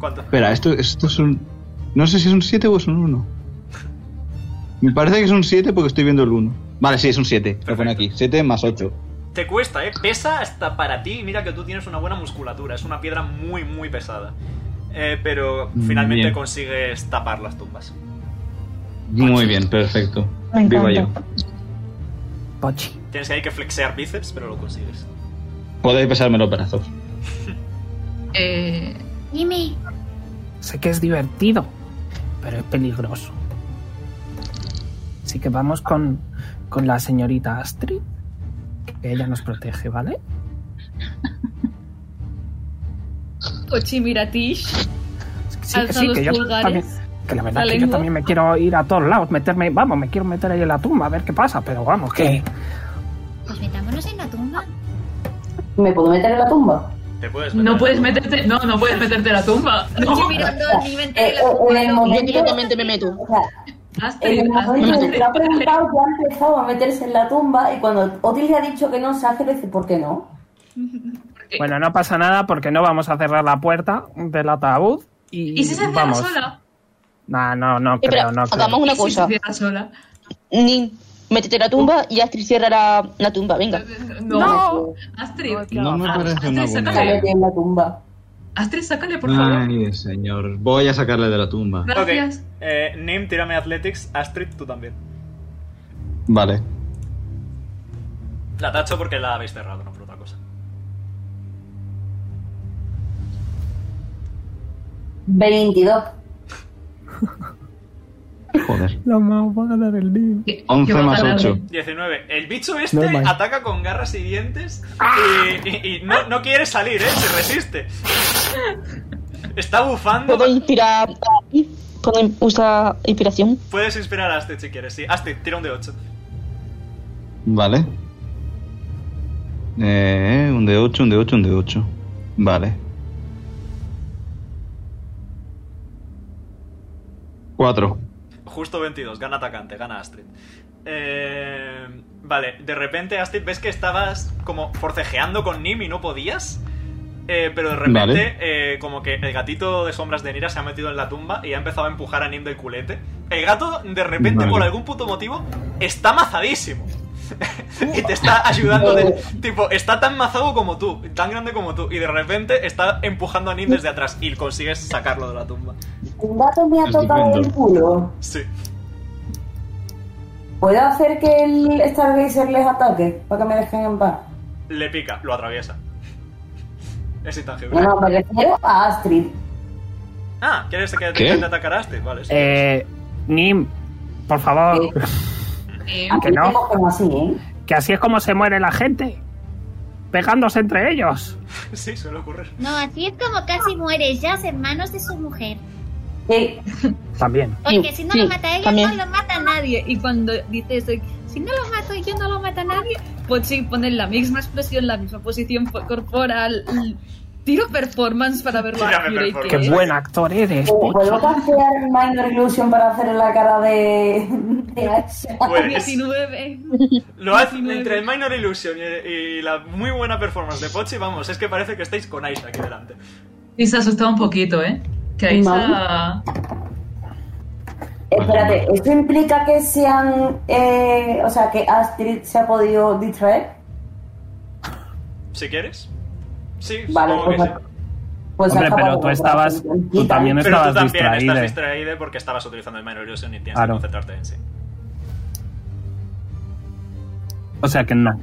D: ¿Cuánto?
I: Espera, esto, esto es un. No sé si es un 7 o es un 1. Me parece que es un 7 porque estoy viendo el 1. Vale, sí, es un 7. Lo pone aquí. 7 más 8.
D: Te cuesta, ¿eh? Pesa hasta para ti. Mira que tú tienes una buena musculatura. Es una piedra muy, muy pesada. Eh, pero
I: Mm,
D: finalmente
I: bien.
D: consigues tapar las tumbas.
I: Muy bien, perfecto.
D: Me encanta.
I: Viva yo.
F: Pochi.
D: Tienes que hay que flexear bíceps, pero lo consigues.
I: Podéis besarme los brazos.
G: Eh,
J: Jimmy,
F: Sé que es divertido, pero es peligroso. Así que vamos con, con la señorita Astrid, que ella nos protege, ¿vale?
A: Ochi, mira Tish.
F: Sí, que
A: Alza
F: sí,
A: los
F: que yo
A: pulgares.
F: también. Que la verdad
A: La
F: que yo
A: lengua.
F: también me quiero ir a todos lados, meterme, vamos, me quiero meter ahí en la tumba a ver qué pasa, pero vamos, que
J: pues metámonos en la tumba.
B: ¿Me puedo meter en la tumba?
D: Te puedes
G: no puedes meterte. No, no puedes meterte en la tumba. No.
B: en el
H: Yo
B: momento,
H: directamente me meto.
B: o sea, en
G: Astrid,
B: el momento en
G: Astrid.
B: que te lo ha preguntado, ya ha empezado a meterse en la tumba y cuando Otis le ha dicho que no, Sager dice, ¿por qué no?
F: bueno, no pasa nada porque no vamos a cerrar la puerta del ataúd y,
G: ¿Y si se cierra
F: vamos.
G: sola?
F: No, no, no
H: Espera,
F: creo, no
H: hagamos
F: creo.
H: una
G: ¿Y si se
H: cosa.
G: cierra sola?
H: Ni métete en la tumba y Astrid cierra la, la tumba, venga.
G: No.
F: No.
G: Astrid.
I: No me
G: Ah,
I: parece una
G: Astrid,
I: buena
B: Se
G: sácale.
B: metió en la tumba.
G: Astrid, sácale, por favor.
I: Ay, señor. Voy a sacarle de la tumba.
G: Gracias.
D: Ok. Eh, Nim, tírame Athletics. Astrid, tú también.
I: Vale.
D: La tacho porque la habéis cerrado, no por otra cosa.
B: 22.
I: Joder.
F: La mamá va a ganar el niño.
G: Que-
I: 11
G: que va a
I: más
G: ganar.
I: 8.
D: 19. El bicho
F: No
D: este
F: es mal.
D: ataca con garras y dientes y, y- y no, no quiere salir, ¿eh? Se resiste. Está bufando.
H: ¿Puedo inspirar a Astrid? ¿Puedo in- usar inspiración?
D: Puedes inspirar a Astrid si quieres, sí. Astrid, tira un de 8.
I: Vale. Eh, un de 8, un de 8, un de 8. Vale. 4.
D: Justo 22, gana atacante, gana Astrid. Eh, vale, de repente Astrid ves que estabas como forcejeando con Nim y no podías. eh, pero de repente,
I: Vale.
D: eh, como que el gatito de sombras de Nira se ha metido en la tumba y ha empezado a empujar a Nim del culete. El gato, de repente,
I: Vale.
D: por algún puto motivo, está mazadísimo. y te está ayudando. de- tipo, está tan mazado como tú, tan grande como tú. Y de repente está empujando a Nim desde atrás y consigues sacarlo de la tumba.
B: Un gato me ha
I: Es
B: tocado el
I: estupendo.
B: culo.
D: Sí.
B: ¿Puedo hacer que el Stargazer les ataque? Para que me dejen en paz.
D: Le pica, lo atraviesa. Es intangible.
B: No, no, me refiero a Astrid.
D: Ah, ¿quieres que
F: ¿Qué?
D: te te atacaste? Vale, sí.
F: Eh, Nim, por favor. que no.
B: ¿eh?
F: Que así es como se muere la gente. Pegándose entre ellos.
D: Sí, suele ocurrir.
J: No, así es como casi muere Jazz en manos de su mujer.
F: También.
J: Porque si no
A: sí,
J: lo mata ella,
A: también.
J: no lo mata nadie. Y cuando dice eso, si no lo mato yo, no lo mata nadie,
A: pues
J: Pochi pone la misma expresión, la misma posición po- corporal. l- Tiro performance para ver lo accurate
F: Qué
J: que es.
F: buen actor eres.
B: ¿Puedo eh, ¿puedo cancelar Minor Illusion para hacer la cara de, de Asha?
D: Pues,
J: 19.
D: Lo hace entre el Minor Illusion y, y la muy buena performance de Pochi, vamos, es que parece que estáis con Aisha aquí delante.
G: Y se asustó un poquito, ¿eh? Que ahí se...
B: Espérate, ¿esto implica que sean. Eh, o sea, que Astrid se ha podido distraer?
D: Si quieres. Sí,
B: Vale,
D: supongo que
B: pues
D: sí.
B: Pues
F: Hombre,
B: acaba
F: pero
B: de
F: tú estabas. Tú también
D: Pero
F: estabas
D: tú también
F: distraída.
D: estás distraída porque estabas utilizando el Minor Illusion y tienes
F: Claro.
D: que concentrarte en sí.
F: O sea que no.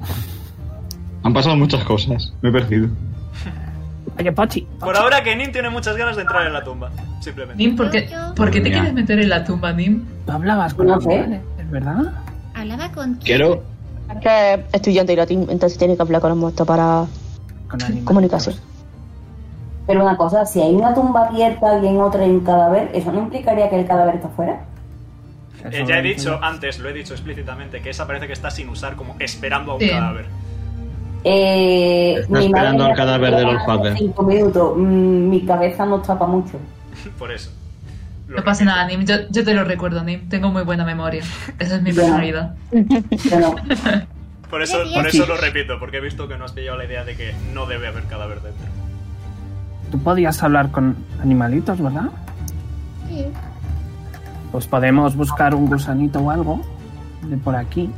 I: Han pasado muchas cosas. Me he perdido.
F: Oye, Pochi.
G: Ah,
D: Por ahora que Nim tiene muchas ganas de entrar en la tumba, simplemente.
G: Nim, ¿por qué, por qué te quieres meter en la tumba, Nim?
F: hablabas
G: con
B: No los sé. animales,
F: ¿verdad?
J: Hablaba con
I: Quiero.
H: Que es estudiante y latín, entonces tiene que hablar con los muertos para comunicarse.
B: Pero una cosa, si hay una tumba abierta y en otra hay un cadáver, ¿eso no implicaría que el cadáver está fuera?
D: Eh, ya he dicho antes, lo he dicho explícitamente, que esa parece que está sin usar, como esperando a un
B: Sí.
D: cadáver.
B: Eh,
I: Está esperando al cadáver del olfato.
B: Cinco minutos, Mm, mi cabeza no tapa mucho.
D: Por eso.
G: No pasa nada, Nim. Yo, yo te lo recuerdo, Nim. Tengo muy buena memoria. Esa es mi personalidad.
D: Por eso,
G: Gracias.
D: por eso lo repito, porque he visto que no has pillado la idea de que no debe haber cadáver dentro.
F: Tú podías hablar con animalitos, ¿verdad?
J: Sí.
F: Pues podemos buscar un gusanito o algo de por aquí.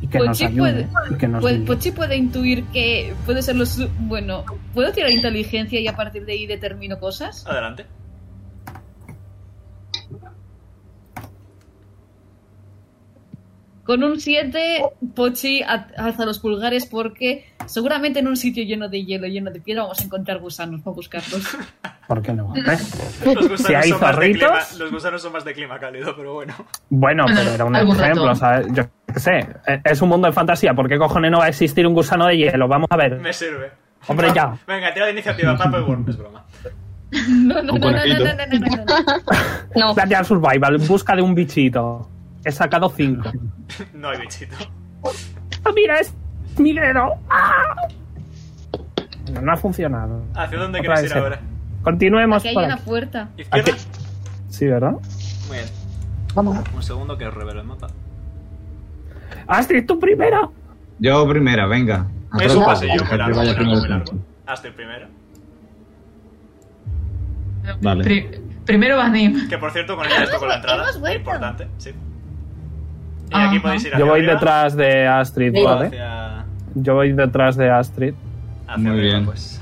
F: Y que nos
A: Pochi
F: ayude.
A: puede, Pues
F: y que nos
A: puede-
F: guíe.
A: Pochi puede intuir que puede ser los... Bueno, ¿puedo tirar inteligencia y a partir de ahí determino cosas?
D: Adelante.
A: Con un 7, Pochi a- alza los pulgares porque seguramente en un sitio lleno de hielo, lleno de piedra, vamos a encontrar gusanos para buscarlos.
F: ¿Por qué no?
D: Los
F: ¿Eh?
D: gusanos,
F: Si hay
D: son más de clima,
F: zorritos.
D: los gusanos son más de clima cálido, pero bueno.
F: Bueno, pero era un
D: Algún
F: ejemplo,
D: ratón.
F: ¿sabes? Yo qué sé. Eh, Es un mundo de fantasía. ¿Por qué cojones no va a existir un gusano de hielo? Vamos a ver.
D: Me sirve.
F: Hombre, ya.
D: Venga, tira de iniciativa, Paperwork, es broma.
A: No, no, no, no,
F: Un
A: no, no,
F: conejito.
A: no, no, no, no.
F: No. Survival, busca de un bichito. He sacado cinco.
D: No hay bichito.
F: ¡Ah, mira, es minero! ¡Ah! No, no ha funcionado.
D: ¿Hacia dónde
F: Otra
D: quieres
F: vez
D: ir
F: él.
D: ahora?
F: Continuemos
A: Aquí hay
F: por
A: una
F: aquí.
A: puerta.
D: ¿Izquierda?
F: Sí, ¿verdad?
D: Muy bien.
F: Vamos.
D: Un segundo que os revelo el mapa.
F: Astrid, tú primero.
I: Yo primera, venga.
F: Ah,
D: Es Pues un
I: Atrópate,
D: pasillo
I: deja
D: muy
I: que
D: largo,
I: vaya
D: muy largo,
I: primero
D: muy
I: tú.
D: largo. Hasta el primero.
I: Vale.
G: Primero vas Nim.
D: Que por cierto, con esto con la entrada. Importante, sí. Y aquí podéis ir
F: Yo
D: hacia
F: voy
D: arriba,
F: detrás de Astrid,
D: o
F: ¿vale?
D: hacia,
F: Yo voy detrás de Astrid.
D: hacia arriba,
I: bien.
D: pues.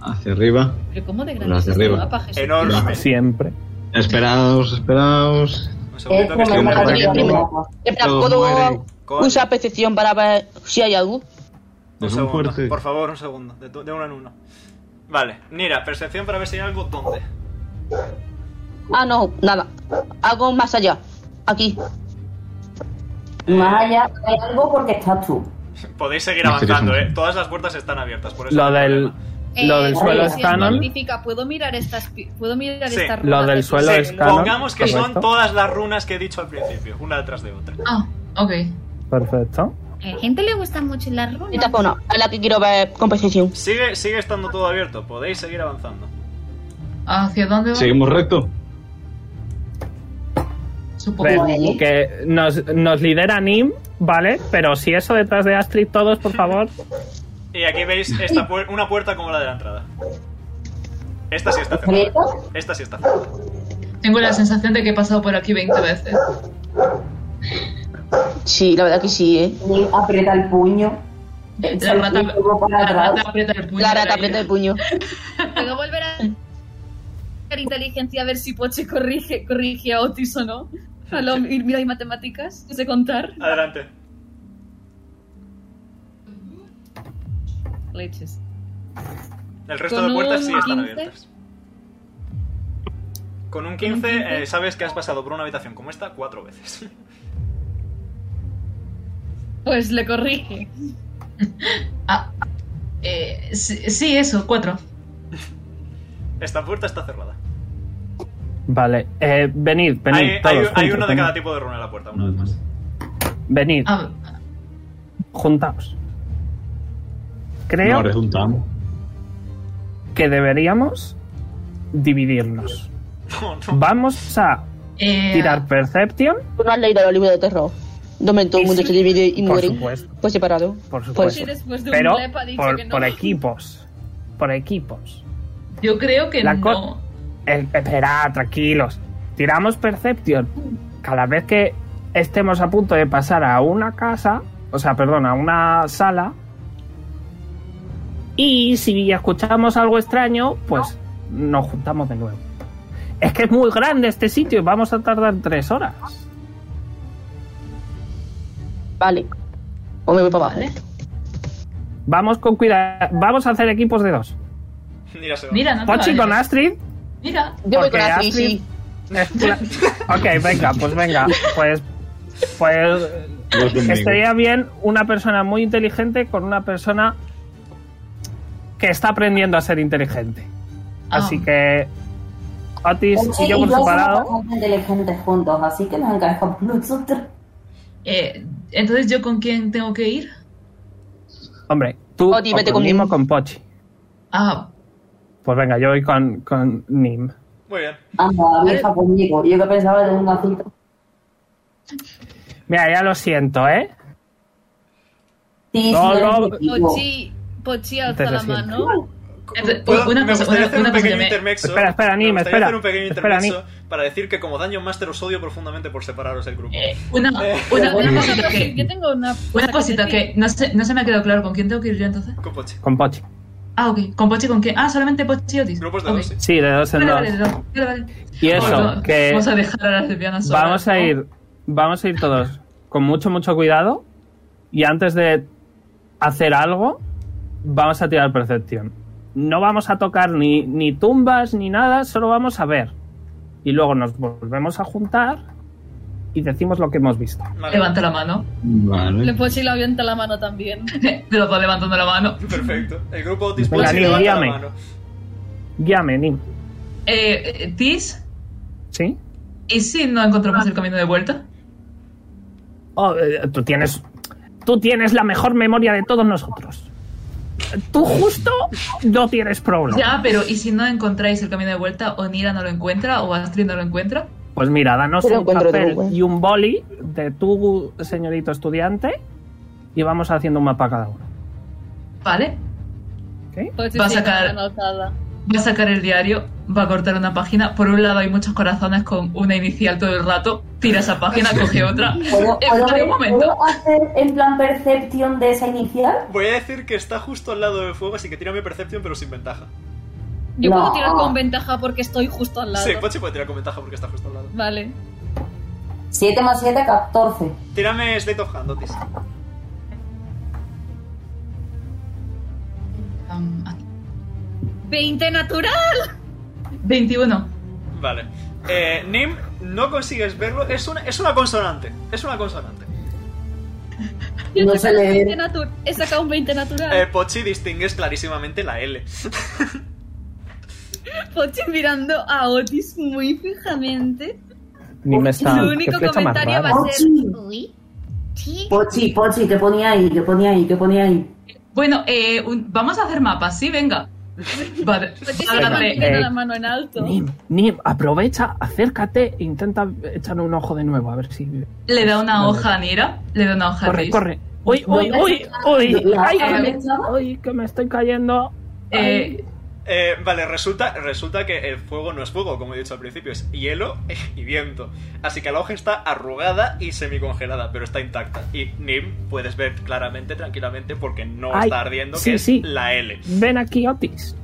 I: Hacia arriba.
A: Pero ¿cómo de
I: Las
A: grande es
I: de
A: este
I: arriba.
A: mapa, Jesús?
D: Enorme.
F: Siempre.
I: Esperaos, esperaos.
D: Un
H: segundito que estoy Espera, ¿puedo usar percepción para ver si hay algo?
D: Un
I: Es un
D: segundo,
I: fuerte.
D: por favor, un segundo. De, tu- de uno en uno. Vale, Nira, percepción para ver si hay algo donde.
H: Ah, no, nada. Algo más allá. Aquí.
B: Más allá hay algo porque estás tú.
D: Podéis seguir avanzando, eh. Todas las puertas están abiertas, por eso.
F: Lo del, lo del
A: Eh,
F: suelo
A: sí,
F: es canon.
A: científica, ¿Puedo mirar estas, pi- puedo mirar
D: Sí.
A: estas
F: Lo
A: runas
F: del
A: de-
F: suelo
D: Sí,
F: es canon.
D: pongamos que son
F: Correcto.
D: todas las runas que he dicho al principio, una detrás de otra.
G: Ah, ok.
F: Perfecto.
J: A la gente le gustan mucho las runas.
H: Esta zona es la que quiero ver con precisión.
D: Sigue, sigue estando todo abierto, podéis seguir avanzando.
G: ¿Hacia dónde vas?
I: Seguimos recto.
F: Ven, Pues que nos, nos lidera Nim, ¿vale? Pero si eso detrás de Astrid, todos, por favor.
D: Y aquí veis esta puer- una puerta como la de la entrada. Esta sí está cerrada.
G: ¿Abierta?
D: Esta sí está cerrada.
G: Tengo la sensación de que he pasado por aquí 20 veces.
H: Sí, la verdad que sí, ¿eh?
B: Aprieta el puño.
G: La rata, la rata aprieta el puño.
H: La rata aprieta el puño.
A: Puedo volver a buscar inteligencia a ver si Poche corrige, corrige a Otis o no. Aló, y mira, hay matemáticas, no sé contar.
D: Adelante.
A: Leches.
D: El resto
A: Con
D: de puertas
A: un
D: sí están
A: 15.
D: abiertas. Con un 15, eh, sabes que has pasado por una habitación como esta cuatro veces.
A: Pues le corrige.
G: Eh, sí, sí, eso, cuatro.
D: Esta puerta está cerrada.
F: Vale, eh, venid, venid.
D: Hay,
F: todos
D: hay-
F: juntos,
D: hay uno de
F: venid.
D: cada tipo de runa en la puerta, una vez más.
F: Venid.
A: Ah.
G: Ah,
F: Juntaos. Creo
I: No, resultamos.
F: que deberíamos dividirnos. Vamos a
G: eh,
F: tirar Perception.
H: Tú no has leído los libros de terror. Donde todo el mundo se divide y
F: Por
H: muere.
F: supuesto.
H: Por separado.
F: Por
H: Pues-
F: supuesto.
A: después de un
F: Pero
A: blep ha dicho
F: por,
A: que no.
F: por equipos. Por equipos.
G: Yo creo que
F: La co-
G: no.
F: Eh, Esperad, tranquilos. Tiramos Perception. Cada vez que estemos a punto de pasar a una casa, o sea, perdón, a una sala. Y si escuchamos algo extraño, pues nos juntamos de nuevo. Es que es muy grande este sitio y vamos a tardar tres horas.
H: Vale. O me voy para abajo.
F: Vamos con cuidado. Vamos a hacer equipos de dos.
D: Mira, se va.
G: Mira, no te
F: Pochi
G: vayas.
F: con Astrid.
G: Mira.
H: Yo voy
F: porque
H: con Astrid,
F: Astrid-
H: sí.
F: Es pla- ok, venga, pues venga. Pues. Pues.
I: Los conmigo.
F: Estaría bien una persona muy inteligente con una persona que está aprendiendo a ser inteligente.
G: Ah.
F: Así que. Otis y yo por
B: somos
F: separado.
B: bastante inteligentes juntos, así que nos encajamos nosotros.
G: Eh, entonces, ¿yo con quién tengo que ir?
F: Hombre, tú
G: Otis,
F: o
G: vete
F: con Nim
G: conmigo.
F: o con Pochi.
G: Ah,
F: Pues venga, yo voy con, con Nim.
D: Muy bien.
B: Anda, vieja conmigo. Yo que pensaba de un gatito.
F: Mira, ya lo siento, ¿eh?
B: Sí,
F: No,
B: sí,
F: no.
B: eres mi tipo.
A: Pochi, Pochi alza
F: Te
A: la
F: resiento.
A: mano.
G: Ente-
D: ¿Puedo-
G: Eh, una
D: me
G: cosa,
D: gustaría
G: una,
D: hacer
G: una
D: un
G: cosa que
D: pequeño
G: me...
D: intermexo.
F: Espera, espera,
D: me
F: Nim,
D: gustaría
F: espera.
D: hacer un pequeño
F: Espera,
D: intermexo para decir que como Daño Master os odio profundamente por separaros del grupo.
G: eh, una,
D: Eh,
G: una, una
A: Una
G: cosita
A: cosa,
G: que,
A: Yo tengo una
G: una cosita
A: decir.
G: que no, se, no se me ha quedado claro. ¿Con quién tengo que ir yo entonces?
D: Con Pochi.
F: Con Pochi.
G: Ah, ok. ¿Con Pochi con quién? Ah, solamente Pochi y Otis.
D: Grupos de
G: Ok.
D: dos, sí.
F: Sí, de dos en
G: Vale,
F: dos.
G: vale, de dos. Vale, vale.
F: Y eso,
G: Bueno,
F: que-
G: Vamos a dejar a las lesbianas solas.
F: Vamos a ir, vamos a ir todos con mucho, mucho cuidado. Y antes de hacer algo, vamos a tirar percepción. No vamos a tocar ni, ni tumbas ni nada, solo vamos a ver. Y luego nos volvemos a juntar y decimos lo que hemos visto.
D: Vale.
G: Oh, Levanta la mano.
A: Le
I: Vale.
A: Pochi le avienta la mano también.
G: Pero está levantando la mano.
D: Perfecto. El grupo Otis
F: Venga,
D: Pochi
F: Nim,
D: levanta la
F: guíame.
D: mano.
F: Guíame, Nim.
G: Eh, eh, Tis,
F: ¿Sí?
G: ¿y si no encontramos el camino de vuelta?
F: Oh, eh, tú tienes. Tú tienes la mejor memoria de todos nosotros. Tú justo no tienes problema.
G: Ya, pero ¿y si no encontráis el camino de vuelta? ¿O Nira no lo encuentra? ¿O Astrid no lo encuentra?
F: Pues mira, danos
H: Pero
F: un
H: encuentro
F: papel
H: otro, güey.
F: y un boli de tu señorito estudiante y vamos haciendo un mapa cada uno.
G: Vale.
F: ¿ok?
A: Pochi
G: Va a
A: tiene la
G: sacar-
A: mano alzada.
G: Va a sacar el diario, va a cortar una página. Por un lado hay muchos corazones con una inicial todo el rato. Tira esa página, coge otra.
B: ¿Puedo,
G: Eh,
B: puedo
G: vale,
B: ver-
G: un momento.
B: ¿puedo hacer en plan percepción de esa inicial?
D: Voy a decir que está justo al lado del fuego, así que tírame Perception, pero sin ventaja.
A: Yo
B: No.
A: puedo tirar con ventaja porque estoy justo al lado.
D: Sí,
G: pues-
D: Pochi puede tirar con ventaja porque está justo al lado.
A: Vale.
B: 7 más 7, 14.
D: Tírame Slate of Hand, Otis.
G: Um, aquí.
A: 20 natural.
G: 21.
D: Vale. Eh, Nim, no consigues verlo. Es una, es una consonante. Es una consonante.
A: Yo
B: No
A: he
B: sé
A: sacado
B: leer.
A: 20 natu- He sacado un 20 natural.
D: Eh, Pochi distingues clarísimamente la L.
A: Pochi mirando a Otis muy fijamente.
F: Nim está.
A: Su único comentario va a ser.
B: Pochi.
A: Uy. Sí.
B: Pochi, Pochi, ¿qué ponía ahí? ¿Qué ponía ahí? ¿Qué ponía ahí?
G: Bueno, eh, un- vamos a hacer mapas, ¿sí? Venga. Vale.
A: Pochi se
G: Válgame.
A: mantiene
F: eh,
A: la mano en alto.
F: Nim, Nim, aprovecha, acércate e intenta echarle un ojo de nuevo, a ver si.
G: Le da una
F: Vale.
G: hoja a Nira. Le da una hoja a
F: Corre,
G: Tis.
F: corre. Uy, uy, uy, uy. Ay, que me, ay, que me estoy cayendo.
G: Eh,
D: Eh, vale, resulta, resulta que el fuego no es fuego, como he dicho al principio, es hielo y viento. Así que la hoja está arrugada y semicongelada, pero está intacta. Y Nim puedes ver claramente, tranquilamente, porque no
F: Ay,
D: está ardiendo,
F: sí,
D: que
F: sí.
D: es la L.
F: Ven aquí, Otis.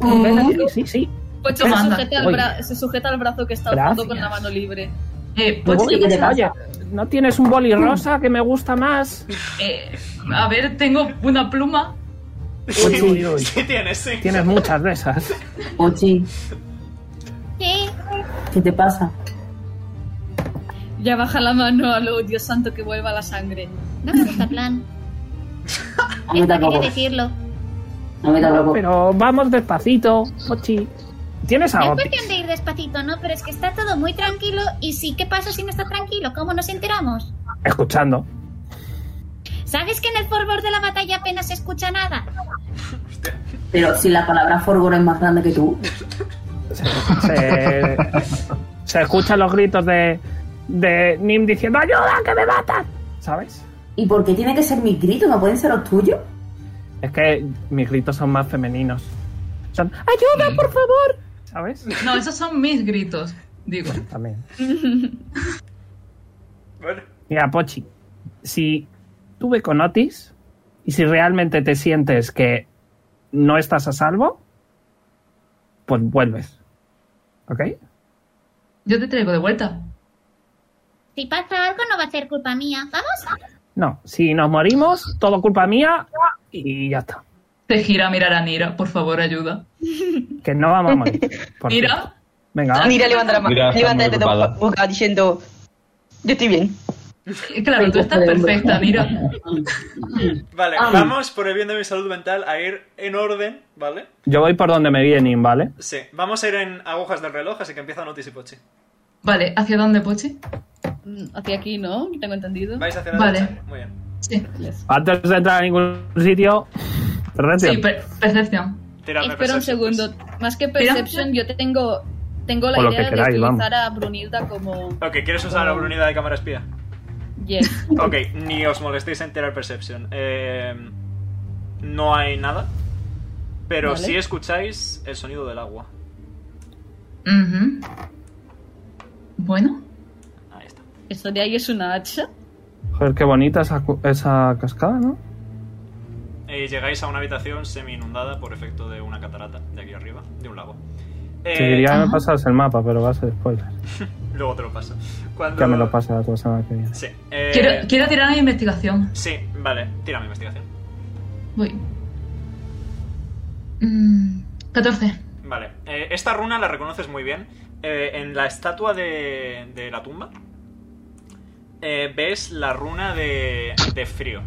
F: Ven aquí, sí, sí.
A: Pochi se
G: Anda.
A: sujeta, al
F: Uy.
A: bra- se sujeta al brazo que está alzado con
F: Gracias.
A: la mano libre.
G: Eh, pues,
F: Oye,
G: ¿qué pasa?
F: oye, ¿no tienes un boli rosa que me gusta más?
G: Eh, a ver, tengo una pluma.
F: Uy, uy, uy.
D: Sí, tienes, sí.
F: Tienes muchas de esas.
B: Pochi,
A: ¿Qué?
B: ¿qué te pasa?
A: Ya baja la mano a lo Dios santo que vuelva la sangre.
J: No me gusta el
B: A
J: plan.
B: mí
J: Esto hay Este que
B: tampoco.
J: decirlo.
B: A mí tampoco.
F: Pero vamos despacito, Pochi. ¿Tienes
J: No
F: a
J: es
F: Otis?
J: cuestión de ir despacito, ¿no? Pero es que está todo muy tranquilo. ¿Y si qué pasa si no está tranquilo? ¿Cómo nos enteramos?
F: Escuchando.
J: ¿Sabes que en el forward de la batalla apenas se escucha nada?
B: Pero si la palabra forgor es más grande que tú.
F: Se, se escuchan los gritos de, de Nim diciendo ¡Ayuda, que me matan! ¿Sabes?
B: ¿Y por qué tiene que ser mis gritos? ¿No pueden ser los tuyos?
F: Es que mis gritos son más femeninos. Son ¡Ayuda, por favor! ¿Sabes?
G: No, esos son mis gritos, digo.
F: También.
D: Bueno,
F: Mira, Pochi, si tú ve con Otis y si realmente te sientes que no estás a salvo, pues vuelves. ¿Ok?
G: Yo te traigo de vuelta.
J: Si pasa algo no va a ser culpa mía. ¿Vamos?
F: No, si nos morimos, todo culpa mía y ya está.
G: Te gira a mirar a Nira, por favor, ayuda.
F: Que no vamos a morir. por cierto.
G: Mira,
F: Venga,
H: Ah,
F: va.
H: Mira, levanta la mano.
L: Mira, está
H: levanta el
L: muy
H: dedo
L: ocupada.
H: boca diciendo: Yo estoy bien.
G: Eh, claro, tú estás perfecta, Nira.
D: vale,
B: Ah.
D: vamos por el bien de mi salud mental a ir en orden, ¿vale?
F: Yo voy por donde me vienen, ¿vale?
D: Sí, vamos a ir en agujas del reloj, así que empieza Notis y Pochi.
G: Vale, ¿hacia dónde, Pochi?
A: Mm, Hacia aquí, ¿no? Tengo entendido.
D: ¿Vais hacia la
G: Vale.
D: derecha? Muy bien.
G: Sí,
F: Antes de entrar a ningún sitio. Percepción.
G: sí per- percepción.
D: Tiradme
A: Espera un
D: perception,
A: segundo. Más que
G: Mira.
A: Perception, yo tengo, tengo la
F: O lo
A: idea
F: que queráis,
A: de
F: vamos.
A: utilizar a Brunilda como...
D: pues. Ok, ¿quieres usar a una unidad de cámara espía?
A: Yes.
D: Ok, ni os molestéis en tirar Perception. Eh, no hay nada, pero
A: Vale.
D: sí escucháis el sonido del agua.
G: Ujú. Bueno,
D: Ahí está.
A: Eso de ahí es una hacha.
F: Joder, qué bonita esa, cu- esa cascada, ¿no?
D: Eh, llegáis a una habitación semi inundada por efecto de una catarata de aquí arriba, de un lago. Eh,
F: Te diría que
G: ajá.
F: me pasas el mapa, pero va a ser spoiler.
D: Luego te lo paso. Cuando...
F: Ya me lo pasas la semana que viene.
D: Sí. eh,
G: quiero, quiero tirar una investigación.
D: Sí, vale, tira mi investigación.
G: Voy. Mm, 14.
D: Vale. eh, esta runa la reconoces muy bien. Eh, en la estatua de, de la tumba eh, ves la runa de, de frío.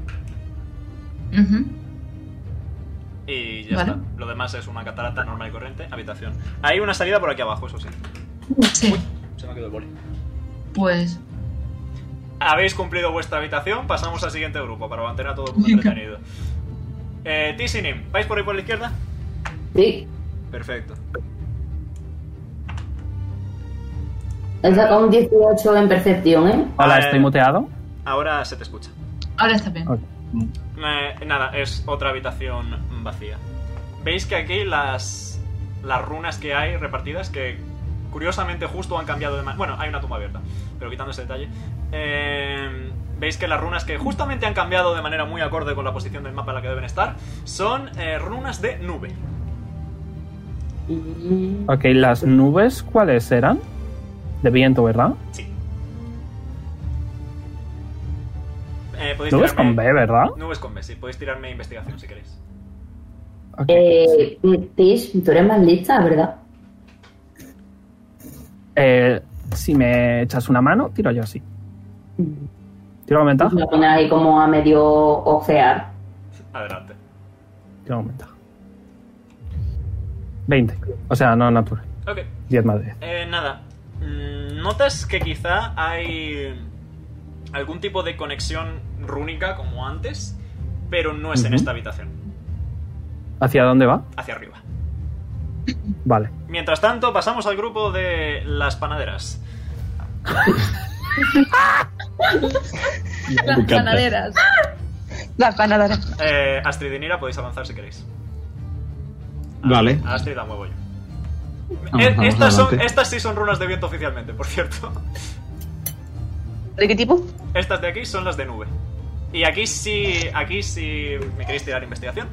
G: Ujú.
D: Y ya
G: Vale.
D: está. Lo demás es una catarata normal y corriente, habitación. Hay una salida por aquí abajo, eso sí.
G: Sí,
D: Se me ha quedado el boli.
G: pues.
D: Habéis cumplido vuestra habitación, pasamos al siguiente grupo para mantener a todo el mundo
G: Venga.
D: entretenido. Eh, Tissinim, ¿vais por ahí por la izquierda?
B: Sí.
D: Perfecto.
B: He sacado un 18 en percepción, ¿eh?
F: Hola,
D: Eh,
F: estoy muteado.
D: Ahora se te escucha.
G: Ahora está bien.
F: Ok.
D: Eh, nada, es otra habitación vacía. Veis que aquí las, las runas que hay repartidas, que curiosamente justo han cambiado de mano. Bueno, hay una tumba abierta, pero quitando ese detalle. eh, Veis que las runas que justamente han cambiado de manera muy acorde con la posición del mapa en la que deben estar son eh, runas de nube.
B: Mm,
F: Ok, las nubes, ¿cuáles eran? De viento, ¿verdad?
D: Sí. Eh, podéis
F: Nubes
D: tirarme-
F: con B, ¿verdad?
D: Nubes con B, sí. Podéis tirarme investigación si queréis.
F: Ok.
B: Eh, Tish, tú eres más lista, ¿verdad?
F: Eh, si me echas una mano, tiro yo así. Tiro con ventaja.
B: Lo Pues pones ahí como a medio ojear.
D: Adelante.
F: Tiro con ventaja. 20. O sea, no natural.
D: Ok.
F: 10 más 10.
D: Eh, nada. Mm, Notas que quizá hay algún tipo de conexión rúnica como antes, pero no es en
F: Ujú.
D: esta habitación.
F: ¿Hacia dónde va?
D: Hacia arriba.
F: Vale.
D: Mientras tanto, pasamos al grupo de las panaderas.
A: Las
L: encanta.
A: panaderas.
H: La ganadora.
D: Eh, Astrid y Nira, podéis avanzar si queréis.
I: Vale.
D: A Astrid la muevo yo.
I: Vamos,
D: Eh,
I: vamos,
D: estas, son-
I: adelante.
D: estas sí son runas de viento oficialmente, por cierto.
H: ¿De qué tipo?
D: Estas de aquí son las de nube. Y aquí sí, aquí sí me queréis tirar investigación,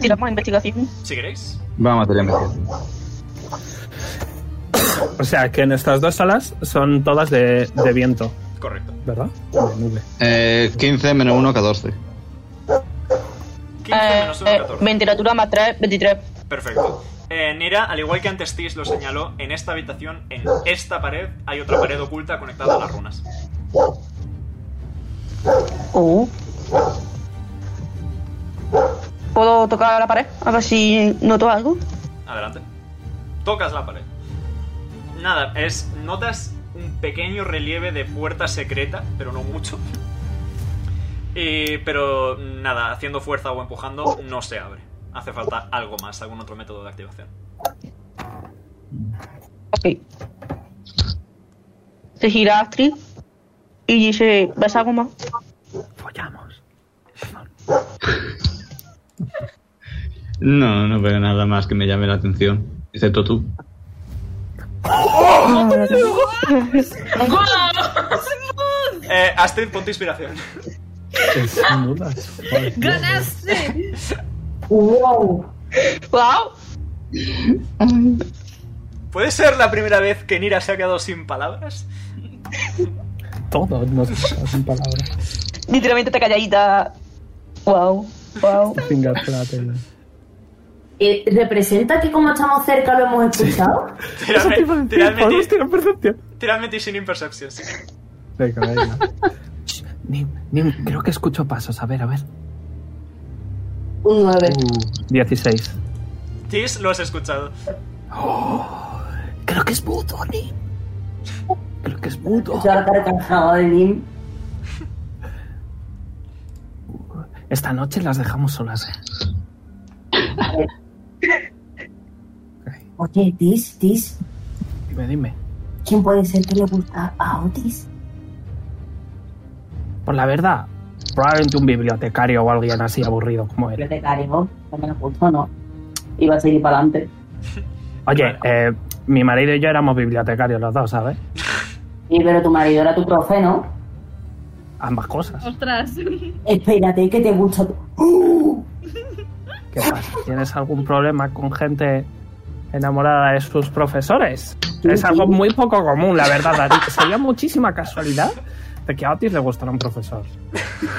H: Tiramos investigación.
D: si queréis.
I: Vamos a tirar investigación.
F: O sea, que nuestras dos salas son todas de, de viento.
D: Correcto.
F: ¿Verdad? De nube.
I: Eh, 15 menos 1, 14.
D: 15
H: Eh,
D: menos 1, 14.
H: Ventiratura más 3, 23.
D: Perfecto. Eh, Nira, al igual que antes Tis lo señaló, en esta habitación, en esta pared, hay otra pared oculta conectada a las runas.
H: Oh. ¿Puedo tocar la pared? A ver si noto algo.
D: Adelante. Tocas la pared. Nada, es. Notas un pequeño relieve de puerta secreta, pero no mucho. Y, pero nada, haciendo fuerza o empujando, no se abre. Hace falta algo más, algún otro método de activación.
H: Ok. Se gira Astrid y dice: ¿Ves algo más?
F: Follamos.
I: No, no veo nada más que me llame la atención. Excepto tú.
D: Eh, Astrid, ponte inspiración.
M: Sin dudas.
J: ¡Ganaste!
B: ¡Wow!
H: ¡Wow!
D: ¿Puede ser la primera vez que Nira se ha quedado sin palabras?
M: Todo, no sin palabras.
H: Literalmente te calladita. ¡Wow! ¡Wow!
M: Finger platen.
B: Eh, ¿Representa que como estamos cerca lo hemos escuchado?
D: Tiradme- tiradme ti-
F: Podemos tirar percepción.
D: tiradme Tisin Perception. sí.
M: Venga, venga.
F: Nim, Nim, creo que escucho pasos. A ver, a ver.
B: Un 9.
F: Uh, 16.
D: Tis, lo has escuchado.
F: Creo que es puto, Nim. Creo que es puto.
B: Escuchar la carcajada de Nim.
F: Esta noche las dejamos solas. ¿eh?
N: Oye, Tis, Tis,
F: Dime, dime.
N: ¿quién puede ser que le gusta a Otis?
F: Por la verdad, probablemente un bibliotecario o alguien así aburrido como él.
B: Bibliotecario, también apunto, ¿no? Iba a seguir para adelante.
F: Oye, eh, mi marido y yo éramos bibliotecarios los dos, ¿sabes?
B: Y pero tu marido era tu profe, ¿no?
F: Ambas cosas.
J: Ostras.
N: Espérate, que te gusta tu...
F: ¿Qué pasa? ¿Tienes algún problema con gente enamorada de sus profesores? Es algo muy poco común, la verdad. Darío. Sería muchísima casualidad de que a Otis le gustara un profesor.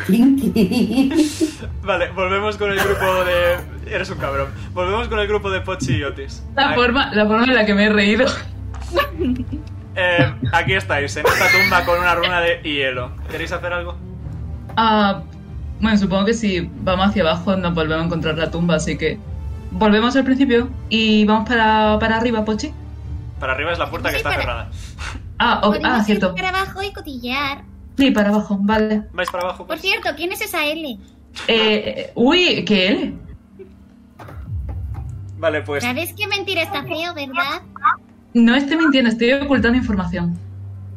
B: Clinky.
D: Vale, volvemos con el grupo de. Eres un cabrón. Volvemos con el grupo de Pochi y Otis.
G: La
D: Aquí-
G: forma, la forma en la que me he reído.
D: eh, aquí estáis, en esta tumba con una runa de hielo. ¿Queréis hacer algo?
G: Ah, bueno, supongo que si vamos hacia abajo nos volvemos a encontrar la tumba, así que volvemos al principio y vamos para, para arriba, Pochi.
D: Para arriba es la puerta que está cerrada.
G: Ah, ok, ah,
J: Podemos ir
G: cierto.
J: para abajo y cotillear.
G: Sí, para abajo, vale.
D: ¿Vais para abajo?
J: Por cierto, ¿quién es esa L?
G: Eh, eh, uy, ¿qué él?
D: Vale, pues.
J: Sabes que mentir está feo, ¿verdad?
G: No estoy mintiendo, estoy ocultando información.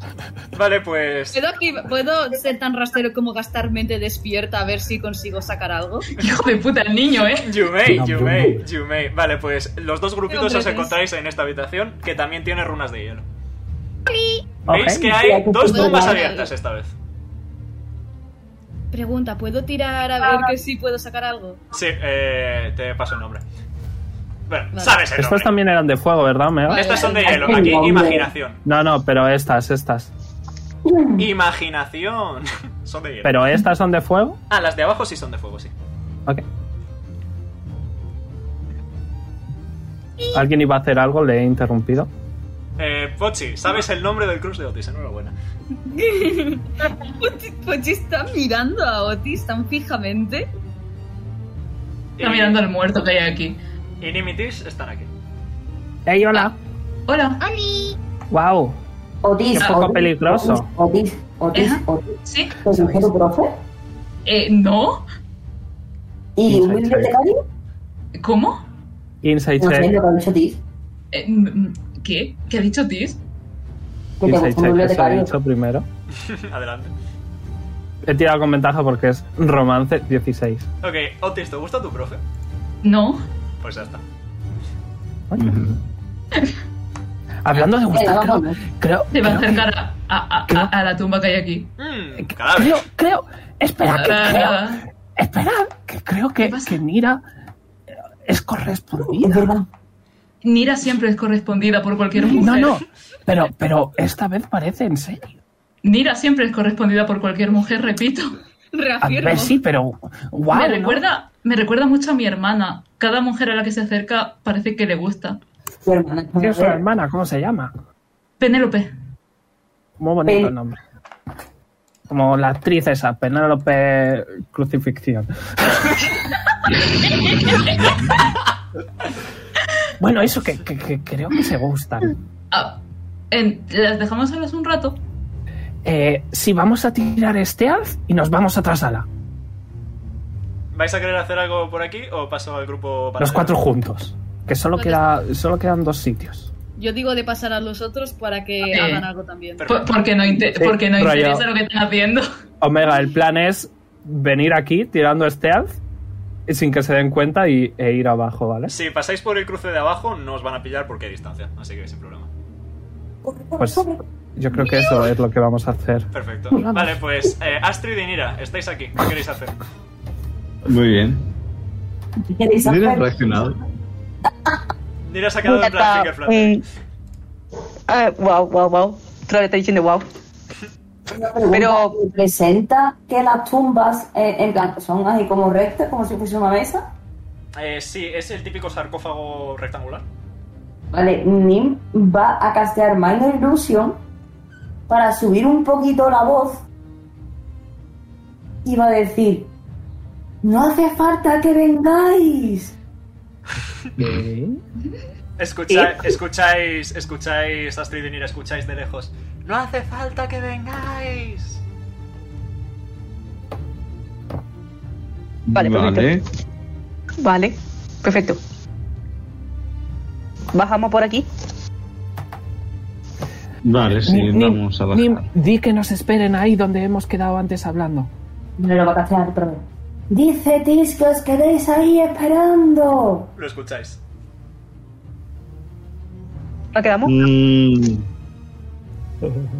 D: Vale, pues.
A: ¿Puedo, aquí- ¿Puedo ser tan rastero como gastar mente despierta a ver si consigo sacar algo?
G: Hijo de puta, el niño, ¿eh?
D: You may,
M: No,
D: you
M: no,
D: may,
M: no.
D: you may. Vale, pues los dos grupitos
A: Pero
D: os
A: tres.
D: encontráis en esta habitación que también tiene runas de hielo.
F: Ok.
D: Veis que hay dos
A: Bueno,
D: tumbas
A: vale.
D: abiertas esta vez.
A: Pregunta, ¿puedo tirar a ver que sí puedo sacar algo?
D: Sí, eh, te paso el nombre. Bueno,
A: Vale.
D: sabes el
F: Estas
D: nombre.
F: también eran de fuego, ¿verdad, Omega?
A: Vale.
D: Estas son de hielo.
B: Ay,
D: Aquí,
B: hombre.
D: imaginación.
F: No, no, pero estas, estas.
D: Imaginación. Son de hielo.
F: ¿Pero estas son de fuego?
D: Ah, las de abajo sí son de fuego, sí.
F: Ok. ¿Alguien iba a hacer algo? Le he interrumpido.
D: Eh, Pochi, sabes el nombre del cruz de Otis, enhorabuena.
A: Pochi, Pochi está Pues mirando a Otis tan fijamente.
G: Está mirando al muerto que hay aquí.
D: Y Nimitis están aquí.
F: ¡Ey, hola!
G: Hola.
J: ¡Oli!
F: ¡Wow!
B: Otis,
F: Qué poco
B: Otis,
F: peligroso.
B: Otis, Otis,
G: Ajá.
B: Otis.
G: ¿Sí?
B: ¿Te gusta tu profe?
G: Eh, ¿no?
B: ¿Y un
F: Sí, sí, sí.
B: bibliotecario?
G: ¿Cómo?
F: Inside
B: No sé
F: check.
B: lo que ha dicho Otis.
G: Eh, mm, mm, ¿Qué? ¿Qué ha dicho Tis?
B: Que te gusta un
F: Inside check, que se ha
B: bibliotecario.
F: dicho primero.
D: Adelante.
F: He tirado con ventaja porque es romance 16.
D: Ok, Otis, ¿te gusta tu profe?
G: No.
D: Pues ya está.
F: Hablando de gustar,
B: Venga,
F: creo,
B: vámonos.
F: creo,
G: Se va Eh, a
F: creo que-
G: acercar a, a- a- a la tumba que hay aquí.
F: Eh,
D: Mmm,
F: creo,
D: cadáver.
F: creo, espera, que creo,
G: Ah,
F: espera, que creo que, que Nira eh, es correspondida.
B: Es verdad.
G: Nira siempre es correspondida por cualquier
F: No,
G: mujer.
F: no, Pero, pero esta vez parece en serio.
G: Nira siempre es correspondida por cualquier mujer, repito.
F: A ver, sí, pero. Wow,
G: me, recuerda, me recuerda mucho a mi hermana. Cada mujer a la que se acerca parece que le gusta.
F: Su hermana. ¿Qué es
B: Eh.
F: su hermana? ¿Cómo se llama?
G: Penélope.
F: Muy bonito el nombre. Como la actriz esa, Penélope Crucifixión. bueno, eso que, que- que creo que se gustan.
G: Ah, en- ¿Las dejamos solas un rato?
F: Eh, si vamos a tirar este alf y nos vamos a otra sala.
D: ¿Vais a querer hacer algo por aquí o paso al grupo para
F: Los cuatro juntos. Que solo, queda, solo quedan dos sitios.
A: Yo digo de pasar a los otros para que
G: Eh,
A: hagan algo también.
G: Por- porque no, inte-
F: Sí,
G: porque no
F: rollo.
G: interesa lo que están haciendo.
F: Omega, el plan es venir aquí tirando este alf y sin que se den cuenta y, e ir abajo, ¿vale?
D: Si pasáis por el cruce de abajo, no os van a pillar porque hay distancia, así que sin problema.
F: Pues yo creo que eso es lo que vamos a hacer.
D: Perfecto. Vale, pues eh, Astrid y Nira, estáis aquí. ¿Qué queréis hacer?
I: Muy bien.
B: ¿Qué queréis
I: Nira ha
B: hacer?
I: reaccionado.
D: Nira se ha quedado en plan finger flutter.
H: wow, wow, wow. Otra vez está diciendo wow.
O: Pero
B: ¿Presenta que las tumbas eh, en plan, son así como rectas, como si fuese una mesa?
D: Eh, sí, es el típico sarcófago rectangular.
B: Vale, Nim
O: va a castear Minor Illusion para subir un poquito la voz y va a decir: No hace falta que vengáis.
D: Escucha- escucháis, escucháis, Astrid y Nira, escucháis de lejos. No hace falta que vengáis.
H: Vale,
I: Vale.
H: Vale, perfecto. Bajamos por aquí.
I: Vale, sí,
F: Nim,
I: vamos a bajar.
F: Nim, di que nos esperen ahí donde hemos quedado antes hablando.
B: me lo va a castear otra vez. Dice Tis que os quedéis ahí esperando.
D: Lo escucháis.
H: ¿La quedamos?
I: Mm.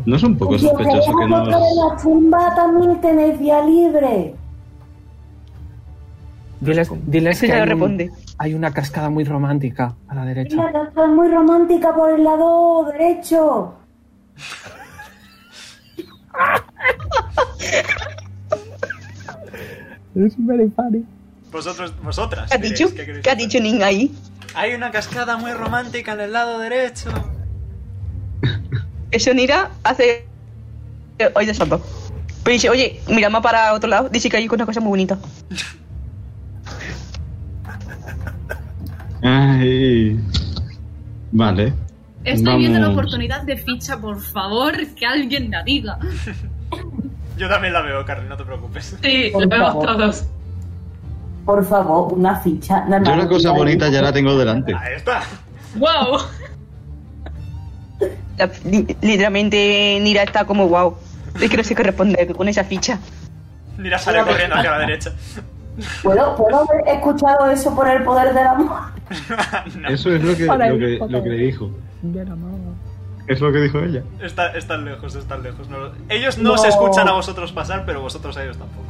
I: ¿No es un poco
B: Si os
I: sospechoso que
B: quedáis
I: nos...
B: dentro de la tumba también tenéis vía libre.
F: Diles, diles
H: Ese
F: que
H: ya lo
F: hay, un-
H: responde.
F: hay una cascada muy romántica a la
B: Es
F: derecha.
B: una casa muy romántica por el lado derecho.
F: Es very funny.
D: Vosotros, vosotras.
H: ¿Qué has
D: diréis,
H: dicho?
D: ¿qué queréis
H: ¿Qué ha
D: hacer?
H: dicho Ning ahí?
D: Hay una cascada muy romántica en el lado derecho.
H: Eso Nira hace. eh, Hoy de santo. Pero dice, oye, mira más para otro lado. Dice que hay una cosa muy bonita.
I: Ay. Vale.
A: Estoy viendo la
I: Vamos.
A: oportunidad de ficha, por favor, que alguien la diga.
D: Yo también la veo, Carly, no te preocupes.
G: Sí,
B: Por
G: lo vemos
B: favor.
G: todos.
B: Por favor, una ficha. nada
I: Yo
B: más.
I: una cosa bonita ya la tengo delante.
D: Ahí está.
G: ¡Wow!
H: La- li- literalmente Nira está como wow. Es que no sé qué responder con esa ficha.
D: Nira sale corriendo hacia la derecha.
O: ¿Puedo, ¿Puedo haber escuchado eso por el poder del amor?
I: Eso es lo que,
F: Para
I: lo
F: el
I: que,
F: hijo
I: lo que
F: de-
I: le dijo. Es lo que dijo ella.
D: Está- están lejos, están lejos. no- ellos no,
O: No.
D: se escuchan a vosotros pasar, pero vosotros a ellos tampoco.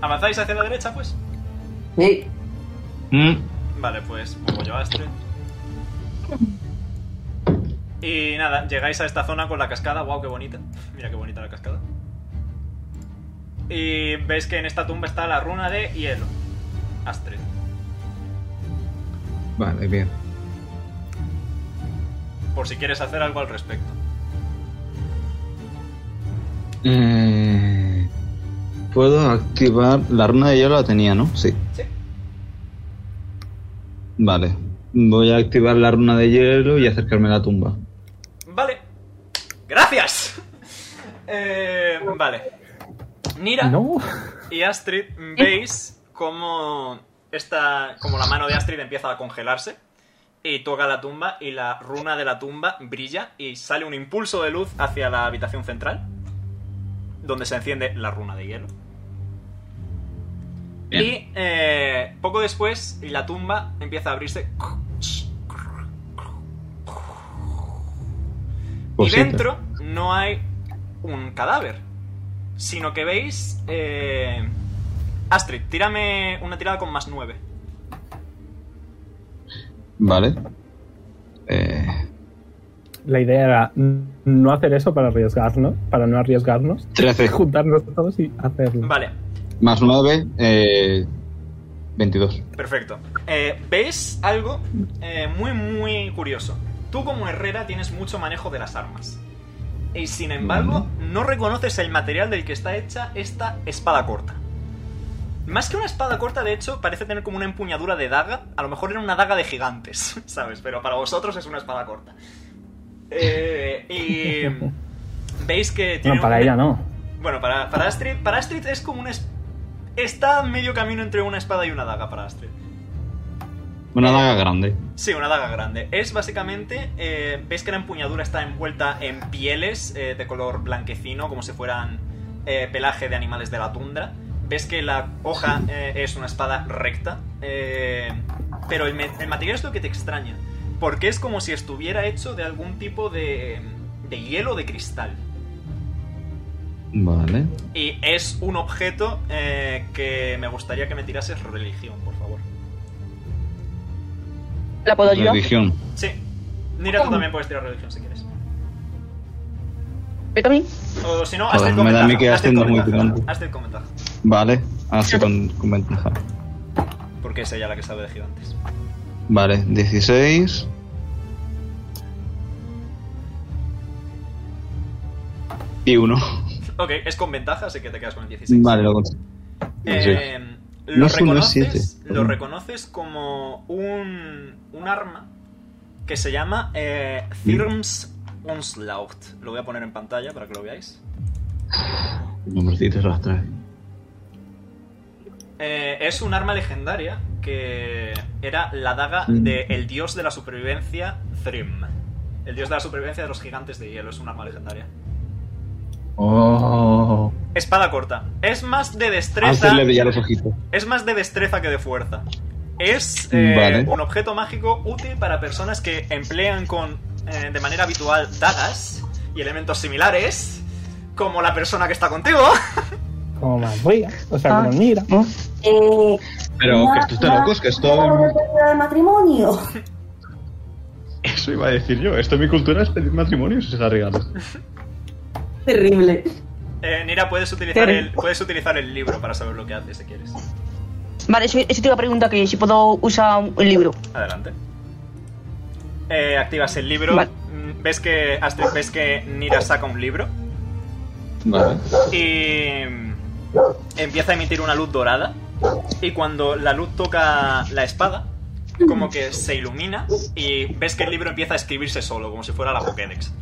D: ¿Avanzáis hacia la derecha, pues?
O: Sí.
I: Mm.
D: Vale, pues muevo yo a Astrid. Y nada, llegáis a esta zona con la cascada. ¡Wow, qué bonita! Mira qué bonita la cascada. Y veis que en esta tumba está la runa de hielo. Astrid.
I: Vale, bien.
D: Por si quieres hacer algo al respecto.
I: Eh, Puedo activar. La runa de hielo la tenía, ¿no? Sí.
D: Sí.
I: Vale. Voy a activar la runa de hielo y acercarme a la tumba.
D: Vale. Gracias. Eh, vale. Nira
F: No.
D: y Astrid, mm, veis cómo esta, como la mano de Astrid empieza a congelarse y toca la tumba y la runa de la tumba brilla y sale un impulso de luz hacia la habitación central donde se enciende la runa de hielo. Y eh, poco después la tumba empieza a abrirse
I: Cosita.
D: Y dentro no hay un cadáver, sino que veis... eh, Astrid, tírame una tirada con más 9.
I: Vale. Eh,
F: La idea era n- no hacer eso para arriesgarnos, para no arriesgarnos.
I: 13.
F: Juntarnos todos y hacerlo.
D: Vale,
I: más 9, eh, 22.
D: Perfecto. Eh, ¿Veis algo eh, muy, muy curioso? Tú como herrera tienes mucho manejo de las armas. Y sin embargo,
F: Mm.
D: no reconoces el material del que está hecha esta espada corta. Más que una espada corta, de hecho, parece tener como una empuñadura de daga. A lo mejor era una daga de gigantes, ¿sabes? Pero para vosotros es una espada corta. Eh, y... ¿Veis que tiene
F: Bueno, para
D: un-
F: ella no.
D: bueno, para, para Astrid, para Astrid es como una... es- Está medio camino entre una espada y una daga para Astrid.
I: Una daga grande.
D: Sí, una daga grande. Es básicamente, eh, veis que la empuñadura está envuelta en pieles eh, de color blanquecino, como si fueran eh, pelaje de animales de la tundra. Ves que la hoja eh, es una espada recta, eh, pero el, me- el material es lo que te extraña, porque es como si estuviera hecho de algún tipo de, de hielo o de cristal.
I: Vale.
D: Y es un objeto eh, que me gustaría que me tirases religión, por favor.
H: ¿La puedo yo?
I: Religión.
D: Sí. Nira, tú también puedes tirar religión si quieres.
H: ¿Vete a mí?
D: O si no,
I: Joder,
D: hazte
I: me da a mí
D: comentario.
I: que Astrid no es muy picante.
D: Hazte el comentario.
I: Vale, así con, con ventaja.
D: Porque es ella la que sabe de gigantes.
I: Vale, 16. Y 1.
D: Ok, es con ventaja, así que te quedas con el 16.
I: Vale, lo consigo.
D: Eh,
I: No
D: lo,
I: es uno, es
D: reconoces,
I: siete.
D: lo reconoces como un, un arma que se llama eh, Thirms Onslaught. Lo voy a poner en pantalla para que lo veáis.
I: Nombrecitos las trae.
D: Eh, es un arma legendaria que era la daga
I: Mm.
D: del el dios de la supervivencia, Thrim. El dios de la supervivencia de los gigantes de hielo. Es un arma legendaria.
I: Oh.
D: Espada corta. Es más de destreza.
I: Astrid le brilla los ojitos.
D: Es más de destreza que de fuerza. Es eh,
I: Vale.
D: un objeto mágico útil para personas que emplean con eh, de manera habitual dagas y elementos similares, como la persona que está contigo.
F: Como más voy. O sea,
H: Ah.
F: como mira.
E: Eh,
I: Pero
E: na-
I: que esto está
E: na-
I: locos, que esto.
E: nada de pérdida de matrimonio.
I: Eso iba a decir yo. Esto en mi cultura es pedir matrimonio si se da regalo.
B: Terrible.
D: Eh, Nira, puedes utilizar,
H: Terry.
D: el, puedes utilizar el libro para saber lo que hace si quieres.
H: Vale, eso, eso te iba a preguntar que si puedo usar un libro.
D: Adelante. Eh, activas el libro.
H: Vale.
D: Mm, Ves que, Astrid, ves que Nira saca un libro
I: Vale.
D: y mm, empieza a emitir una luz dorada. Y cuando la luz toca la espada, como que se ilumina y ves que el libro empieza a escribirse solo, como si fuera la Pokédex.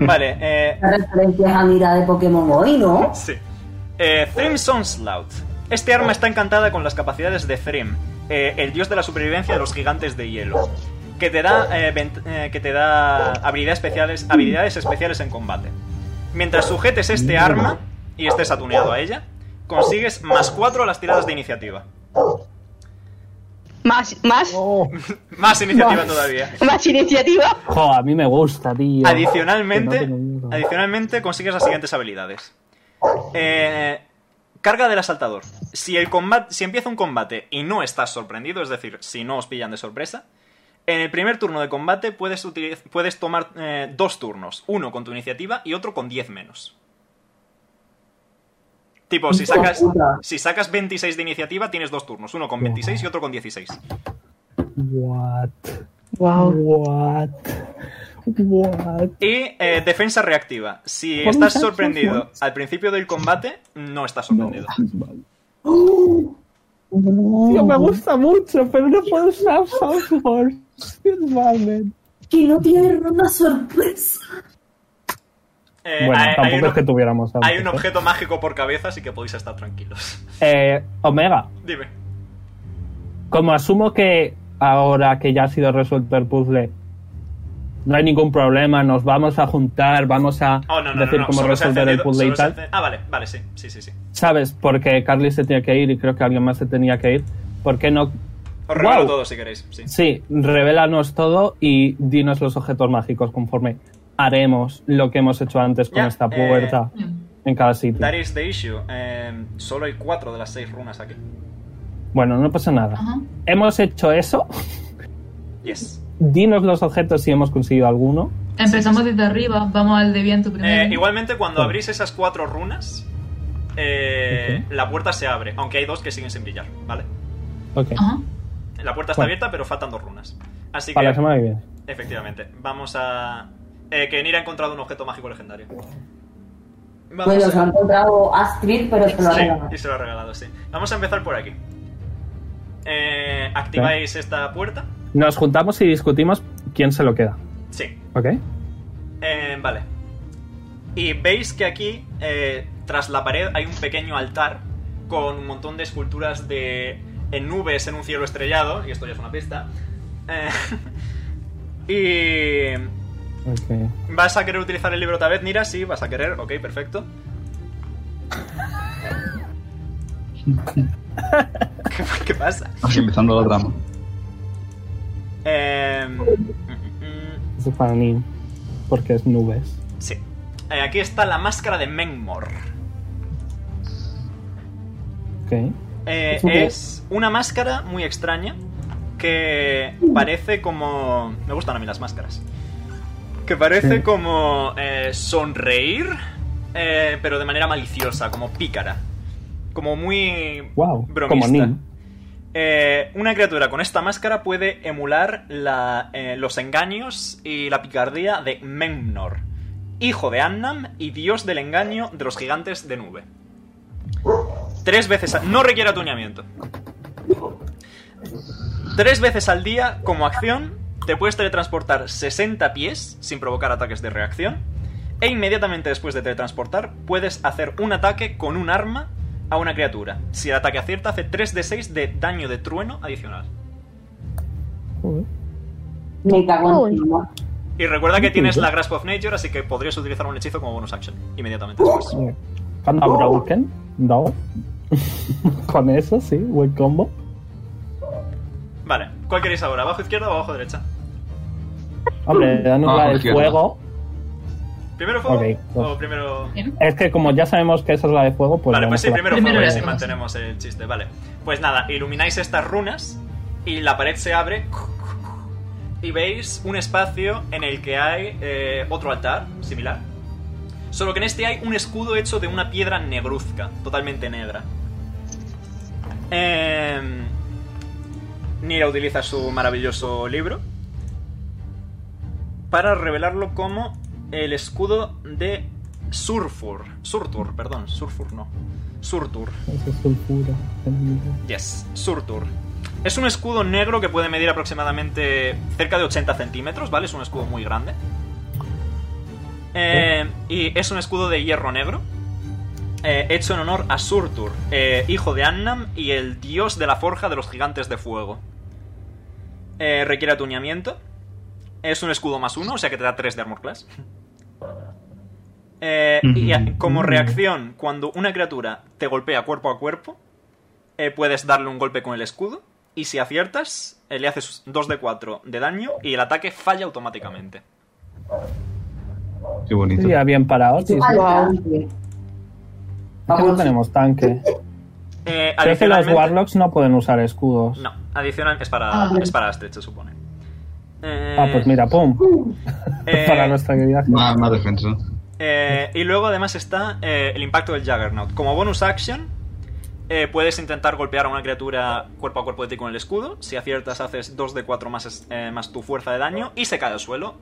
D: Vale, eh,
E: La referencia es a Mira de Pokémon hoy, ¿no?
D: Sí. Eh, Thrim's Onslaught. Este arma está encantada con las capacidades de Thrim, eh, el dios de la supervivencia de los gigantes de hielo, que te da, eh, vent- eh, que te da habilidades, especiales, habilidades especiales en combate. Mientras sujetes este arma y estés atuneado a ella, consigues más 4 a las tiradas de iniciativa.
H: Más, más,
F: Oh.
D: Más iniciativa
H: Más.
D: todavía.
H: más iniciativa.
F: Jo, a mí me gusta, tío.
D: Adicionalmente,
F: Que no tengo miedo.
D: adicionalmente consigues las siguientes habilidades. Eh, carga del asaltador. Si, el combate, si empieza un combate y no estás sorprendido, es decir, si no os pillan de sorpresa, en el primer turno de combate puedes, utiliz- puedes tomar eh, dos turnos, uno con tu iniciativa y otro con 10 menos. Tipo, si sacas, si sacas 26 de iniciativa, tienes dos turnos, uno con 26 y otro con 16.
F: What?
H: Wow.
F: What? What?
D: Y eh, defensa reactiva. Si
F: Vamos
D: estás
F: a-
D: sorprendido al principio del combate, no estás sorprendido.
F: Tío, me gusta mucho, pero no puedo usar South Horse.
E: Que no tiene una sorpresa.
D: Eh,
F: Bueno,
D: hay, hay
F: tampoco
D: un,
F: es que ¿eh? tuviéramos algo.
D: hay un objeto mágico por cabeza, así que podéis estar tranquilos.
F: Eh, Omega,
D: Dime.
F: como asumo que ahora que ya ha sido resuelto el puzzle, no hay ningún problema, nos vamos a juntar, vamos a
D: Oh, no, no, no,
F: decir
D: no,
F: cómo
D: solo se ha
F: resolver el
D: encendido-
F: puzzle
D: solo
F: y
D: se ha
F: tal.
D: encen- Ah, vale, vale, sí, sí, sí. sí.
F: ¿Sabes? Porque Carly se tenía que ir y creo que alguien más se tenía que ir. ¿Por qué no?
D: Os regalo
F: Guau.
D: todo si queréis. Sí.
F: Sí, revélanos todo y dinos los objetos mágicos conforme haremos lo que hemos hecho antes con
D: Ya, eh,
F: esta puerta en cada sitio.
D: That is the issue. Eh, solo hay cuatro de las seis runas aquí.
F: Bueno, no pasa nada.
G: Ajá.
F: Hemos hecho eso
D: Yes.
F: Dinos los objetos si hemos conseguido alguno.
G: Empezamos desde arriba, vamos al de viento primero.
D: Eh, igualmente, cuando abrís esas cuatro runas, eh, la puerta se abre, aunque hay dos que siguen sin brillar, ¿vale?
F: Ok.
D: La puerta está
F: Bueno.
D: abierta, pero faltan dos runas. Así que.
F: Para la semana que viene.
D: Efectivamente. Vamos a. Eh, que Nira ha encontrado un objeto mágico legendario. Vamos
B: Bueno, se Pues lo ha
D: a...
B: encontrado Astrid, pero se lo ha
D: Sí,
B: regalado.
D: y se lo ha regalado, sí. Vamos a empezar por aquí. Eh, ¿Activáis esta puerta?
F: Nos juntamos y discutimos quién se lo queda.
D: Sí.
F: ¿Ok?
D: Eh, vale. Y veis que aquí, eh, tras la pared, hay un pequeño altar con un montón de esculturas de en nubes en un cielo estrellado, y esto ya es una pista. Eh, y
F: Ok.
D: ¿Vas a querer utilizar el libro otra vez, Nira? Sí, vas a querer. Ok, perfecto. ¿Qué, qué pasa?
C: Así empezando la trama.
D: Eh, mm, mm,
F: Eso es para mí. Porque es nubes.
D: sí. Eh, aquí está la máscara de Menmor.
F: Ok.
D: Eh,
F: Es un-
D: es una máscara muy extraña que parece como... Me gustan a mí las máscaras. Que parece
F: Sí.
D: como eh, sonreír, eh, pero de manera maliciosa, como pícara. Como muy
F: Wow.
D: bromista.
F: Como Nim.
D: Eh, una criatura con esta máscara puede emular la, eh, los engaños y la picardía de Memnor, hijo de Annam y dios del engaño de los gigantes de nube. Tres veces al... No requiere atuñamiento. Tres veces al día, como acción, te puedes teletransportar 60 pies sin provocar ataques de reacción. E inmediatamente después de teletransportar, puedes hacer un ataque con un arma a una criatura. Si el ataque acierta, hace 3 de 6 de daño de trueno adicional.
B: Me cago en encima.
D: Y recuerda que tienes la Grasp of Nature, así que podrías utilizar un hechizo como bonus action inmediatamente
F: ¡Oh!
D: después.
F: Cuando
D: Oh.
F: broken. No. Con eso, sí. Buen combo.
D: Vale, ¿cuál queréis ahora? ¿Abajo izquierda o abajo derecha?
F: Hombre, dan un
D: Ah,
F: lado
D: por
F: de
D: cierto.
F: fuego.
D: ¿Primero fuego?
F: Ok, pues.
D: ¿O primero.?
F: Es que como ya sabemos que esa es la de fuego, pues.
D: Vale, pues
F: vamos
D: sí,
F: a la-
D: primero, fuego, y así mantenemos el chiste. Vale, pues nada, ilumináis estas runas y la pared se abre y veis un espacio en el que hay eh, otro altar similar. Solo que en este hay un escudo hecho de una piedra negruzca, totalmente negra. Em, Nira utiliza su maravilloso libro para revelarlo como el escudo de Surfur. Surtur, perdón, Surfur no. Surtur.
F: Esa es sulfura.
D: Yes, Surtur. Es un escudo negro que puede medir aproximadamente cerca de 80 centímetros, ¿vale? Es un escudo muy grande. Eh, y es un escudo de hierro negro, eh, hecho en honor a Surtur, eh, hijo de Annam y el dios de la forja de los gigantes de fuego. Eh, requiere atuñamiento. Es un escudo más uno, o sea que te da 3 de armor class. Eh, y a- como
F: Mm.
D: reacción, cuando una criatura te golpea cuerpo a cuerpo, eh, puedes darle un golpe con el escudo. Y si aciertas, eh, le haces 2 de 4 de daño y el ataque falla automáticamente.
I: Qué bonito.
F: Sí, ya bien parado. Sí, sí.
B: Vale.
F: Es que no tenemos tanque.
D: Eh,
F: Creo que los
D: adicionalmente-
F: Warlocks no pueden usar escudos.
D: No, adicional es para,
F: Ah.
D: es para Astrid, se supone. Eh,
F: Ah, pues mira, pum.
D: eh,
F: Para nuestra querida.
I: Más, más defensa.
D: Eh, y luego además está eh, el impacto del Juggernaut. Como bonus action, eh, puedes intentar golpear a una criatura cuerpo a cuerpo de ti con el escudo. Si aciertas, haces 2 de 4 más, es- eh, más tu fuerza de daño y se cae al suelo.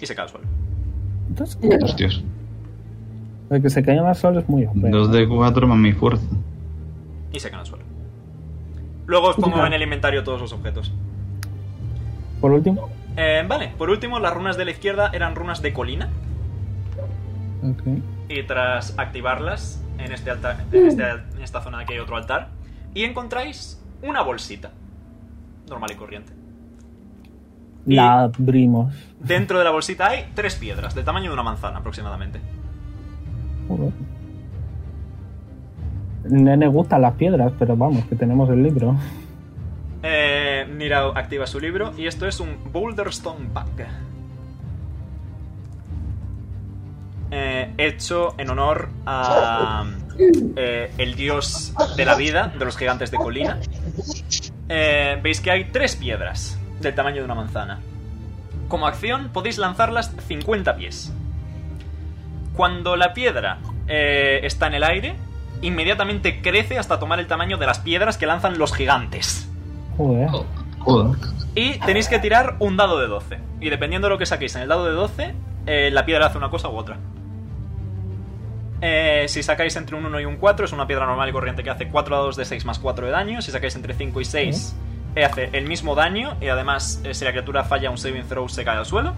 D: Y se cae al suelo.
I: Hostias.
F: El que se caiga al sol es muy hombre.
I: 2 de 4 más mi fuerza.
D: Y se cae al suelo. Luego os pongo
F: Ya.
D: en el inventario todos los objetos.
F: Por último.
D: Eh, vale, por último, las runas de la izquierda eran runas de colina.
F: Ok.
D: Y tras activarlas en, este altar, en, este- en esta zona de que hay otro altar, y encontráis una bolsita. Normal y corriente.
F: La abrimos.
D: Dentro de la bolsita hay tres piedras, del tamaño de una manzana aproximadamente.
F: Joder. Nene gustan las piedras, pero vamos, que tenemos el libro.
D: Eh, Nira activa su libro y esto es un Boulder Stone Pack. Eh, hecho en honor a eh, el dios de la vida de los gigantes de colina. Eh, Veis que hay tres piedras del tamaño de una manzana. Como acción podéis lanzarlas 50 pies. Cuando la piedra eh, está en el aire, inmediatamente crece hasta tomar el tamaño de las piedras que lanzan los gigantes.
F: Joder.
I: Joder.
D: Y tenéis que tirar un dado de 12. Y dependiendo de lo que saquéis en el dado de 12, eh, la piedra hace una cosa u otra. Eh, si sacáis entre un 1 y un 4, es una piedra normal y corriente que hace 4 dados de 6 más 4 de daño. Si sacáis entre 5 y 6, eh, hace el mismo daño. Y además, eh, si la criatura falla un saving throw, se cae al suelo.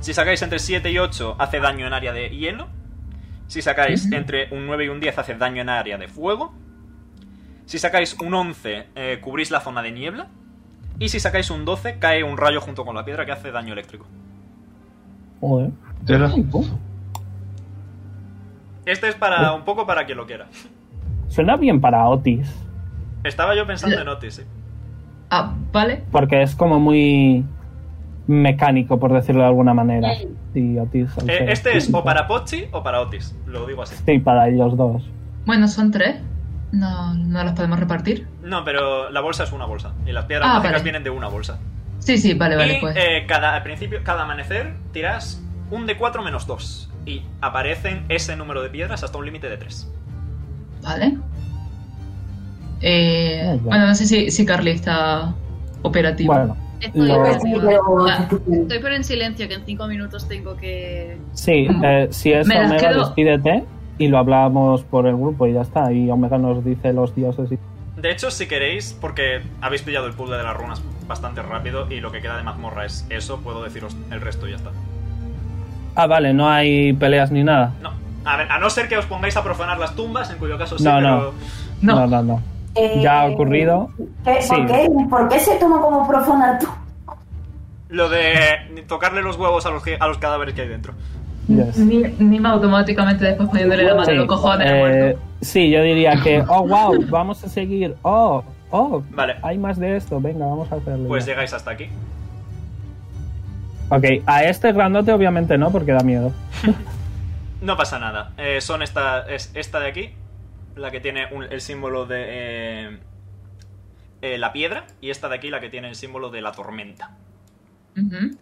D: Si sacáis entre 7 y 8, hace daño en área de hielo. Si sacáis entre un 9 y un 10, hace daño en área de fuego. Si sacáis un 11, eh, cubrís la zona de niebla. Y si sacáis un 12, cae un rayo junto con la piedra que hace daño eléctrico.
F: Joder.
D: Este es para un poco para quien lo quiera.
P: Suena bien para Otis.
D: Estaba yo pensando en Otis, ¿eh? sí.
G: Ah, vale.
P: Porque es como muy mecánico, por decirlo de alguna manera. Y Otis. al
D: Eh,
P: ser-
D: este es o para Pochi o para Otis, lo digo así.
P: Sí, para ellos dos.
G: Bueno, son tres. No, no las podemos repartir.
D: No, pero la bolsa es una bolsa. Y las piedras
G: Ah,
D: mágicas
G: vale.
D: vienen de una bolsa.
G: Sí, sí, vale, vale,
D: y
G: pues.
D: eh, cada, al principio, cada amanecer tirás un de 4 menos 2. Y aparecen ese número de piedras hasta un límite de 3.
G: Vale. Eh, bueno, no sé si, si Carly está operativa.
P: Bueno,
A: Estoy,
P: lo-
A: por encima.
G: Ah,
A: Estoy por en silencio, que en cinco minutos tengo que...
P: Sí, eh, si es
A: Me las
P: Omega,
A: quedo.
P: despídete y lo hablamos por el grupo y ya está. Y Omega nos dice los dioses y.
D: De hecho, si queréis, porque habéis pillado el puzzle de las runas bastante rápido y lo que queda de mazmorra es eso, puedo deciros el resto y ya está.
P: Ah, vale, no hay peleas ni nada.
D: No, a ver, a no ser que os pongáis a profanar las tumbas, en cuyo caso sí,
P: No,
D: pero...
P: no. No, no, no. Ya ha
B: Eh,
P: ocurrido.
E: ¿Qué-
P: Sí.
E: ¿por, qué, por qué se toma como profanar tú?
D: Lo de tocarle los huevos a los, que- a los cadáveres que hay dentro.
G: Ni, Nima automáticamente después poniéndole la mano
P: Sí,
G: en los cojones.
P: eh, sí, yo diría que, oh, wow, vamos a seguir. Oh, oh,
D: vale.
P: hay más de esto. Venga, vamos a hacerlo.
D: Pues
P: ya.
D: llegáis hasta aquí.
P: Ok, a este grandote obviamente no, porque da miedo.
D: No pasa nada. Eh, son esta, es esta de aquí, la que tiene un- el símbolo de eh, eh, la piedra, y esta de aquí la que tiene el símbolo de la tormenta.
G: Ujú.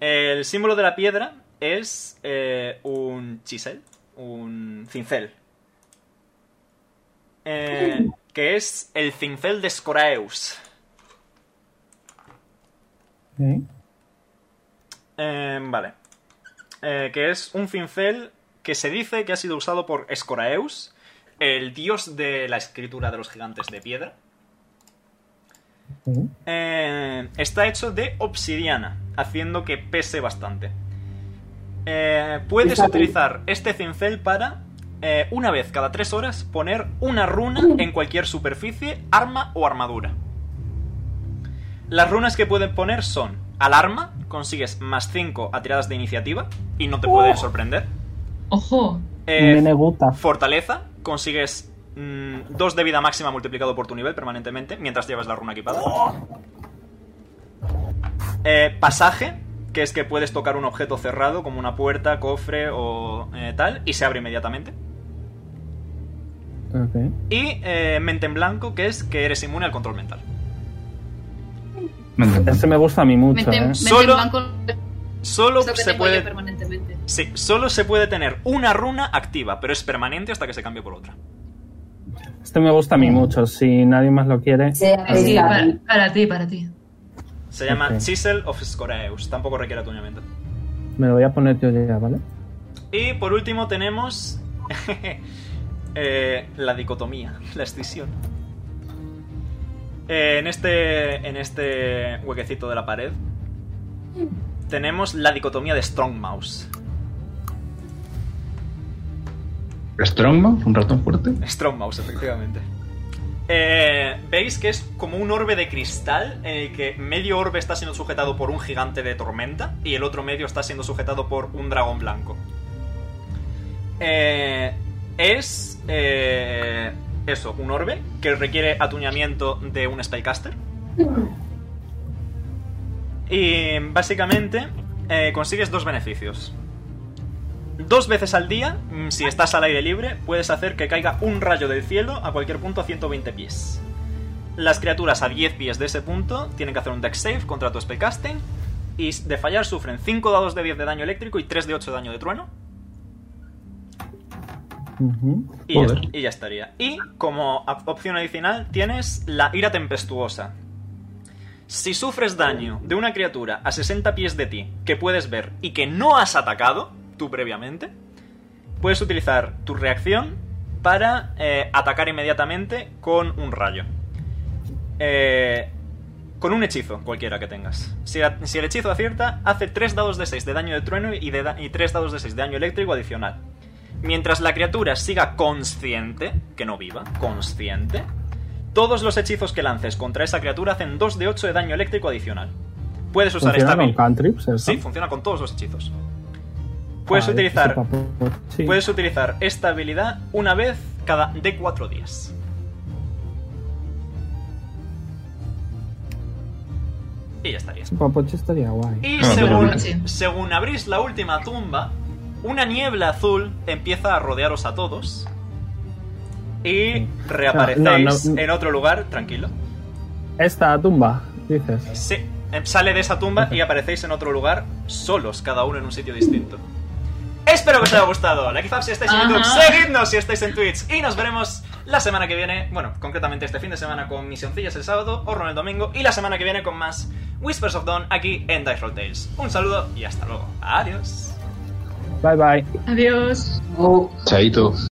D: El símbolo de la piedra es eh, un chisel, un cincel. Eh, que es el cincel de Scoraeus. Eh, vale. Eh, que es un cincel que se dice que ha sido usado por Escoraeus, el dios de la escritura de los gigantes de piedra. Eh, está hecho de obsidiana, haciendo que pese bastante. Eh, puedes
Q: Exacto.
D: utilizar este cincel para, eh, una vez cada tres horas, poner una runa en cualquier superficie, arma o armadura. Las runas que pueden poner son alarma, consigues más 5 a tiradas de iniciativa y no te pueden sorprender.
G: Ojo.
D: Eh,
P: Nene gusta.
D: Fortaleza, consigues 2 de vida máxima multiplicado por tu nivel permanentemente mientras llevas la runa equipada. Eh, pasaje, que es que puedes tocar un objeto cerrado como una puerta, cofre o eh, tal y se abre inmediatamente.
P: Ok.
D: Y eh, mente en blanco, que es que eres inmune al control mental.
P: Ese me gusta a mí mucho.
A: Mete,
P: ¿eh?
A: mete
D: Solo-
A: en banco
D: Solo
A: lo que
D: se
A: tengo yo
D: puede,
A: permanentemente.
D: sí, solo se puede tener una runa activa, pero es permanente hasta que se cambie por otra.
P: Este me gusta a mí mucho. Si nadie más lo quiere. eh,
G: Sí, para, para ti, para ti.
D: Se llama
P: Ok.
D: Chisel of Scoraeus, tampoco requiere atuñamiento.
P: Me lo voy a poner yo ya, ¿vale?
D: Y por último tenemos eh, la dicotomía, la escisión. Eh, en, este, en este huequecito de la pared tenemos la dicotomía de Strongmouse.
I: Strongman, un ratón fuerte.
D: Strongmouse, efectivamente. Eh, Veis que es como un orbe de cristal en el que medio orbe está siendo sujetado por un gigante de tormenta y el otro medio está siendo sujetado por un dragón blanco. Eh, es eh, eso, un orbe que requiere atuñamiento de un spellcaster. Y básicamente eh, consigues dos beneficios. Dos veces al día, mm, si estás al aire libre, puedes hacer que caiga un rayo del cielo a cualquier punto a 120 pies. Las criaturas a 10 pies de ese punto tienen que hacer un deck save contra tu spellcasting. Y de fallar sufren 5 dados de 10 de daño eléctrico y 3 de 8 de daño de trueno. Y ya,
I: Joder.
D: y ya estaría. Y como op- opción adicional tienes la ira tempestuosa. Si sufres daño de una criatura a 60 pies de ti que puedes ver y que no has atacado tú previamente, puedes utilizar tu reacción para eh, atacar inmediatamente con un rayo. Eh, con un hechizo cualquiera que tengas. Si, a- si el hechizo acierta, hace 3 dados de 6 de daño de trueno y, de da- y 3 dados de 6 de daño eléctrico adicional. Mientras la criatura siga consciente, que no viva, consciente, todos los hechizos que lances contra esa criatura hacen 2 de 8 de daño eléctrico adicional. Puedes usar
F: ¿Funciona
D: esta
F: con
D: habilidad.
F: cantrips eso?
D: Sí, funciona con todos los hechizos. Puedes
F: Vale,
D: utilizar
F: eso tampoco- sí.
D: Puedes utilizar esta habilidad una vez cada de 4 días. Y ya estaría.
F: Ese papoche estaría guay.
D: Y según, según abrís la última tumba, una niebla azul empieza a rodearos a todos. Y reaparecéis
F: No, no, no.
D: en otro lugar, tranquilo.
F: Esta tumba, dices.
D: Sí, em, sale de esa tumba y aparecéis en otro lugar solos, cada uno en un sitio distinto. Espero que os haya gustado. Like y Fab si estáis en
G: Ajá.
D: YouTube, seguidnos si estáis en Twitch y nos veremos la semana que viene, bueno, concretamente este fin de semana con Misioncillas el sábado, Horror el domingo y la semana que viene con más Whispers of Dawn aquí en Dice Roll Tales. Un saludo y hasta luego. Adiós.
F: Bye bye.
G: Adiós.
C: Chaito.